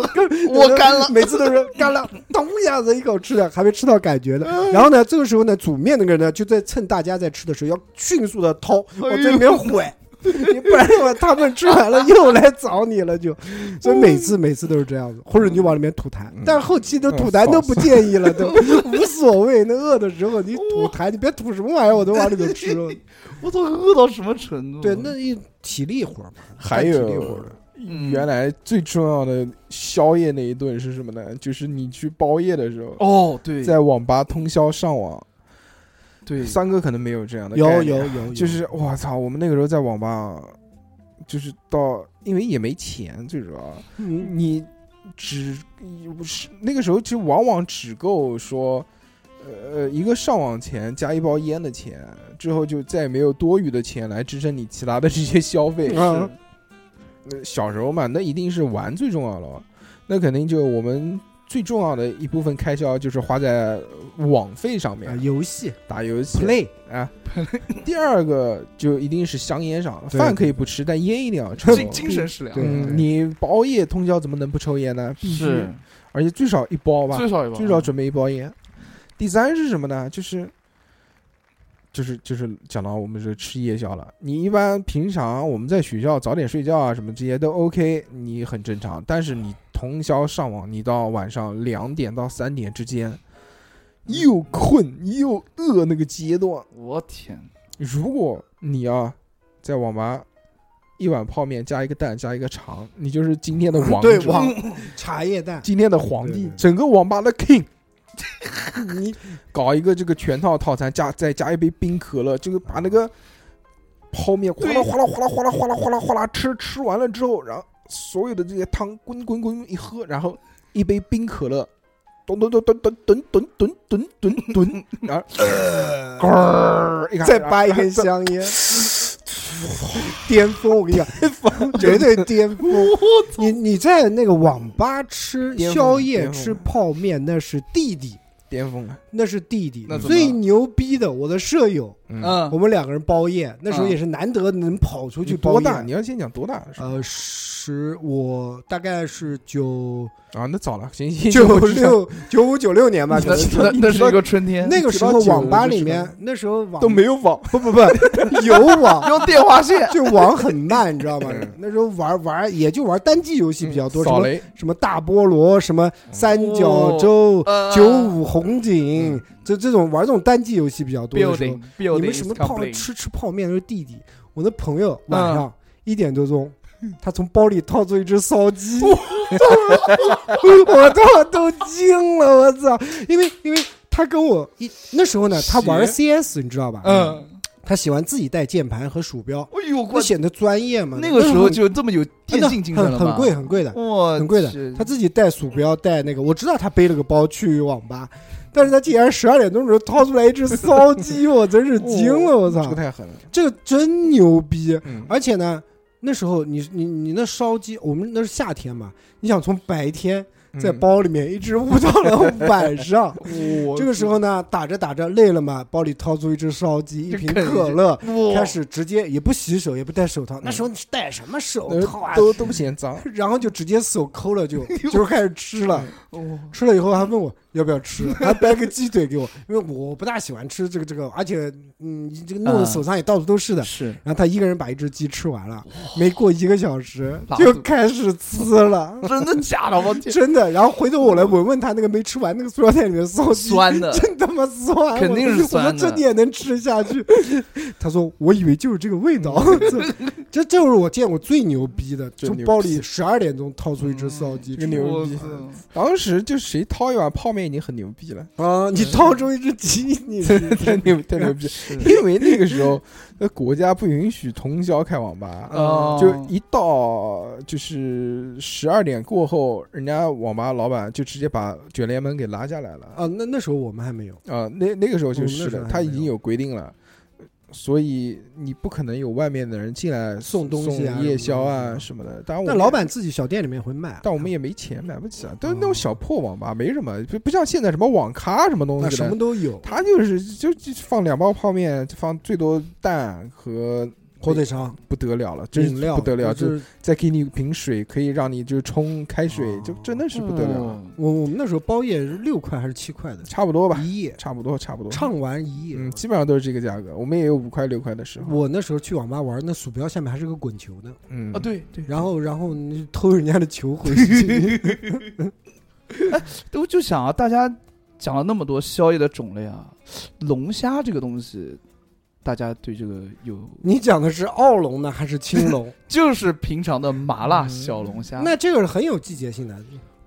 Speaker 3: 我干了，
Speaker 2: 每次都是干了，咚一下子一口吃掉，还没吃到感觉呢。
Speaker 3: 嗯
Speaker 2: 然后呢，这个时候呢，煮面那个人呢就在趁大家在吃的时候要迅速的
Speaker 3: 哎
Speaker 2: 掏往这里面混。你 [LAUGHS] 不然的话，他们吃完了又来找你
Speaker 5: [LAUGHS]
Speaker 2: 了，就，所以每次每次都是这样子，或者
Speaker 5: 嗯
Speaker 2: 你就往里面吐痰，但是后期都吐痰都不建议了，都
Speaker 5: 哦
Speaker 2: [LAUGHS] 无所谓。那饿的时候你吐痰，你别吐什么玩意儿，我都往里头吃
Speaker 5: 哦
Speaker 2: 了。
Speaker 3: 我操，饿到什么程度？
Speaker 2: 对，那一体力活嘛，
Speaker 5: 还
Speaker 2: 干体力活
Speaker 5: 有
Speaker 2: 的，
Speaker 3: 嗯
Speaker 5: 原来最重要的宵夜那一顿是什么呢？就是你去包夜的时候，
Speaker 3: 哦，对，
Speaker 5: 在网吧通宵上网。
Speaker 3: 对，
Speaker 5: 三哥可能没有这样的概
Speaker 2: 有
Speaker 5: 念，啊
Speaker 2: 有有，有
Speaker 5: 就是我操，我们那个时候在网吧，就是到因为也没钱，最主要
Speaker 2: 嗯
Speaker 5: 你只是那个时候其实往往只够说，呃，一个上网钱加一包烟的钱，之后就再也没有多余的钱来支撑你其他的这些消费。
Speaker 2: 啊
Speaker 5: 那呃小时候嘛，那一定是玩最重要了，那肯定就我们最重要的一部分开销就是花在网费上
Speaker 2: 啊，
Speaker 5: 面，
Speaker 2: 游戏
Speaker 5: 打游戏
Speaker 2: play
Speaker 5: 啊。第二个就一定是香烟上了，
Speaker 2: 对
Speaker 5: 饭可以不吃，但烟一定
Speaker 2: [LAUGHS]
Speaker 5: 要吃。
Speaker 3: 精精神食粮
Speaker 2: 对
Speaker 5: 嗯，你包夜通宵怎么能不抽烟呢？必须，
Speaker 3: 是
Speaker 5: 而且最少一包吧，
Speaker 3: 最少一包，
Speaker 5: 最少准备一包烟。第三是什么呢？就是，就是就是讲到我们这吃夜宵了。你一般平常我们在学校早点睡觉啊，什么这些都 OK，你很正常。但是你通宵上网，你到晚上两点到三点之
Speaker 2: 嗯
Speaker 5: 间，又困又饿那个阶段，
Speaker 3: 我天，
Speaker 5: 如果你要在网吧一碗泡面加一个蛋加一个肠，你就是今天的
Speaker 2: [LAUGHS]
Speaker 5: 王
Speaker 2: 对
Speaker 5: 者
Speaker 2: 网
Speaker 5: [LAUGHS]
Speaker 2: 茶叶蛋，
Speaker 5: 今天的皇
Speaker 2: 对
Speaker 5: 帝
Speaker 2: 对，
Speaker 5: 整个网吧的 king。你搞一个这个全套套餐，加再加一杯冰可乐，就是把那
Speaker 2: 啊
Speaker 5: 个泡面哗啦
Speaker 3: 对
Speaker 5: 哗啦哗啦哗啦哗啦哗啦哗啦吃吃完了之后，然后所有的这些汤滚滚滚一喝，然后一杯冰可乐，咚咚咚咚咚咚咚咚咚咚咚，然后嗝儿一下
Speaker 2: 呃再扒
Speaker 5: [LAUGHS] 啊
Speaker 2: 一根香烟，巅峰！我跟
Speaker 5: [LAUGHS]
Speaker 2: 你讲，绝对巅峰！你你在那个网吧吃
Speaker 5: 巅峰
Speaker 2: 宵夜
Speaker 5: 巅峰
Speaker 2: 吃泡面，那是弟弟，
Speaker 5: 巅峰了，
Speaker 2: 那是弟弟
Speaker 3: 那。怎么
Speaker 2: 最牛逼的，我的舍友，
Speaker 5: 嗯，
Speaker 3: 嗯
Speaker 2: 我，们两个人包夜，那时候
Speaker 3: 嗯
Speaker 2: 也是难得能跑出去包
Speaker 5: 多大？啊你
Speaker 2: 夜。
Speaker 5: 要先讲多大的事
Speaker 2: 呃，十，我大概是九
Speaker 5: 啊？那早了，行行，
Speaker 2: 九六九五九六年吧，可
Speaker 3: 那
Speaker 2: 能
Speaker 3: 那那是一个春天，
Speaker 2: 那个时候
Speaker 5: 九九
Speaker 2: 网吧里
Speaker 5: 我
Speaker 2: 面
Speaker 5: 就知，
Speaker 2: 那时候网
Speaker 5: 都没有网，
Speaker 2: 不不不有网，
Speaker 3: 用电话线，
Speaker 2: 就网很慢，你知道吗
Speaker 5: 嗯？
Speaker 2: 那时候玩玩也就玩单机游戏比较
Speaker 3: 嗯
Speaker 2: 多，什
Speaker 5: 扫
Speaker 2: 么
Speaker 5: 雷，
Speaker 2: 什么大菠萝，什么三角洲、
Speaker 3: 哦
Speaker 2: [LAUGHS]
Speaker 3: 呃嗯
Speaker 2: 九五红警，这这种玩这种单机游戏比较多的时候
Speaker 3: building，building，
Speaker 2: 你们什么泡
Speaker 3: is
Speaker 2: 吃吃泡面都是弟弟。我的朋友
Speaker 3: 嗯
Speaker 2: 晚上一点多钟，他从包里掏出一只烧鸡，
Speaker 3: [LAUGHS]
Speaker 2: 我操，都惊了，我操！因为因为他跟我一那时候呢，他玩 CS，你知道吧？，
Speaker 3: 嗯，
Speaker 2: 他喜欢自己带键盘和鼠标，
Speaker 3: 哎呦，
Speaker 2: 不
Speaker 3: 我
Speaker 2: 显得专业嘛。
Speaker 3: 那个时候
Speaker 2: 很
Speaker 3: 就这么有电竞精神了
Speaker 2: 很很
Speaker 3: 吗？
Speaker 2: 贵很贵的，
Speaker 3: 哇，
Speaker 2: 很贵的。他自己带鼠标带那个，我知道他背了个包去网吧，但是他竟然十二点钟的时候掏出来一只骚鸡，我真是惊了，我
Speaker 5: 这
Speaker 2: 操
Speaker 5: 个，太狠了，
Speaker 2: 这个真牛逼！
Speaker 5: 嗯，
Speaker 2: 而且呢，那时候你你你那烧鸡，我们那是夏天嘛，你想从白天在
Speaker 5: 嗯
Speaker 2: 包里面一直捂到了晚上。
Speaker 3: 己
Speaker 2: 这个时候呢，打着打着累了嘛，包里掏出一只烧鸡，一
Speaker 3: 就
Speaker 2: 瓶
Speaker 3: 啃一
Speaker 2: 可
Speaker 3: 下
Speaker 2: 乐，
Speaker 3: 候
Speaker 2: 开始直接也不洗手，也不戴手套。那时候你是戴什么手套啊？
Speaker 5: 呃都都不嫌脏，
Speaker 2: [LAUGHS] 然后就直接手抠了 [LAUGHS] 就，就开始吃了。吃了以后还问我要不要吃， [LAUGHS] 还掰个鸡腿给我，因为我不大喜欢吃这个这个，而且嗯，这个弄得
Speaker 3: 嗯
Speaker 2: 手上也到处都是的。 [LAUGHS]
Speaker 3: 是
Speaker 2: 然后他一个人把一只鸡吃完了，没过一个小时
Speaker 3: 拉肚
Speaker 2: 就开始呲 [LAUGHS] 了，
Speaker 3: 真的假的？我
Speaker 2: [LAUGHS]
Speaker 3: 天，
Speaker 2: 真的。然后回头我来闻闻他那个没吃完那个塑料袋里面的烧鸡，
Speaker 3: 酸 [LAUGHS] 的，
Speaker 2: 真他妈酸，
Speaker 3: 肯定是酸的
Speaker 2: 我说这你也能吃下去？ [LAUGHS] 他说我以为就是这个味
Speaker 3: [LAUGHS]
Speaker 2: 道，这这就是我见过最牛逼的，
Speaker 5: 最
Speaker 2: 从
Speaker 5: 牛
Speaker 2: 包
Speaker 5: 逼
Speaker 2: 里十二点钟掏出一只烧鸡
Speaker 5: 这个
Speaker 2: 吃
Speaker 5: 牛
Speaker 3: 我
Speaker 5: 逼
Speaker 2: [LAUGHS]
Speaker 3: 操
Speaker 5: 当时就谁掏一碗泡面已经很牛逼了， [LAUGHS]
Speaker 2: 啊！你掏出一只鸡，
Speaker 3: [LAUGHS]
Speaker 2: 你
Speaker 5: 太牛太牛逼了，因为那个时候那国家不允许通宵开网吧，
Speaker 3: 哦
Speaker 5: 就一到就是十二点过后，人家网吧老板就直接把卷帘门给拉下来了。
Speaker 2: 啊，那那时候我们还没有，
Speaker 5: 啊，那那个时候就
Speaker 2: 哦我们那
Speaker 5: 是
Speaker 2: 时候
Speaker 5: 的，
Speaker 2: 还
Speaker 5: 他已
Speaker 2: 没
Speaker 5: 经
Speaker 2: 有
Speaker 5: 有规定了。所以你不可能有外面的人进来
Speaker 2: 送东西啊
Speaker 5: 送夜宵
Speaker 2: 什么
Speaker 5: 啊
Speaker 2: 的
Speaker 5: 什么的。当然我
Speaker 2: 但
Speaker 5: 们，
Speaker 2: 老板哦自己小店里面会卖，啊
Speaker 5: 但我们也没钱，买不起啊，都是那种小破网吧，没什么，就不像现在什么网咖什么东
Speaker 2: 那
Speaker 5: 西
Speaker 2: 什么
Speaker 5: 的。
Speaker 2: 都有，
Speaker 5: 他就是就就放两包泡面，放最多蛋和
Speaker 2: 火腿肠、
Speaker 5: 不得了了，真
Speaker 2: 饮
Speaker 5: 是
Speaker 2: 料
Speaker 5: 不得了，
Speaker 2: 就
Speaker 5: 就是
Speaker 2: 是
Speaker 5: 再给你瓶水，可以让你就冲开水，就真的是不得了了，
Speaker 3: 啊嗯
Speaker 2: 我我们那时候包夜是六块还是七块的，
Speaker 5: 差不多吧，
Speaker 2: 一夜
Speaker 5: 差不多差不多。
Speaker 2: 畅玩一夜。
Speaker 5: 嗯，基本上都是这个价格，我们也有五块六块的时候。
Speaker 2: 我那时候去网吧玩，那鼠标下面还是个滚球呢，
Speaker 5: 嗯
Speaker 3: 啊，，对对，
Speaker 2: 然后然后你偷人家的球
Speaker 5: [LAUGHS]
Speaker 2: 回去，
Speaker 3: 我就想啊，大家讲了那么多宵夜的种类啊，龙虾这个东西，大家对这个有
Speaker 2: 你讲的是澳龙呢还是
Speaker 5: [LAUGHS]
Speaker 2: 青龙？
Speaker 3: 就是平常的麻辣小龙
Speaker 5: 啊
Speaker 3: 虾。
Speaker 2: 嗯那这个是很有季节性的，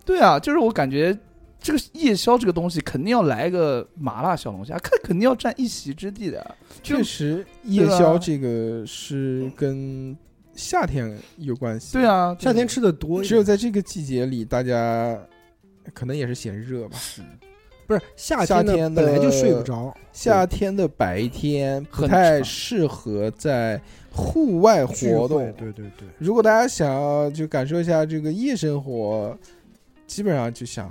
Speaker 3: 对啊，就是我感觉这个夜宵这个东西肯定要来一个麻辣小龙虾，肯肯定要占一席之地的。就啊
Speaker 5: 确实夜宵这个是跟夏天有关系。
Speaker 3: 对，啊，
Speaker 2: 夏天吃的多一点，
Speaker 5: 只有在这个季节里，大家可能也是嫌热吧。
Speaker 2: 不是夏
Speaker 5: 夏
Speaker 2: 天呢
Speaker 5: 天
Speaker 2: 本来就
Speaker 5: 的
Speaker 2: 睡不着，
Speaker 5: 夏天的白天不
Speaker 3: 很
Speaker 5: 太
Speaker 3: 长
Speaker 5: 适合在户外
Speaker 2: 聚
Speaker 5: 活
Speaker 2: 会
Speaker 5: 动。
Speaker 2: 对对对，
Speaker 5: 如果大家想要就感受一下这个夜生活，基本上就想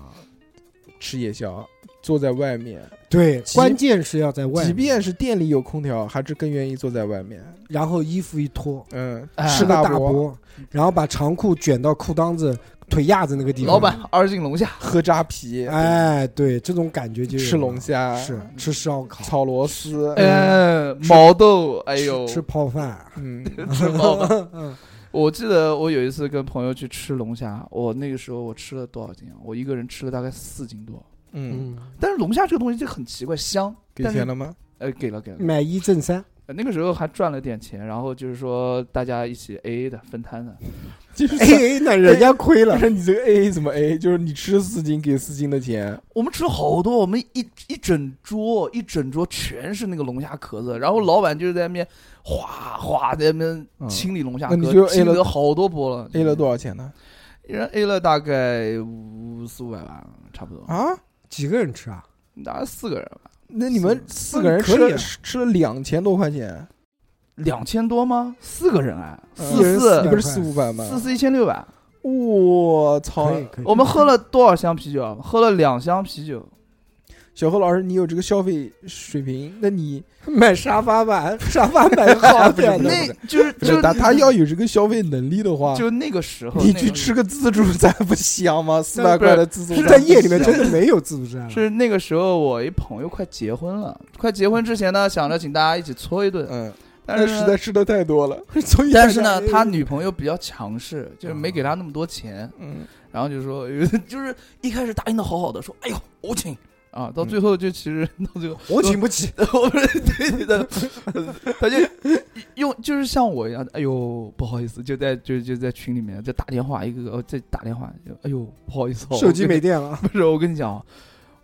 Speaker 5: 吃夜宵，坐在外面，
Speaker 2: 对，
Speaker 5: 即
Speaker 2: 关键是要在外
Speaker 5: 即
Speaker 2: 面，
Speaker 5: 便是店里有空调，还是更愿意坐在外面。
Speaker 2: 然后衣服一脱，
Speaker 5: 嗯，
Speaker 3: 哎
Speaker 5: 吃
Speaker 2: 吃个啊大
Speaker 5: 波，
Speaker 2: 波，然后把长裤卷到裤裆子、腿丫子那个地方。
Speaker 3: 老板，二斤龙虾，
Speaker 5: 喝扎啤，
Speaker 2: 哎，对，这种感觉就有
Speaker 5: 吃龙
Speaker 2: 了
Speaker 5: 虾，
Speaker 2: 是哎吃烧烤，
Speaker 5: 炒螺丝，
Speaker 3: 呃，毛豆，哎呦，
Speaker 2: 吃吃泡饭，
Speaker 5: 嗯，
Speaker 3: [LAUGHS] 吃饱了。
Speaker 5: [LAUGHS]
Speaker 2: 嗯，
Speaker 3: 我记得我有一次跟朋友去吃龙虾，我那个时候我吃了多少斤啊？我一个人吃了大概四斤多。
Speaker 5: 嗯，
Speaker 3: 但是龙虾这个东西就很奇怪，香，
Speaker 5: 给
Speaker 3: 但是
Speaker 5: 钱了吗？
Speaker 3: 呃，给了给了，
Speaker 2: 买一
Speaker 5: [LAUGHS]
Speaker 2: 赠三，
Speaker 3: 呃那个时候还赚了点钱，然后就是说大家一起 A A 的分摊的，
Speaker 5: 就是
Speaker 2: A A 哎那人家亏
Speaker 5: 不
Speaker 2: 了，
Speaker 5: 是 [LAUGHS] 你这个 A 怎么 A？就是你吃四斤给四斤的钱，
Speaker 3: 我们吃了好多，我们一一整桌一整桌全是那个龙虾壳子，然后老板就是在那边哗哗在那边
Speaker 5: 嗯
Speaker 3: 清理龙虾
Speaker 5: 那你
Speaker 3: 壳，
Speaker 5: 就 A
Speaker 3: 清理
Speaker 5: 了
Speaker 3: 了好多波了
Speaker 5: A 了多少钱呢？
Speaker 3: 一人 A 了大概五四五百万差不多，
Speaker 5: 啊，
Speaker 2: 几个人吃啊？
Speaker 3: 大概四个人吧，
Speaker 5: 那你们四个人
Speaker 2: 可以
Speaker 5: 吃了
Speaker 2: 啊
Speaker 5: 吃了两千多块钱，
Speaker 3: 两千多吗？四个人哎，
Speaker 5: 嗯
Speaker 2: 一
Speaker 5: 你
Speaker 2: 人
Speaker 3: 四
Speaker 2: 四
Speaker 3: 四
Speaker 5: 不是四五百吗？
Speaker 3: 四四一千六百，
Speaker 5: 我操！
Speaker 2: 可以可以，
Speaker 3: 我们喝了多少箱啤酒啊？喝了两箱啤酒，
Speaker 5: 小何老师，你有这个消费水平，那你
Speaker 2: [LAUGHS] 买沙发吧，沙发
Speaker 3: [LAUGHS]
Speaker 2: 买个好点
Speaker 5: 不是
Speaker 2: 的
Speaker 5: 不
Speaker 3: 那
Speaker 5: 是
Speaker 3: 就是就是
Speaker 5: 他他要有这个消费能力的话，
Speaker 3: 就那个时候，
Speaker 5: 你
Speaker 3: 那个
Speaker 5: 去吃个自助餐不香吗？四百
Speaker 3: 不是
Speaker 5: 块的自助
Speaker 2: 是
Speaker 5: 餐
Speaker 2: 在夜里面真的没有自助
Speaker 5: 嗯
Speaker 2: 餐了，
Speaker 3: 是那个时候，我一朋友快结婚了，快结婚之前呢，想着请大家一起搓一顿，
Speaker 5: 嗯，
Speaker 3: 但是
Speaker 5: 那实
Speaker 3: 呢
Speaker 5: 在吃的太多了，所以
Speaker 3: [LAUGHS] 但是呢
Speaker 2: 大，家哎
Speaker 3: 他女朋友比较强势，就是没给他那么多钱，
Speaker 5: 嗯，
Speaker 3: 然后就说， [LAUGHS] 就是一开始答应的好好的，说，哎呦，我请啊，
Speaker 5: 嗯
Speaker 3: 到最后就其实 [LAUGHS] 到最后，
Speaker 2: 我请不起，
Speaker 3: 我不是对对的， [LAUGHS] 他就用就是像我一样，哎呦，不好意思，就在就就在群里面就打电话，一个个哦，再打电话，就哎呦，不好意思哦，
Speaker 2: 手机
Speaker 3: 我跟
Speaker 2: 没电
Speaker 3: [LAUGHS]
Speaker 2: 了，
Speaker 3: 不是，我跟你讲啊，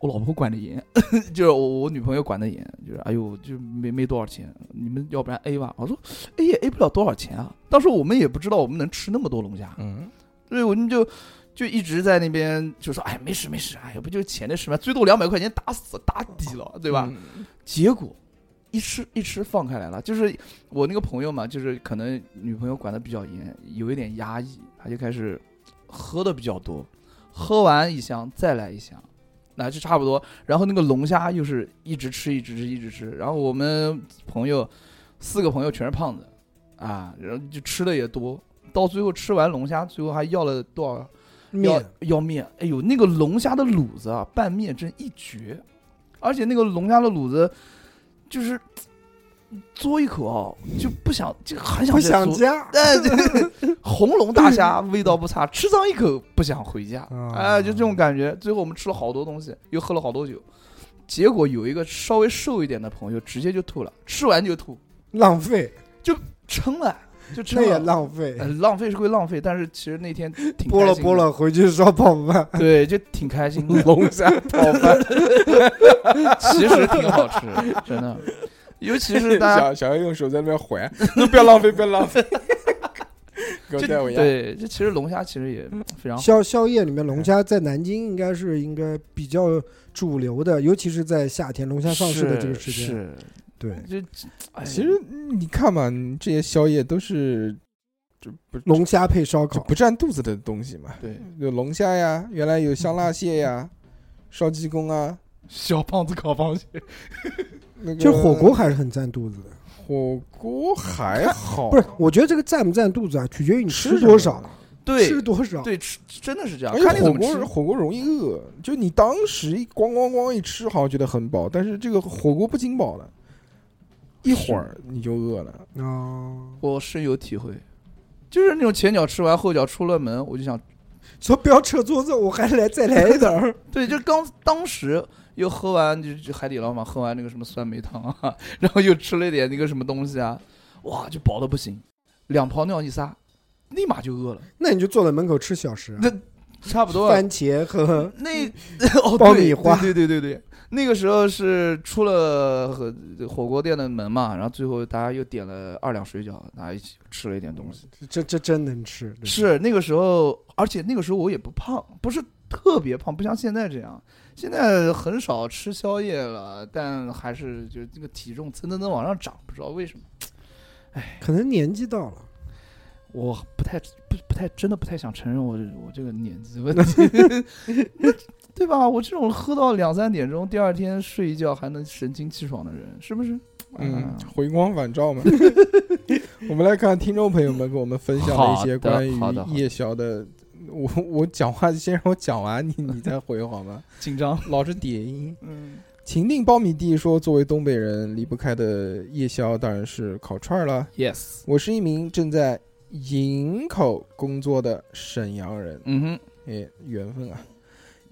Speaker 3: 我老婆管的严， [LAUGHS] 就是我我女朋友管的严，就是哎呦，就没没多少钱，你们要不然 A 吧？我说 A 也 A 不了多少钱啊，当时我们也不知道我们能吃那么多龙虾，
Speaker 5: 嗯，
Speaker 3: 所以我们就就一直在那边就说，哎，没事没事，哎呀，不就是钱的事嘛，最多两百块钱打死打底了，对吧？
Speaker 5: [LAUGHS] 嗯？
Speaker 3: 结果。一吃一吃放开来了，就是我那个朋友嘛，就是可能女朋友管的比较严，有一点压抑，他就开始喝的比较多，喝完一箱再来一箱，那就差不多。然后那个龙虾又是一直吃，一直吃，一直吃。然后我们朋友四个朋友全是胖子啊，然后就吃的也多，到最后吃完龙虾，最后还要了多少
Speaker 2: 面
Speaker 3: 要要面，哎呦，那个龙虾的卤子啊，拌面真一绝，而且那个龙虾的卤子就是嘖嘬一口啊，就不想就还想
Speaker 2: 不
Speaker 3: 再
Speaker 2: 想
Speaker 3: 嘬。
Speaker 2: 家， [LAUGHS]
Speaker 3: [LAUGHS] 哎，对红龙大虾味道不差，吃上一口不想回家， [LAUGHS]
Speaker 2: 啊
Speaker 3: 哎，就这种感觉。最后我们吃了好多东西，又喝了好多酒，结果有一个稍微瘦一点的朋友直接就吐了，吃完就吐，
Speaker 2: 浪费，
Speaker 3: 撑了就撑
Speaker 2: 这也
Speaker 3: 了。
Speaker 2: 浪费，
Speaker 3: 呃浪费是会浪费，但是其实那天挺
Speaker 2: 剥
Speaker 3: 开
Speaker 2: 了
Speaker 3: 心
Speaker 2: 剥
Speaker 3: 的
Speaker 2: 了，回去烧泡饭。
Speaker 3: 对，就挺开心的。
Speaker 5: 龙虾泡饭，
Speaker 3: 其实挺好吃， [LAUGHS] 真的。尤其是 [LAUGHS] [LAUGHS] 大家
Speaker 5: 想想要用手 [LAUGHS] 在那边还，不要浪费，不要浪费， [LAUGHS] 给我
Speaker 3: 就
Speaker 5: 带回家。
Speaker 3: 对，这其实龙虾其实也非常好。
Speaker 2: 宵宵夜里面，龙虾在南京应该是应该比较主流的，尤其是在夏天龙虾上市的这个时间。
Speaker 3: 是
Speaker 2: 对，
Speaker 3: 就哎
Speaker 5: 其实你看嘛，你这些宵夜都是这不
Speaker 2: 龙虾配烧烤，
Speaker 5: 不占肚子的东西嘛，
Speaker 3: 对
Speaker 5: 有龙虾呀，原来有香辣蟹呀，烧鸡公啊，
Speaker 3: [LAUGHS] 小胖子烤螃蟹，
Speaker 5: 那个
Speaker 2: 就火
Speaker 3: 呃
Speaker 2: 锅还是很占肚子的。
Speaker 3: 哦
Speaker 5: 火锅还好，
Speaker 2: 不是，我觉得这个占不占肚子啊，取决于你
Speaker 5: 吃
Speaker 2: 吃多少，
Speaker 3: 对
Speaker 2: 吃多少。
Speaker 3: 对，吃真的是这样，
Speaker 5: 而
Speaker 3: 看
Speaker 5: 且
Speaker 3: 你
Speaker 5: 哎
Speaker 3: 怎
Speaker 5: 火
Speaker 3: 么
Speaker 5: 锅
Speaker 3: 吃。
Speaker 5: 火锅容易饿，就你当时一咣咣咣一吃，好像觉得很饱，但是这个火锅不仅饱了，一会儿你就饿了。
Speaker 2: 哦，
Speaker 3: 我深有体会，就是那种前脚吃完后脚出了门，我就想，
Speaker 2: 说不要扯桌子，我还来再来一点
Speaker 5: [LAUGHS]
Speaker 2: 儿。
Speaker 3: 对，就刚当时又喝完就就海底捞嘛，喝完那个什么酸梅汤啊， [LAUGHS] 然后又吃了一点那个什么东西啊，哇，就饱的不行，两泡尿一撒，立马就饿了，
Speaker 2: 那你就坐在门口吃小食啊，
Speaker 3: 那差不多啊
Speaker 2: 番茄和 [LAUGHS]
Speaker 3: 那 [LAUGHS] 哦，
Speaker 2: 爆
Speaker 3: 对
Speaker 2: 米花
Speaker 3: 对对对对对，那个时候是出了和火锅店的门嘛，然后最后大家又点了二两水饺，大家一起吃了一点东西。
Speaker 2: 这这真能吃，对
Speaker 3: 是那个时候，而且那个时候我也不胖，不是特别胖，不像现在这样。现在很少吃宵夜了，但还是就这个体重蹭蹭蹭往上涨，不知道为什么。
Speaker 2: 可能年纪到了，
Speaker 3: 我不太不不太真的不太想承认我我这个年纪问题， [LAUGHS] 那对吧？我这种喝到两三点钟，第二天睡一觉还能神清气爽的人，是不是？
Speaker 5: 嗯
Speaker 3: 啊，
Speaker 5: 回光返照
Speaker 3: [LAUGHS]
Speaker 5: 嘛。我们来看听众朋友们给我们分享的一些
Speaker 3: 好的
Speaker 5: 关于
Speaker 3: 好的好的
Speaker 5: 夜宵的。我我讲话先让我讲完，你你再回好吗？
Speaker 3: 紧张，
Speaker 5: 老是叠音。
Speaker 3: 嗯，
Speaker 5: 秦定苞米地说，作为东北人，离不开的夜宵当然是烤串儿了。
Speaker 3: Yes，
Speaker 5: 我是一名正在营口工作的沈阳人，
Speaker 3: 嗯哼，
Speaker 5: 哎，缘分啊！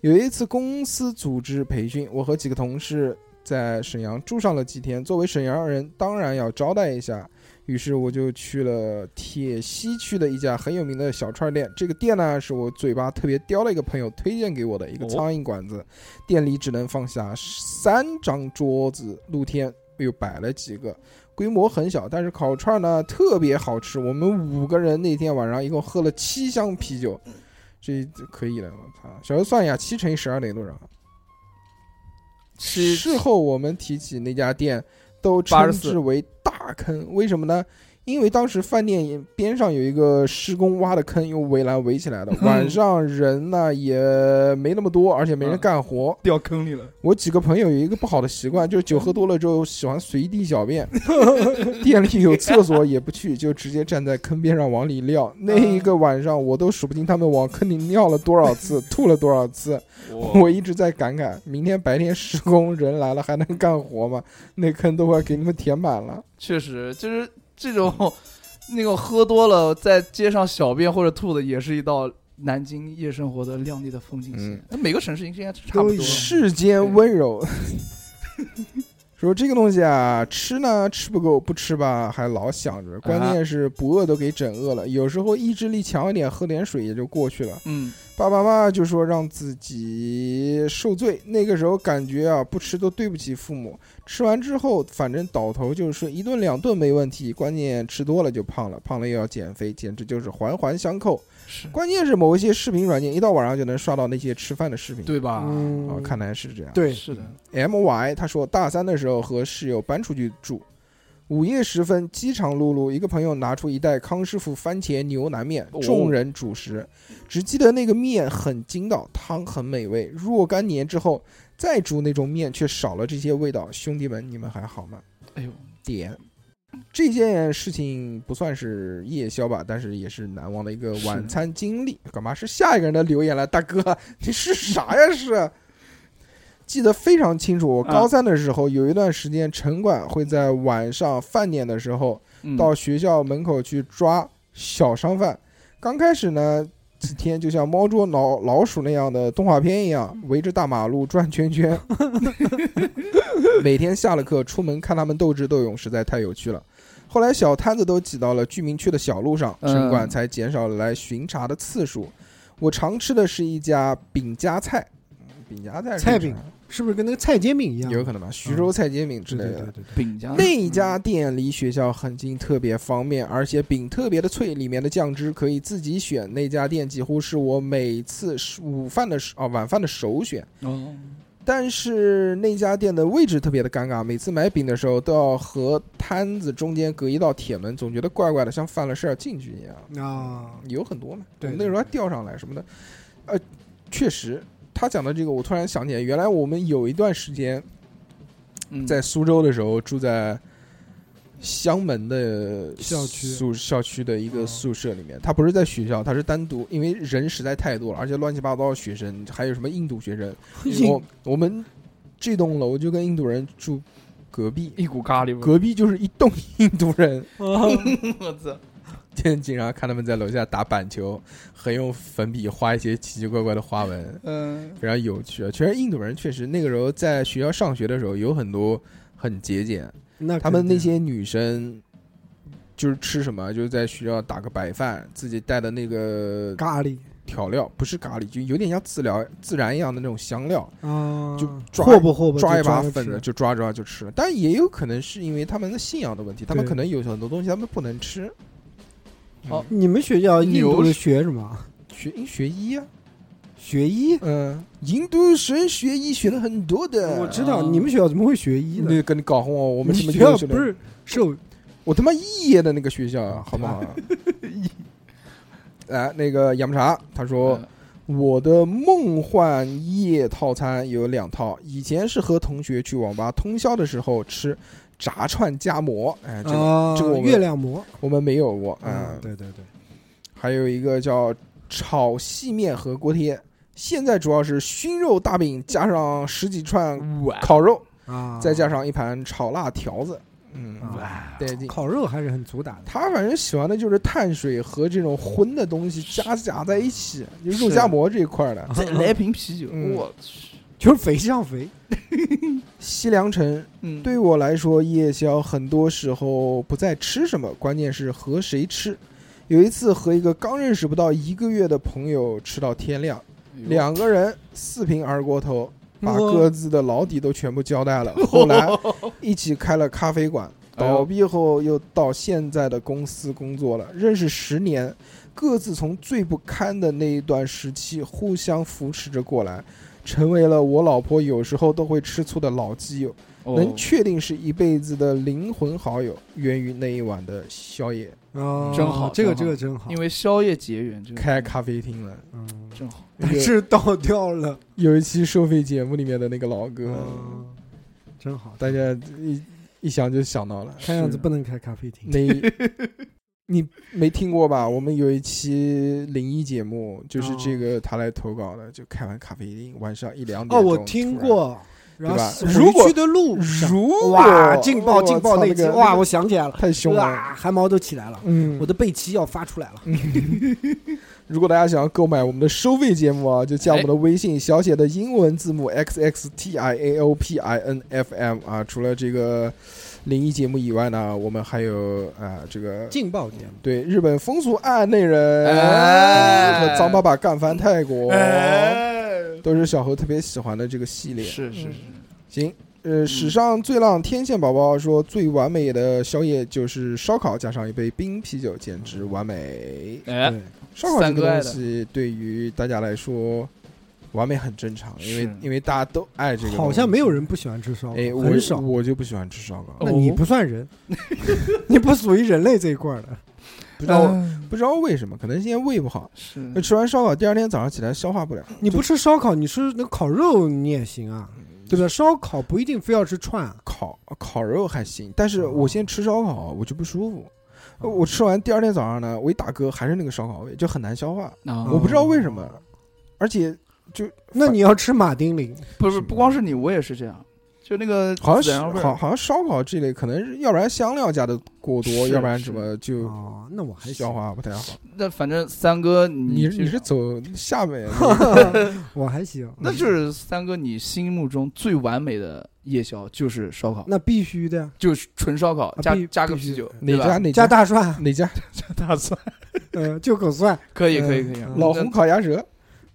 Speaker 5: 有一次公司组织培训，我和几个同事在沈阳住上了几天。作为沈阳人，当然要招待一下，于是我就去了铁西区的一家很有名的小串店。这个店呢，是我嘴巴特别刁的一个朋友推荐给我的一个
Speaker 3: 哦
Speaker 5: 苍蝇馆子。店里只能放下三张桌子，露天又摆了几个。规模很小，但是烤串呢特别好吃。我们五个人那天晚上一共喝了七箱啤酒，这这可以了，我操！小时候算一下，七乘以十二等于多少？
Speaker 3: 七
Speaker 5: 事后我们提起那家店，都称
Speaker 3: 84
Speaker 5: 之为大坑，为什么呢？因为当时饭店边上有一个施工挖的坑，用围栏围起来的。晚上人呢也没那么多，而且没人
Speaker 3: 嗯
Speaker 5: 干活。
Speaker 3: 掉坑里了，
Speaker 5: 我几个朋友有一个不好的习惯，就是酒喝多了之后喜欢随地小便，店里有厕所也不去，就直接站在坑边上往里尿。那一个晚上，我都数不清他们往坑里尿了多少次，吐了多少次。我一直在感慨，明天白天施工人来了还能干活吗？那坑都快给你们填满了。
Speaker 3: 确实就是这种那种喝多了在街上小便或者吐的，也是一道南京夜生活的亮丽的风景线。那每个城市应该差不
Speaker 2: 都
Speaker 3: 多。
Speaker 5: 世间温柔。 [LAUGHS] 说这个东西啊，吃呢吃不够，不吃吧还老想着，关键是不饿都给整饿了。有时候意志力强一点，喝点水也就过去了。
Speaker 3: 嗯，
Speaker 5: 爸爸妈妈就说让自己受罪，那个时候感觉啊，不吃都对不起父母。吃完之后，反正倒头就是睡，一顿两顿没问题，关键吃多了就胖了，胖了又要减肥，简直就是环环相扣。
Speaker 3: 是
Speaker 5: 关键是某一些视频软件，一到晚上就能刷到那些吃饭的视频。
Speaker 3: 对吧？
Speaker 2: 嗯
Speaker 5: 啊，看来是这样。
Speaker 2: 对，
Speaker 3: 是的，
Speaker 5: M Y 他说，大三的时候和室友搬出去住，午夜时分饥肠辘辘，一个朋友拿出一袋康师傅番茄牛腩面
Speaker 3: 哦，
Speaker 5: 众人主食，只记得那个面很筋道，汤很美味。若干年之后再煮那种面，却少了这些味道。兄弟们，你们还好吗？
Speaker 3: 哎呦，
Speaker 5: 点。这件事情不算是夜宵吧，但是也是难忘的一个
Speaker 3: 是
Speaker 5: 晚餐经历。干嘛是下一个人的留言了？大哥，你是啥呀？是。记得非常清楚，我
Speaker 3: 啊
Speaker 5: 高三的时候有一段时间，城管会在晚上饭点的时候
Speaker 3: 嗯
Speaker 5: 到学校门口去抓小商贩。刚开始呢，几天就像猫捉老老鼠那样的动画片一样，
Speaker 2: 嗯
Speaker 5: 围着大马路转圈
Speaker 2: [LAUGHS]
Speaker 5: 圈。每天下了课出门看他们斗智斗勇，实在太有趣了。后来小摊子都挤到了居民区的小路上，
Speaker 3: 嗯
Speaker 5: 城管才减少了来巡查的次数。我常吃的是一家饼夹菜，嗯饼夹菜是
Speaker 2: 菜
Speaker 5: 什么
Speaker 2: 饼是不是跟那个菜煎饼一样？
Speaker 5: 有可能吧，徐州菜煎饼之
Speaker 2: 对
Speaker 5: 类
Speaker 2: 嗯对
Speaker 5: 的。
Speaker 2: 对对对，
Speaker 3: 饼家嗯
Speaker 5: 那一家店离学校很近，特别方便，而且饼特别的脆，里面的酱汁可以自己选。哦那家店几乎是我每次午饭的时啊晚饭的首选。
Speaker 3: 哦，
Speaker 5: 但是那家店的位置特别的尴尬，每次买饼的时候都要和摊子中间隔一道铁门，总觉得怪怪的，像犯了事儿进去一样。
Speaker 2: 啊，
Speaker 5: 有很多嘛，
Speaker 2: 对
Speaker 5: 我们那时候还吊上来什么的，呃，确实，他讲的这个，我突然想起来，原来我们有一段时间
Speaker 3: 嗯
Speaker 5: 在苏州的时候，住在香门的
Speaker 2: 校区嗯
Speaker 5: 宿校区的一个宿舍里面，他不是在学校，他是单独，因为人实在太多了，而且乱七八糟的学生，还有什么印度学生，我我们这栋楼就跟印度人住隔壁，
Speaker 3: 一股咖喱味
Speaker 5: 隔壁就是一栋 [LAUGHS] 印度人，
Speaker 3: 儿，我操！
Speaker 5: 经常看他们在楼下打板球，还用粉笔画一些奇奇怪怪的花纹，
Speaker 3: 嗯，
Speaker 5: 非常有趣啊。其实印度人确实那个时候在学校上学的时候有很多很节俭，
Speaker 2: [LAUGHS] 那
Speaker 5: 他们
Speaker 2: 肯
Speaker 5: 那
Speaker 2: 定
Speaker 5: 些女生就是吃什么，就是在学校打个白饭，自己带的那个
Speaker 2: 咖喱
Speaker 5: 调料不是咖喱，就有点像自疗自然一样的那种香料，
Speaker 2: 啊，
Speaker 5: 就抓
Speaker 2: 霍吧霍吧，
Speaker 5: 抓
Speaker 2: 就
Speaker 5: 一把
Speaker 2: 着
Speaker 5: 粉的
Speaker 2: 吃
Speaker 5: 就抓抓就吃了。但也有可能是因为他们的信仰的问题，他们
Speaker 2: 对
Speaker 5: 可能有很多东西他们不能吃。嗯，
Speaker 3: 哦
Speaker 2: 你们学校印
Speaker 3: 牛
Speaker 2: 度
Speaker 3: 是
Speaker 2: 是学什么？
Speaker 5: 学学医啊，
Speaker 2: 学医？
Speaker 5: 嗯，印度神学医学了很多的。
Speaker 2: 我知道你们学校怎么会学医呢？
Speaker 5: 那跟你搞混呃哦我，我们
Speaker 2: 你
Speaker 5: 什么啊
Speaker 2: 学
Speaker 5: 学校
Speaker 2: 校
Speaker 5: 去了
Speaker 2: 不是受
Speaker 5: 我他妈肄业的那个学校
Speaker 2: 嗯
Speaker 5: 啊，好不好？ [LAUGHS] 哎，那个杨茶他说，
Speaker 2: 嗯
Speaker 5: 我的梦幻夜套餐有两套，以前是和同学去网吧通宵的时候吃炸串夹馍，哎，这个
Speaker 2: 啊
Speaker 5: 这个我们
Speaker 2: 月亮馍？
Speaker 5: 我们没有过，嗯
Speaker 2: 嗯，，对对对，
Speaker 5: 还有一个叫炒细面和锅贴，现在主要是熏肉大饼加上十几串
Speaker 2: 嗯
Speaker 3: 哇
Speaker 5: 烤肉，
Speaker 2: 啊，
Speaker 5: 再加上一盘炒辣条子，嗯，
Speaker 2: 啊
Speaker 5: 带劲。
Speaker 2: 烤肉还是很主打的。
Speaker 5: 他反正喜欢的就是碳水和这种荤的东西夹夹在一起，就肉夹馍这一块的。
Speaker 3: 再来瓶啤酒，
Speaker 5: 嗯
Speaker 3: 我去，
Speaker 2: 就是肥上肥，
Speaker 5: 西凉城
Speaker 3: 嗯，
Speaker 5: 对我来说，夜宵很多时候不在吃什么，关键是和谁吃。有一次和一个刚认识不到一个月的朋友吃到天亮，两个人四瓶二锅头，把
Speaker 3: 嗯
Speaker 2: 哇
Speaker 5: 各自的老底都全部交代了。后
Speaker 3: [LAUGHS]
Speaker 5: 来一起开了咖啡馆，
Speaker 3: 哎呦
Speaker 5: 倒闭后又到现在的公司工作了，认识十年，各自从最不堪的那一段时期互相扶持着过来，成为了我老婆有时候都会吃醋的老基友，能
Speaker 3: 能
Speaker 5: 确定是一辈子的灵魂好友，源于那一晚的宵夜，
Speaker 2: 啊
Speaker 3: 真好
Speaker 2: 这个
Speaker 3: 真
Speaker 2: 这
Speaker 3: 好
Speaker 2: 个真好
Speaker 3: 因，为宵夜结缘，这个
Speaker 5: 开咖啡厅了。
Speaker 2: 嗯，
Speaker 3: 真好，
Speaker 5: 那
Speaker 2: 但
Speaker 5: 个
Speaker 2: 是倒掉了，
Speaker 5: 有一期收费节目里面的那个老哥，
Speaker 2: 嗯，真好，
Speaker 5: 大家一一想就想到了。
Speaker 2: 看样子不能开咖啡厅，
Speaker 5: 那
Speaker 2: [LAUGHS]
Speaker 5: 一你没听过吧？我们有一期灵异节目，就是
Speaker 2: 哦
Speaker 5: 这个他来投稿的，就开完咖啡厅，晚上一两点
Speaker 2: 哦，
Speaker 5: 钟。
Speaker 2: 我听
Speaker 5: 突然。
Speaker 2: 过，
Speaker 5: 对
Speaker 2: 然后
Speaker 5: 吧
Speaker 2: 是
Speaker 5: 如果
Speaker 2: 回去的路上，
Speaker 5: 如果
Speaker 2: 哇，劲爆
Speaker 5: 哦我
Speaker 2: 劲爆
Speaker 5: 操
Speaker 2: 那
Speaker 5: 个
Speaker 2: 集，哇，我想起来了，
Speaker 5: 太凶了。
Speaker 2: 哇，汗毛都起来了，
Speaker 5: 嗯
Speaker 2: 我，的背鳍要发出来了，
Speaker 5: 如果大家想要购买我们的收费节目啊，就加我
Speaker 2: 哎
Speaker 5: 们的微信，小写的英文字母 x x t i a o p i n f m 啊。除了这个灵异节目以外呢，我们还有啊这个
Speaker 2: 劲爆节目，
Speaker 5: 对日本风俗案内人、
Speaker 3: 哎
Speaker 5: 和张爸爸干翻泰国。
Speaker 3: 哎，
Speaker 5: 都是小何特别喜欢的这个系列。
Speaker 3: 是嗯是是，
Speaker 5: 行，呃，史上最浪天线宝宝说最完美的宵夜就是烧烤加上一杯冰啤酒，简直完美。
Speaker 3: 哎，
Speaker 2: 对，
Speaker 5: 烧烤这
Speaker 3: 三个
Speaker 5: 个
Speaker 3: 爱的
Speaker 5: 东西对于大家来说，完美很正常，因为
Speaker 3: 是
Speaker 5: 因为大家都爱这个东西。
Speaker 2: 好像没有人不喜欢吃烧烤，
Speaker 5: 哎，我
Speaker 2: 很少，
Speaker 5: 我就不喜欢吃烧烤
Speaker 3: 哦，
Speaker 2: 那你不
Speaker 5: [LAUGHS]
Speaker 2: 算人，你不属于人类这一块儿的，
Speaker 5: 不知道
Speaker 3: 嗯
Speaker 5: 不知道为什么，可能现在胃不好。
Speaker 3: 是
Speaker 5: 那吃完烧烤，第二天早上起来消化不了。
Speaker 2: 你不吃烧烤，你吃那烤肉你也行啊，对不对？烧烤不一定非要吃串啊，
Speaker 5: 烤烤肉还行，但
Speaker 3: 哦
Speaker 5: 是我先吃烧烤，我就不舒服。呃我吃完第二天早上呢，我一打嗝还是那个烧烤味，就很难消化。
Speaker 3: 啊，
Speaker 5: 我不知道为什么，而且
Speaker 2: 那你要吃马丁啉，
Speaker 3: 不
Speaker 5: 是
Speaker 3: 是不光是你，我也是这样，就那个
Speaker 5: 好像
Speaker 3: 孜
Speaker 5: 是
Speaker 3: 然味儿
Speaker 5: 好好像烧烤这类，可能是要不然香料加的过多，
Speaker 3: 是
Speaker 5: 要不然怎么就
Speaker 2: 哦，那我还
Speaker 5: 消
Speaker 2: 行，
Speaker 5: 化不太好。
Speaker 3: 那反正三哥
Speaker 5: 你
Speaker 3: 嗯你
Speaker 5: 你是走下
Speaker 3: [LAUGHS]
Speaker 5: 面，
Speaker 2: 我还行，
Speaker 3: 那就是三哥你心目中最完美的夜宵就是烧烤，
Speaker 2: 那必须的呀，
Speaker 3: 就是纯烧烤
Speaker 2: 啊
Speaker 3: 加
Speaker 2: 必
Speaker 3: 加个
Speaker 2: 必须
Speaker 3: 啤酒，
Speaker 5: 哪
Speaker 3: 对
Speaker 5: 家
Speaker 3: 吧？
Speaker 5: 哪
Speaker 2: 加
Speaker 5: 家
Speaker 2: 大蒜， [LAUGHS]
Speaker 5: 哪
Speaker 3: [LAUGHS]
Speaker 5: 家
Speaker 3: 大蒜
Speaker 2: 呃，就口蒜，
Speaker 3: 可以
Speaker 2: 嗯
Speaker 3: 可以可以，
Speaker 2: 嗯
Speaker 5: 老红烤鸭舌，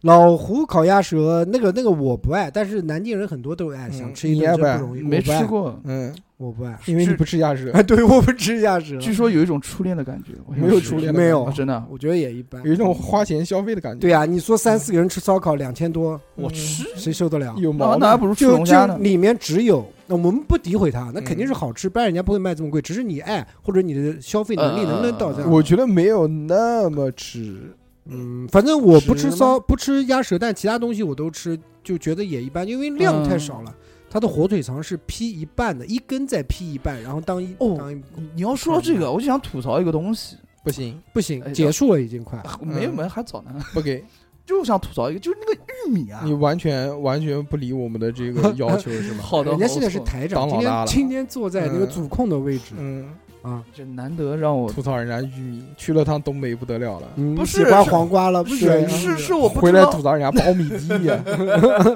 Speaker 2: 老胡烤鸭舌，那个那个我不爱，但是南京人很多都爱，
Speaker 5: 嗯
Speaker 2: 想吃一
Speaker 5: 你
Speaker 2: 顿
Speaker 5: 爱
Speaker 2: 真
Speaker 5: 不爱
Speaker 2: 不容易，
Speaker 3: 没
Speaker 2: 我不
Speaker 3: 吃
Speaker 2: 爱，
Speaker 3: 过，
Speaker 5: 嗯，
Speaker 2: 我不爱。 [LAUGHS]
Speaker 5: 因为你不吃鸭
Speaker 3: [LAUGHS]
Speaker 5: 舌，
Speaker 2: 哎，对，我不吃鸭舌，
Speaker 3: 据说有一种初恋的感觉，我想
Speaker 5: 没有
Speaker 3: 试
Speaker 5: 初
Speaker 3: 试
Speaker 5: 恋的
Speaker 2: 没
Speaker 5: 感
Speaker 2: 有
Speaker 3: 啊真的，
Speaker 2: 我觉得也一般。
Speaker 5: 有一种花钱消费的感觉。
Speaker 2: 对呀、你说三四个人吃烧烤两千多，
Speaker 5: 嗯
Speaker 3: 我吃，
Speaker 2: 谁受得了？
Speaker 5: 有
Speaker 3: 那
Speaker 5: 毛
Speaker 3: 那还
Speaker 5: 呢？
Speaker 3: 不如吃
Speaker 2: 就
Speaker 3: 龙虾
Speaker 2: 就
Speaker 3: 呢。
Speaker 2: 里面只有，那我们不诋毁它，那肯定
Speaker 5: 嗯
Speaker 2: 是好吃，不然人家不会卖这么贵。只是你爱或者你的消费能力能不能到这
Speaker 3: 呃
Speaker 2: 样？
Speaker 5: 我觉得没有那么吃。
Speaker 2: 嗯，反正我不
Speaker 5: 吃
Speaker 2: 吃
Speaker 5: 吗
Speaker 2: 烧，不吃鸭舌，但其他东西我都吃，就觉得也一般，因为量太少了。它的火腿肠是劈一半的，一根再劈一半，然后当一
Speaker 3: 哦
Speaker 2: 当一
Speaker 3: 你你要说到这个，我就想吐槽一个东西，
Speaker 5: 不行，
Speaker 2: 不行
Speaker 3: 哎，
Speaker 2: 结束了已经快。
Speaker 3: 没有没有还早呢， [LAUGHS]
Speaker 5: 不给
Speaker 3: 就想吐槽一个，就是那个玉米啊
Speaker 5: 你，完全完全不理我们的这个
Speaker 3: [LAUGHS]
Speaker 5: 要求是吗？
Speaker 3: 好的，
Speaker 2: 人家现在
Speaker 3: 好
Speaker 2: 是
Speaker 3: 错
Speaker 2: 台长，
Speaker 5: 当老
Speaker 2: 今
Speaker 5: 大
Speaker 2: 天
Speaker 5: 了
Speaker 2: 今天坐在那个
Speaker 5: 嗯
Speaker 2: 主控的位置
Speaker 5: 嗯，
Speaker 2: 啊，
Speaker 3: 这难得让我
Speaker 5: 吐槽人家玉米，去了趟东北不得了了，
Speaker 2: 嗯
Speaker 3: 不
Speaker 2: 喜
Speaker 3: 是
Speaker 2: 欢
Speaker 3: 是
Speaker 2: 黄瓜了，不喜
Speaker 5: 是
Speaker 2: 欢
Speaker 5: 嗯
Speaker 3: 是是我不
Speaker 5: 回
Speaker 3: 知
Speaker 5: 来
Speaker 3: 道
Speaker 5: 吐，槽人家苞米地
Speaker 3: [LAUGHS]
Speaker 5: 呀。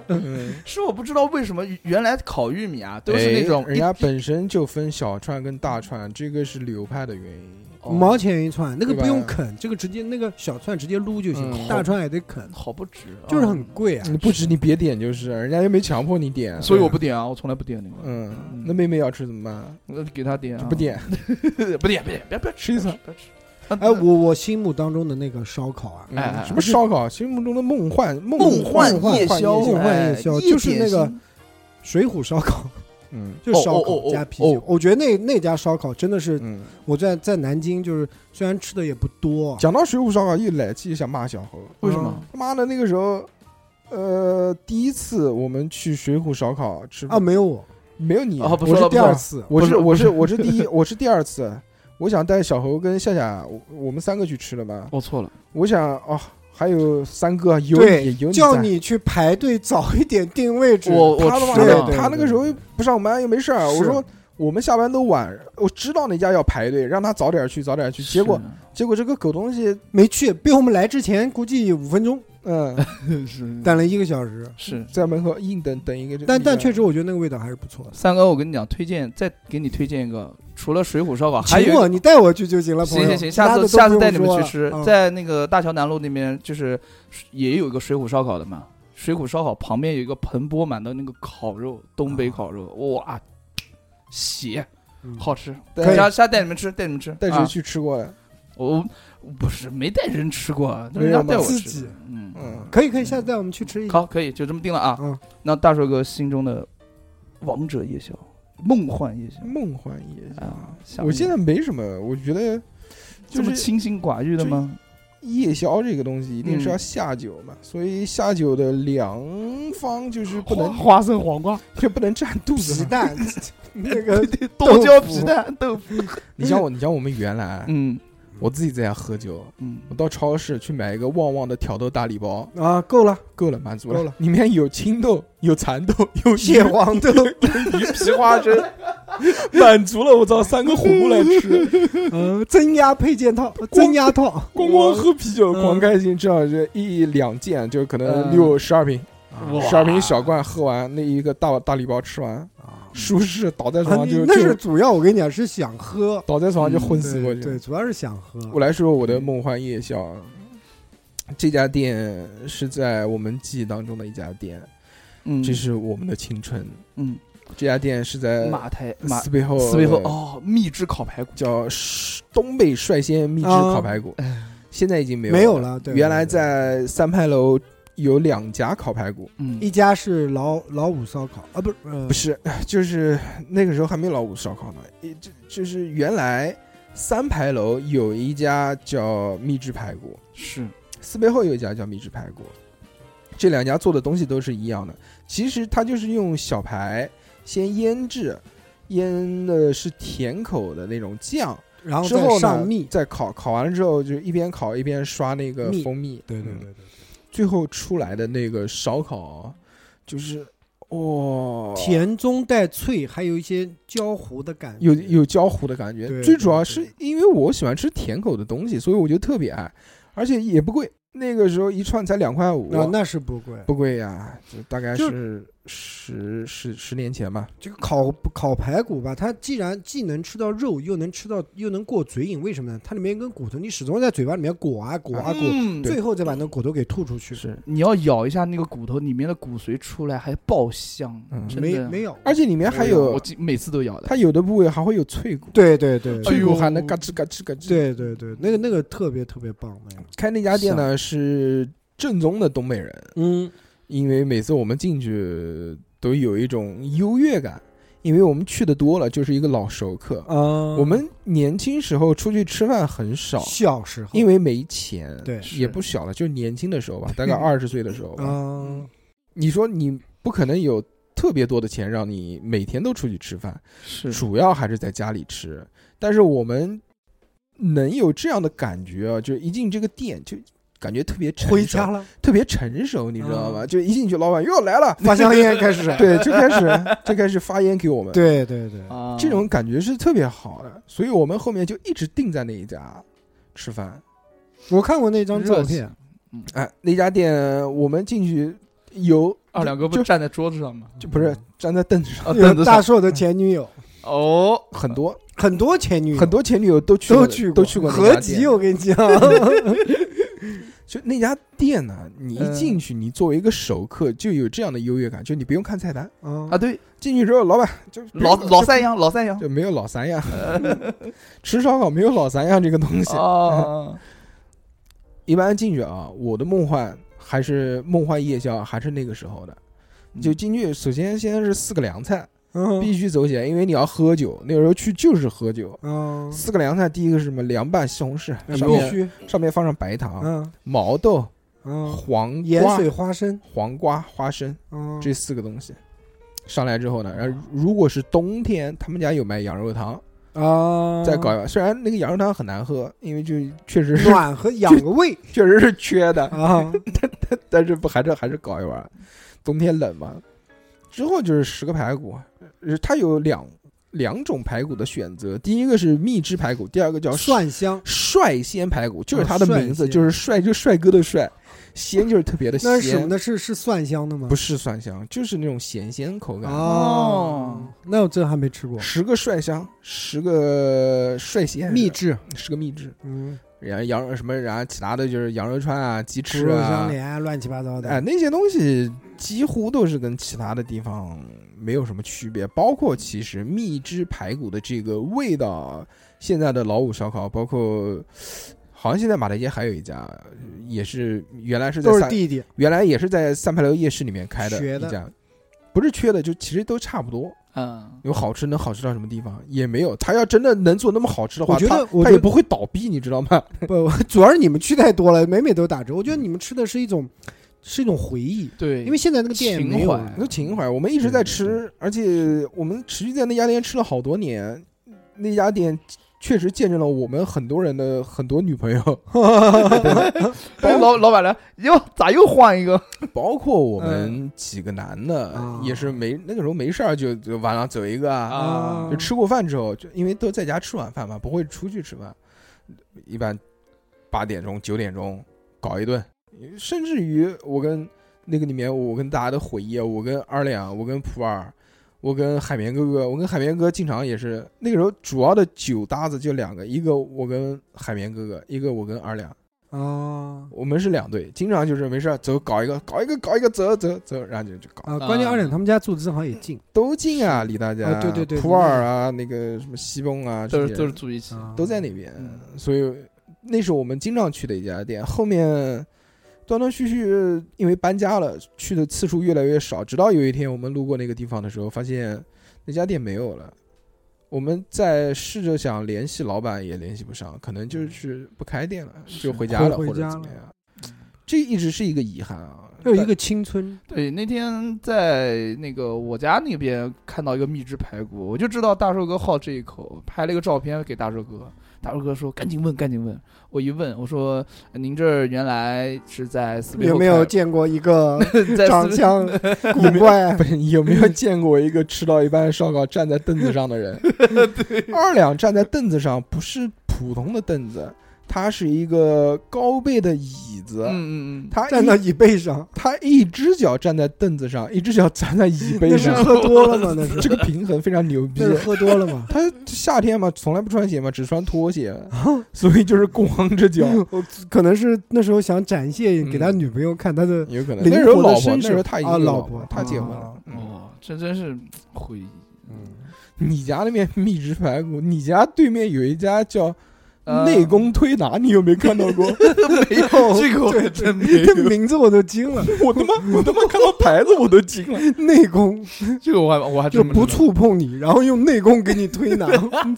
Speaker 5: 嗯
Speaker 3: 是我不知道为什么原来烤玉米啊都是
Speaker 5: 哎
Speaker 3: 那种
Speaker 5: 人家本身就分小串跟大串，这个是流派的原因。
Speaker 3: 哦
Speaker 2: 五毛钱一串，那个
Speaker 5: 对吧
Speaker 2: 不用啃，这个直接那个小串直接撸就行，
Speaker 5: 嗯
Speaker 2: 大串也得啃，
Speaker 3: 好不值啊，
Speaker 2: 就是很贵啊。
Speaker 5: 你不止你别点就是，人家又没强迫你点，
Speaker 3: 所以我不点啊，我从来不点那个，
Speaker 5: 嗯，那妹妹要吃怎么办？
Speaker 3: 我给他点啊，
Speaker 5: 就不点，
Speaker 3: [LAUGHS]
Speaker 5: 嗯
Speaker 3: 不点不点，不要不要吃
Speaker 5: 吃一次
Speaker 3: 不要吃。啊
Speaker 2: 哎，我我心目当中的那个烧烤啊，
Speaker 3: 哎哎
Speaker 5: 嗯什么烧烤，心目中的梦幻梦
Speaker 3: 梦
Speaker 5: 幻
Speaker 3: 幻夜宵，
Speaker 5: 梦幻
Speaker 2: 夜
Speaker 3: 哎
Speaker 2: 宵
Speaker 3: 一
Speaker 2: 就是
Speaker 3: 点
Speaker 2: 那个
Speaker 3: 心
Speaker 2: 水浒烧烤。
Speaker 5: 嗯
Speaker 2: 就
Speaker 3: 哦
Speaker 2: 是烧
Speaker 3: 哦哦
Speaker 2: 烤加
Speaker 3: 哦
Speaker 2: 啤酒
Speaker 3: 哦。
Speaker 2: 我觉得那那家烧烤真的是，
Speaker 5: 嗯。
Speaker 2: 我在在南京就是虽然吃的也不多，
Speaker 5: 讲到水浒烧烤，一来气就想骂小猴，
Speaker 3: 为什么？
Speaker 5: 他妈的那个时候，呃，第一次我们去水浒烧烤吃
Speaker 2: 啊，没有我，
Speaker 5: 没有你，
Speaker 3: 哦不
Speaker 5: 我
Speaker 3: 说
Speaker 5: 是
Speaker 3: 了
Speaker 5: 第
Speaker 2: 第
Speaker 5: 二
Speaker 2: 二
Speaker 5: 次，
Speaker 2: 次
Speaker 5: 我是
Speaker 3: 不
Speaker 5: 我
Speaker 3: 是
Speaker 5: 是我是第一， [LAUGHS] 我是第二次，我想带小猴跟夏夏，我我们三个去吃了嘛，
Speaker 3: 我错了，
Speaker 5: 我想哦，还有三哥有
Speaker 2: 对
Speaker 5: 你有你
Speaker 2: 叫
Speaker 5: 在
Speaker 2: 你去排队早一点定位置。
Speaker 3: 我我
Speaker 5: 他他妈
Speaker 3: 吃
Speaker 2: 对
Speaker 5: 的
Speaker 3: 了
Speaker 2: 对
Speaker 5: 他那个时候又不上班又没事儿，我
Speaker 2: 是
Speaker 5: 说我们下班都晚，我知道那家要排队，让他早点去早点去，结果结果这个狗东西，
Speaker 2: 没去，被我们来之前估计五分钟，
Speaker 5: 嗯，
Speaker 3: 是啊是
Speaker 2: 等了一个小时。
Speaker 3: [LAUGHS] 是
Speaker 5: 在门口硬等等一个，
Speaker 2: 但但确
Speaker 5: 实
Speaker 2: 实，我觉得那个味道还是不错的。
Speaker 3: 三哥，我跟你讲，推荐再给你推荐一个，除了水浒烧烤，还有
Speaker 2: 请
Speaker 3: 一个
Speaker 2: 我，你带我去就行了，朋
Speaker 3: 行
Speaker 2: 友。
Speaker 3: 行行，下
Speaker 2: 其他的
Speaker 3: 次
Speaker 2: 都
Speaker 3: 下次
Speaker 2: 不
Speaker 3: 带
Speaker 2: 用
Speaker 3: 你们
Speaker 2: 说
Speaker 3: 去
Speaker 2: 了
Speaker 3: 吃，
Speaker 2: 嗯
Speaker 3: 在那个大桥南路那边，就是也有一个水浒烧烤的嘛。水浒烧烤旁边有一个盆钵满的那个烤肉，东北烤肉，哇，血，
Speaker 2: 嗯
Speaker 3: 好吃。
Speaker 2: 可以
Speaker 3: 下下次带你们吃，带你们吃，
Speaker 5: 带谁
Speaker 3: 啊？
Speaker 5: 去吃过了，
Speaker 3: 我我不是没带人吃过，啊
Speaker 5: 没
Speaker 3: 人
Speaker 5: 有
Speaker 3: 家
Speaker 5: 吗
Speaker 3: 带我
Speaker 2: 自
Speaker 3: 吃
Speaker 2: 己
Speaker 3: 的。嗯，
Speaker 5: 嗯，
Speaker 2: 可以可以，下次带我们去吃一下。
Speaker 3: 好，可以，就这么定了啊。
Speaker 2: 嗯，
Speaker 3: 那大帅哥心中的王者夜宵，梦幻夜宵
Speaker 5: 梦幻夜
Speaker 3: 啊，
Speaker 5: 宵，
Speaker 3: 想
Speaker 5: 我
Speaker 3: 你
Speaker 5: 现在没什么，我觉得
Speaker 3: 这
Speaker 5: 就
Speaker 3: 么
Speaker 5: 是
Speaker 3: 清心寡欲的
Speaker 5: 就
Speaker 3: 吗？
Speaker 5: 夜宵这个东西一定是
Speaker 3: 嗯
Speaker 5: 要下酒嘛，所以下酒的良方就是不能
Speaker 3: 花生
Speaker 5: [LAUGHS]
Speaker 3: 黄瓜、
Speaker 5: 就不能占肚子
Speaker 2: 皮
Speaker 5: 嘛。 [LAUGHS]
Speaker 2: 蛋，那个
Speaker 3: 剁
Speaker 2: 豆
Speaker 3: 椒
Speaker 2: 腐
Speaker 3: 皮蛋、豆腐。
Speaker 5: 你像我，你像我们原来
Speaker 3: 嗯
Speaker 5: 我自己在家喝酒，
Speaker 3: 嗯，
Speaker 5: 我到超市去买一个旺旺的挑豆大礼包，
Speaker 2: 啊，够了，
Speaker 5: 够了，满足
Speaker 2: 够了，
Speaker 5: 里面有青豆，有蚕豆，有
Speaker 2: 蟹
Speaker 5: 黄，
Speaker 2: 黄豆，
Speaker 5: 有皮花生，满足了。我操，三个火锅来吃，
Speaker 2: 嗯，增压配
Speaker 5: [LAUGHS]
Speaker 2: 件套，呃增压套，
Speaker 5: 光光喝啤酒，
Speaker 2: 嗯
Speaker 5: 光开心，至少是一两件，就可能
Speaker 3: 嗯
Speaker 5: 六十二瓶，
Speaker 3: 哇
Speaker 5: 十二瓶小罐喝完，那一个大大礼包吃完，
Speaker 2: 啊
Speaker 5: 舒适倒在床
Speaker 2: 啊
Speaker 5: 上
Speaker 2: 你
Speaker 5: 就
Speaker 2: 那是
Speaker 5: 就
Speaker 2: 主要，我跟你讲是想喝，
Speaker 5: 倒在床上就
Speaker 3: 嗯
Speaker 5: 昏死
Speaker 2: 对
Speaker 5: 过去。
Speaker 2: 对，主要是想喝。
Speaker 5: 我来说我的梦幻夜宵，这家店是在我们记忆当中的一家店，
Speaker 3: 嗯，
Speaker 5: 这是呃我们的青春。
Speaker 3: 嗯
Speaker 5: 这家店是在
Speaker 3: 马台马
Speaker 5: 斯贝后
Speaker 3: 四维后哦，秘制烤排骨
Speaker 5: 叫是东北率先秘制
Speaker 3: 啊
Speaker 5: 烤排骨，现在已经没有
Speaker 2: 没有了对
Speaker 5: 原来在三牌楼有两家烤排骨，
Speaker 3: 嗯
Speaker 2: 一家是老老五烧烤啊，不是，呃
Speaker 5: 不是， [LAUGHS] 就是那个时候还没有老五烧烤呢，一就就是原来三牌楼有一家叫秘制排骨，
Speaker 3: 是
Speaker 5: 四背后有一家叫秘制排骨，这两家做的东西都是一样的。其实它就是用小排先腌制，腌的是甜口的那种酱，
Speaker 2: 然后
Speaker 5: 之
Speaker 2: 再
Speaker 5: 后
Speaker 2: 上
Speaker 5: 呢
Speaker 2: 蜜，
Speaker 5: 再烤，烤完了之后就一边烤一边刷那个
Speaker 2: 蜜
Speaker 5: 蜂蜜，
Speaker 2: 对对
Speaker 5: 嗯
Speaker 2: 对对，
Speaker 5: 最后出来的那个烧烤啊就是哦，
Speaker 2: 甜中带脆，还有一些焦糊的感觉，
Speaker 5: 有有焦糊的感觉。
Speaker 2: 对
Speaker 5: 最主要
Speaker 2: 对
Speaker 5: 是
Speaker 2: 对
Speaker 5: 因为我喜欢吃甜口的东西，所以我就特别爱，而且也不贵。那个时候一串才两块五，
Speaker 2: 啊，那是不贵，
Speaker 5: 不贵呀、就大概
Speaker 2: 就是
Speaker 5: 十十十年前吧，
Speaker 2: 这个烤烤排骨吧，它既然既能吃到肉，又能吃到又能过嘴瘾，为什么呢？它里面有根骨头，你始终在嘴巴里面裹啊裹啊裹，
Speaker 3: 嗯，
Speaker 2: 最后再把那骨头给吐出去。
Speaker 5: 是，
Speaker 3: 你要咬一下那个骨头里面的骨髓出来，还爆香，
Speaker 5: 嗯
Speaker 3: 真
Speaker 2: 没
Speaker 3: 的
Speaker 2: 没有，
Speaker 5: 而且里面还有
Speaker 3: 我记每次都咬的，
Speaker 5: 它有的部位还会有脆骨，
Speaker 2: 对对对
Speaker 3: 哎
Speaker 5: 脆
Speaker 3: 呦
Speaker 5: 骨还能嘎吱嘎吱嘎吱。，
Speaker 2: 对对对，那个那个特别特别棒，那个
Speaker 5: 开那家店呢是正宗的东北人，
Speaker 2: 嗯，
Speaker 5: 因为每次我们进去都有一种优越感，因为我们去的多了，就是一个老熟客。
Speaker 2: 啊
Speaker 5: 我们年轻时候出去吃饭很少，
Speaker 2: 小时候
Speaker 5: 因为没钱，
Speaker 2: 对
Speaker 5: 也不小了，就年轻的时
Speaker 2: [LAUGHS]
Speaker 5: 候吧，大概二十岁的时候吧。嗯
Speaker 2: 啊，
Speaker 5: 你说你不可能有特别多的钱让你每天都出去吃饭，
Speaker 3: 是
Speaker 5: 主要还是在家里吃。但是我们能有这样的感觉啊，就一进这个店就感觉特别成
Speaker 2: 回
Speaker 5: 熟
Speaker 2: 家，了，嗯
Speaker 5: 特别成熟，你知道吗？就一进去，老板又来了，
Speaker 2: 发香烟
Speaker 5: [LAUGHS]
Speaker 2: 开始，
Speaker 5: 对，就开始就开始发烟给我们。
Speaker 2: 对对对，
Speaker 3: 啊，
Speaker 5: 这种感觉是特别好的，所以我们后面就一直定在那一家吃饭。
Speaker 2: 我看过那张照
Speaker 3: 热情
Speaker 2: 片，
Speaker 5: 哎，那家店我们进去有
Speaker 3: 二啊两哥不
Speaker 5: 就
Speaker 3: 站在桌子
Speaker 5: [LAUGHS]
Speaker 3: 上吗？
Speaker 5: 就不是站在凳子上，
Speaker 3: 啊，
Speaker 2: 有
Speaker 3: 凳子
Speaker 2: 大
Speaker 3: 上
Speaker 2: 硕的前女友，
Speaker 3: 哦，
Speaker 5: 很多
Speaker 2: 很多前女友，
Speaker 5: 很多前女友都去
Speaker 2: 嗯都
Speaker 5: 去
Speaker 2: 去
Speaker 5: 都去过那
Speaker 2: 合
Speaker 5: 家店
Speaker 2: 集，我跟你
Speaker 5: [LAUGHS]
Speaker 2: 讲，
Speaker 5: 就那家店呢，你一
Speaker 3: 嗯
Speaker 5: 进去，你作为一个熟客就有这样的优越感，就你不用看菜单，
Speaker 3: 啊，
Speaker 2: 啊，
Speaker 3: 对，
Speaker 5: 进去之后，老板就
Speaker 3: 老老
Speaker 5: 就
Speaker 3: 三样，老三样
Speaker 5: 就没有老
Speaker 3: [LAUGHS]
Speaker 5: 三样，吃烧烤没有老三样这个东西。
Speaker 3: 哦，
Speaker 5: 一般进去啊，我的梦幻还是梦幻夜宵，还是那个时候的。就
Speaker 3: 嗯
Speaker 5: 进去，首先先是四个凉菜，
Speaker 2: 嗯
Speaker 5: 必须走起来，因为你要喝酒。那时候去就是喝酒。
Speaker 2: 嗯，
Speaker 5: 四个凉菜，第一个是什么？凉拌西红柿，上
Speaker 2: 必
Speaker 5: 面啊
Speaker 2: 须，
Speaker 5: 上面放上白糖、
Speaker 2: 嗯
Speaker 5: 毛豆、
Speaker 2: 嗯，
Speaker 5: 黄
Speaker 2: 盐
Speaker 5: 瓜、
Speaker 2: 水花生，
Speaker 5: 黄瓜、花生
Speaker 2: 嗯，
Speaker 5: 这四个东西。上来之后呢，然后如果是冬天，他们家有卖羊肉汤，
Speaker 2: 啊，
Speaker 5: 再搞一碗。虽然那个羊肉汤很难喝，因为就确实是
Speaker 2: 暖和养个胃
Speaker 5: [LAUGHS] 确实是缺的，
Speaker 2: 啊， [LAUGHS]
Speaker 5: 但是不还是还是搞一碗，
Speaker 2: 嗯
Speaker 5: 冬天冷嘛。之后就是十个排骨，呃它有两两种排骨的选择，第一个是蜜汁排骨，第二个叫
Speaker 2: 蒜香，
Speaker 5: 帅鲜排骨，就是
Speaker 2: 哦
Speaker 5: 它的名
Speaker 2: 帅
Speaker 5: 字，
Speaker 2: 鲜
Speaker 5: 就是帅就是帅哥的帅，鲜就是特别的
Speaker 2: 那是什么
Speaker 5: 鲜，
Speaker 2: 呢？是是蒜香的吗？
Speaker 5: 不是蒜香，就是那种咸鲜口感。
Speaker 2: 哦
Speaker 3: 哦，
Speaker 2: 那我真还没吃过
Speaker 5: 十个帅香，十个帅鲜，
Speaker 2: 秘制，
Speaker 5: 十个秘制，
Speaker 2: 嗯，
Speaker 5: 然后羊肉什么，然后其他的就是羊肉串啊、鸡
Speaker 2: 猪
Speaker 5: 翅
Speaker 2: 肉
Speaker 5: 啊
Speaker 2: 相、连啊，乱七八糟的，
Speaker 5: 哎，那些东西几乎都是跟其他的地方没有什么区别，包括其实蜜汁排骨的这个味道，现在的老五烧烤，包括好像现在马台街还有一家，也是原来是在
Speaker 2: 都是
Speaker 5: 三
Speaker 2: 弟弟，
Speaker 5: 原来也是在三牌楼夜市里面开的
Speaker 2: 学
Speaker 5: 一
Speaker 2: 的
Speaker 5: 家，不是缺的，就其实都差不多。
Speaker 3: 嗯，
Speaker 5: 有好吃能好吃到什么地方也没有，他要真的能做那么好吃的话，
Speaker 2: 我觉得
Speaker 5: 他
Speaker 2: 我
Speaker 5: 他
Speaker 2: 觉
Speaker 5: 也
Speaker 2: 得
Speaker 5: 不会倒闭，你知道吗？
Speaker 2: 不， [LAUGHS] 主要是你们去太多了，每每都打折。我觉得你们吃的是一种，是一种回忆，
Speaker 3: 对，
Speaker 2: 因为现在那个店也没有
Speaker 3: 情怀
Speaker 5: 那情怀，我们一直在吃，而且我们持续在那家店吃了好多年，那家店确实见证了我们很多人的很多女朋友， [LAUGHS]
Speaker 3: 哎老老板来，哟，咋又换一个？
Speaker 5: 包括我们几个男的，
Speaker 2: 嗯
Speaker 5: 也是没那个时候没事儿就就晚上走一个啊，
Speaker 3: 啊
Speaker 2: 嗯
Speaker 5: 就吃过饭之后，就因为都在家吃晚饭嘛，不会出去吃饭，嗯一般八点钟九点钟搞一顿，甚至于我跟那个里面，我跟大家的回忆，啊我跟二两，我跟普洱，我跟海绵哥哥，我跟海绵哥经常也是那个时候主要的酒搭子就两个，一个我跟海绵哥哥，一个我跟二两，
Speaker 2: 啊
Speaker 5: 我们是两队，经常就是没事儿走搞一个，搞一个，搞一个，走走走，然后就就搞。
Speaker 2: 啊！关键
Speaker 3: 啊
Speaker 2: 二两他们家住的正好也近
Speaker 5: 都近啊，离大家、
Speaker 2: 啊对对对
Speaker 5: 普洱啊，那个什么西贡啊，
Speaker 3: 都
Speaker 5: 这些
Speaker 3: 是都是住一起，
Speaker 2: 啊，
Speaker 5: 都在那边，
Speaker 3: 嗯
Speaker 5: 所以那是我们经常去的一家店。后面断断续续，因为搬家了，去的次数越来越少。直到有一天我们路过那个地方的时候，发现那家店没有了。我们再试着想联系老板，也联系不上，可能就是不开店了，
Speaker 3: 是
Speaker 5: 就回家了
Speaker 2: 回
Speaker 5: 或者
Speaker 2: 家
Speaker 5: 怎么
Speaker 2: 了
Speaker 5: 样。这一直是一个遗憾啊。
Speaker 2: 还有一个青春，
Speaker 3: 对，那天在那个我家那边看到一个蜜汁排骨，我就知道大寿哥好这一口，拍了一个照片给大寿哥。大寿哥说：“赶紧问，赶紧问。”我一问，我说：“您这儿原来是在四零
Speaker 2: 有
Speaker 3: 后
Speaker 2: 没有
Speaker 3: 开
Speaker 2: 见过一个
Speaker 3: [LAUGHS] 在
Speaker 2: 长
Speaker 5: [LAUGHS]
Speaker 3: 四
Speaker 2: 相古怪
Speaker 5: 不？是你有没有见过一个吃到一半烧烤站
Speaker 2: [LAUGHS]
Speaker 5: 在凳子上的人？二两站在凳子上不是普通的凳子，它是一个高背的椅子，
Speaker 3: 嗯嗯嗯，
Speaker 5: 它
Speaker 2: 站到
Speaker 5: 一
Speaker 2: 椅背上，
Speaker 5: 它一只脚站在凳子上，一只脚站在
Speaker 2: [LAUGHS]
Speaker 5: 椅 [LAUGHS] 背
Speaker 2: 那是
Speaker 5: 上，
Speaker 2: 喝多了吗？那是
Speaker 5: [LAUGHS] 这个平衡非常牛逼
Speaker 2: [LAUGHS] 那。是喝多
Speaker 5: [LAUGHS]
Speaker 2: 了吗？
Speaker 5: 他夏天嘛，从来不穿鞋嘛，只穿拖鞋，所以就是光着
Speaker 2: [LAUGHS]
Speaker 5: 脚，
Speaker 2: 我可能是那时候想展现给他
Speaker 5: 嗯
Speaker 2: 女朋友看
Speaker 5: [LAUGHS]
Speaker 2: 他的
Speaker 5: 有可能。
Speaker 2: 灵
Speaker 5: 那时候
Speaker 2: 活的
Speaker 5: 老婆，
Speaker 2: 身
Speaker 5: 那时候
Speaker 2: 手
Speaker 5: 他已经
Speaker 2: 啊
Speaker 5: 有
Speaker 2: 老
Speaker 5: 婆
Speaker 2: 婆，
Speaker 5: 他结婚
Speaker 2: 啊
Speaker 5: 了。 [LAUGHS] 嗯
Speaker 3: 哦，这真是回忆。
Speaker 5: 你家那边秘制排骨，你家对面有一家叫
Speaker 3: 呃
Speaker 5: 内功推拿，你有没有看到
Speaker 3: [LAUGHS]
Speaker 5: 过？
Speaker 3: 没有 [LAUGHS] 这个我
Speaker 2: 对
Speaker 3: 真
Speaker 5: 哎
Speaker 3: 没
Speaker 2: 这
Speaker 3: 有，
Speaker 2: [LAUGHS] 名字我都惊
Speaker 5: [LAUGHS]
Speaker 2: 了，
Speaker 5: 我他妈，我他妈看到牌子我都惊了。
Speaker 2: 内功
Speaker 3: [LAUGHS] 这个我还我还
Speaker 2: 就
Speaker 3: 真
Speaker 2: 不触碰你，然后用内功给你
Speaker 5: [LAUGHS]
Speaker 2: 推拿，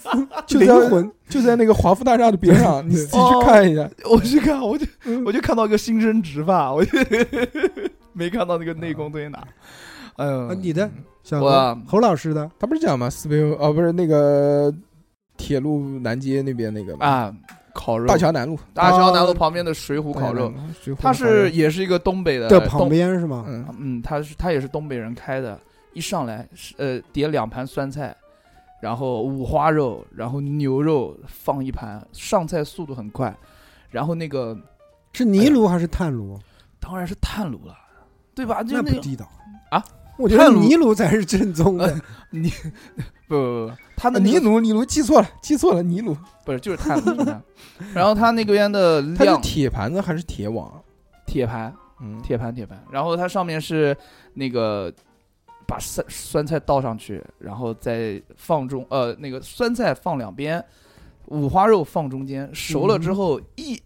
Speaker 2: [LAUGHS]
Speaker 5: 就
Speaker 2: 灵
Speaker 5: 在
Speaker 2: 魂
Speaker 5: 就在那个华夫大厦的边上，
Speaker 3: [LAUGHS]
Speaker 5: 你自己去
Speaker 3: 哦
Speaker 5: 看一下。
Speaker 3: [LAUGHS] 我去看，我就
Speaker 2: 嗯
Speaker 3: 我就看到一个新生植发，我就 [LAUGHS] 没看到那个内功推拿。哎呦
Speaker 2: 嗯啊，，你的
Speaker 5: 嗯
Speaker 2: 小
Speaker 3: 我啊
Speaker 2: 侯侯老师的
Speaker 5: 他不是讲吗？四平哦，不是那个铁路南街那边那个吗，
Speaker 3: 啊，烤肉，
Speaker 5: 大桥南路，哦
Speaker 3: 大桥南路旁边的水浒
Speaker 5: 大
Speaker 3: 烤
Speaker 5: 桥南
Speaker 3: 肉
Speaker 5: 路，，水浒
Speaker 3: 它
Speaker 5: 烤肉
Speaker 3: 是也是一个东北的
Speaker 2: 的旁
Speaker 3: 东，
Speaker 2: 边是吗？
Speaker 5: 呃嗯，
Speaker 3: 嗯，它是它也是东北人开的，一上来是呃点两盘酸菜。然后五花肉，然后牛肉放一盘，上菜速度很快，然后那个
Speaker 2: 是泥炉还是炭炉？
Speaker 3: 当然是炭炉了，对吧？就
Speaker 2: 那
Speaker 3: 那
Speaker 2: 不
Speaker 3: 个
Speaker 2: 地道
Speaker 3: 啊！
Speaker 2: 我觉得
Speaker 3: 炭炉
Speaker 2: 泥炉才是正宗的，
Speaker 5: 呃
Speaker 3: 不不不，他
Speaker 5: 啊
Speaker 3: 的那
Speaker 5: 泥
Speaker 3: 个
Speaker 5: 炉，泥炉记错了，记错了，泥炉，
Speaker 3: 不是就是炭炉，然后他那个边的
Speaker 5: 它是 [LAUGHS]
Speaker 3: 量
Speaker 5: 铁盘子还是铁网？
Speaker 3: 铁盘
Speaker 5: 嗯，
Speaker 3: 铁盘铁盘，然后它上面是那个把酸酸菜倒上去，然后再放中呃那个酸菜放两边，五花肉放中间，熟了之后一。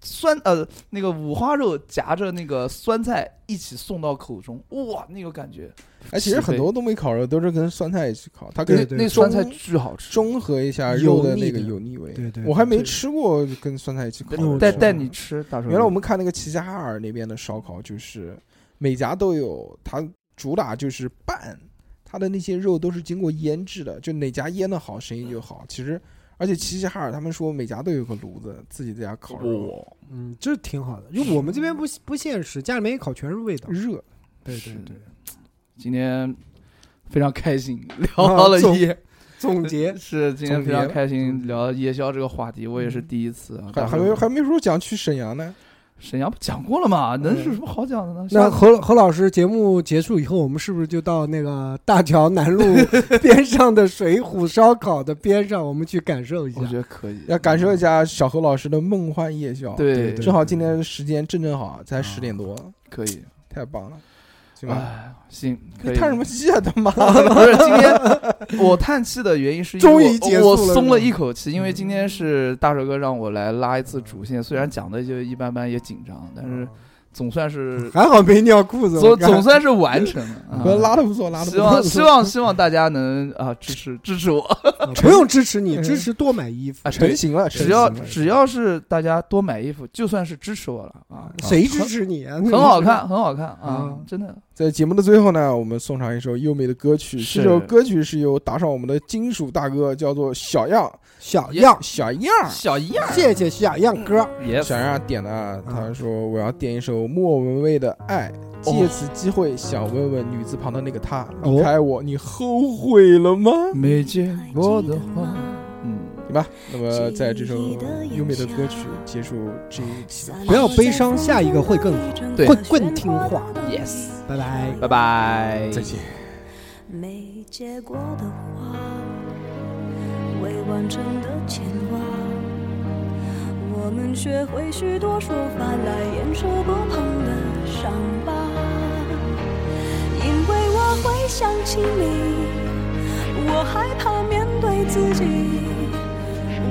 Speaker 3: 酸呃，那个五花肉夹着那个酸菜一起送到口中，哇，那个感觉，
Speaker 5: 哎，其实很多东北烤肉都是跟酸菜一起烤，它可
Speaker 2: 对
Speaker 5: 以
Speaker 2: 对
Speaker 3: 那那酸菜巨好吃。
Speaker 5: 中和一下肉的
Speaker 2: 油腻
Speaker 5: 那个
Speaker 2: 的
Speaker 5: 油腻味。
Speaker 2: 对对对
Speaker 5: 我还没吃过跟酸菜一起烤
Speaker 2: 我
Speaker 5: 的。
Speaker 3: 带
Speaker 2: 吃
Speaker 3: 带你吃，大叔。
Speaker 5: 原来我们看那个齐齐哈尔那边的烧烤，就是每家都有，它主打就是拌，它的那些肉都是经过腌制的，就哪家腌的好，生意就好。其实，而且齐齐哈尔他们说每家都有个炉子，自己在家烤肉，
Speaker 3: 我
Speaker 2: 嗯，这挺好的，因为我们这边不不现实，家里面一烤全是味道。
Speaker 5: 热。
Speaker 2: 对对
Speaker 3: 是
Speaker 2: 对，
Speaker 3: 今天非常开
Speaker 5: [LAUGHS]
Speaker 3: 心
Speaker 5: 啊
Speaker 3: 聊到了
Speaker 2: 总
Speaker 3: 夜，
Speaker 2: 总结
Speaker 3: 呃是今天
Speaker 5: 总
Speaker 3: 非常
Speaker 5: 结
Speaker 3: 开心
Speaker 5: 总
Speaker 3: 聊夜宵这个话题，我也是第一次啊。
Speaker 5: 还
Speaker 3: 到时
Speaker 5: 还
Speaker 3: 候
Speaker 5: 没还没说讲去沈阳呢，
Speaker 3: 沈阳不讲过了嘛，能
Speaker 5: 嗯
Speaker 3: 有什么好讲的呢？
Speaker 2: 那
Speaker 3: 下
Speaker 2: 何何老师节目结束以后，我们是不是就到那个大桥南
Speaker 3: [LAUGHS]
Speaker 2: 路边上的水浒烧烤的边上，我们去感受一下
Speaker 3: 我？觉得可以，
Speaker 5: 要感受一下小何老师的梦幻夜宵。，
Speaker 3: 对，啊
Speaker 2: 对
Speaker 5: 正好今天的时间正正好，啊才十点多，
Speaker 3: 可以。
Speaker 5: 太棒了，行吧？
Speaker 3: 哎，行，可
Speaker 5: 你
Speaker 3: 以。
Speaker 5: 叹什么气啊，他妈！
Speaker 3: [LAUGHS] 不是今
Speaker 5: [LAUGHS]
Speaker 3: 天我叹气的原因是因
Speaker 2: 终
Speaker 3: 为我
Speaker 2: 于结束
Speaker 3: 我
Speaker 2: 了
Speaker 3: 松
Speaker 2: 是
Speaker 3: 了
Speaker 2: 吧
Speaker 3: 一口气，因为
Speaker 5: 嗯
Speaker 3: 今天是大帅哥让我来拉一次主线，虽然讲的就一般般，也紧张，但
Speaker 5: 哦
Speaker 3: 是总算是
Speaker 2: 嗯还好没尿裤子，我
Speaker 3: 总
Speaker 2: 看
Speaker 3: 总算是
Speaker 5: [LAUGHS]
Speaker 3: 完成了。啊
Speaker 5: 不是拉的不错，拉的不
Speaker 3: 希望
Speaker 5: 错。
Speaker 3: 希望希望大家能啊支持支持我
Speaker 5: [LAUGHS]
Speaker 2: 啊不用支持
Speaker 3: [LAUGHS]
Speaker 2: 你，
Speaker 5: 嗯
Speaker 2: 支持多买衣服。
Speaker 3: 啊，
Speaker 5: 成
Speaker 3: 对，
Speaker 5: 型了，
Speaker 3: 只要
Speaker 5: 成型了
Speaker 3: 只要是大家多买衣服，就算是支持我了啊，
Speaker 2: 谁支持你啊？很
Speaker 3: 很好看，很好看啊
Speaker 2: 嗯，
Speaker 3: 真的
Speaker 5: 在节目的最后呢，我们送上一首优美的歌曲。
Speaker 3: 是
Speaker 5: 这首歌曲是由打赏我们的金属大哥叫做小样，
Speaker 2: 小样，
Speaker 5: 小样，
Speaker 3: 小样
Speaker 2: 谢谢小样哥。
Speaker 3: 也
Speaker 5: 小样点的啊。他说我要点一首莫文蔚的《爱》，借此机会想问问女字旁的那个她，
Speaker 2: 哦
Speaker 5: 离开我，你后悔了吗？
Speaker 3: 没见过的话，嗯，
Speaker 5: 对吧？那么在这首优美的歌曲结束这一期的。
Speaker 2: 不要悲伤，下一个会更好。
Speaker 3: 对
Speaker 2: 会更听话。
Speaker 3: ，yes，
Speaker 2: 拜拜。
Speaker 3: 拜拜，
Speaker 5: 再见。
Speaker 6: 没结果的话，未完成的牵挂，我们学会许多说法来掩饰不碰的伤疤，因为我会想起你，我害怕面对自己，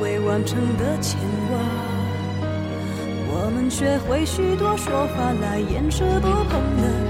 Speaker 6: 未完成的牵挂，我们学会许多说法来掩饰不碰的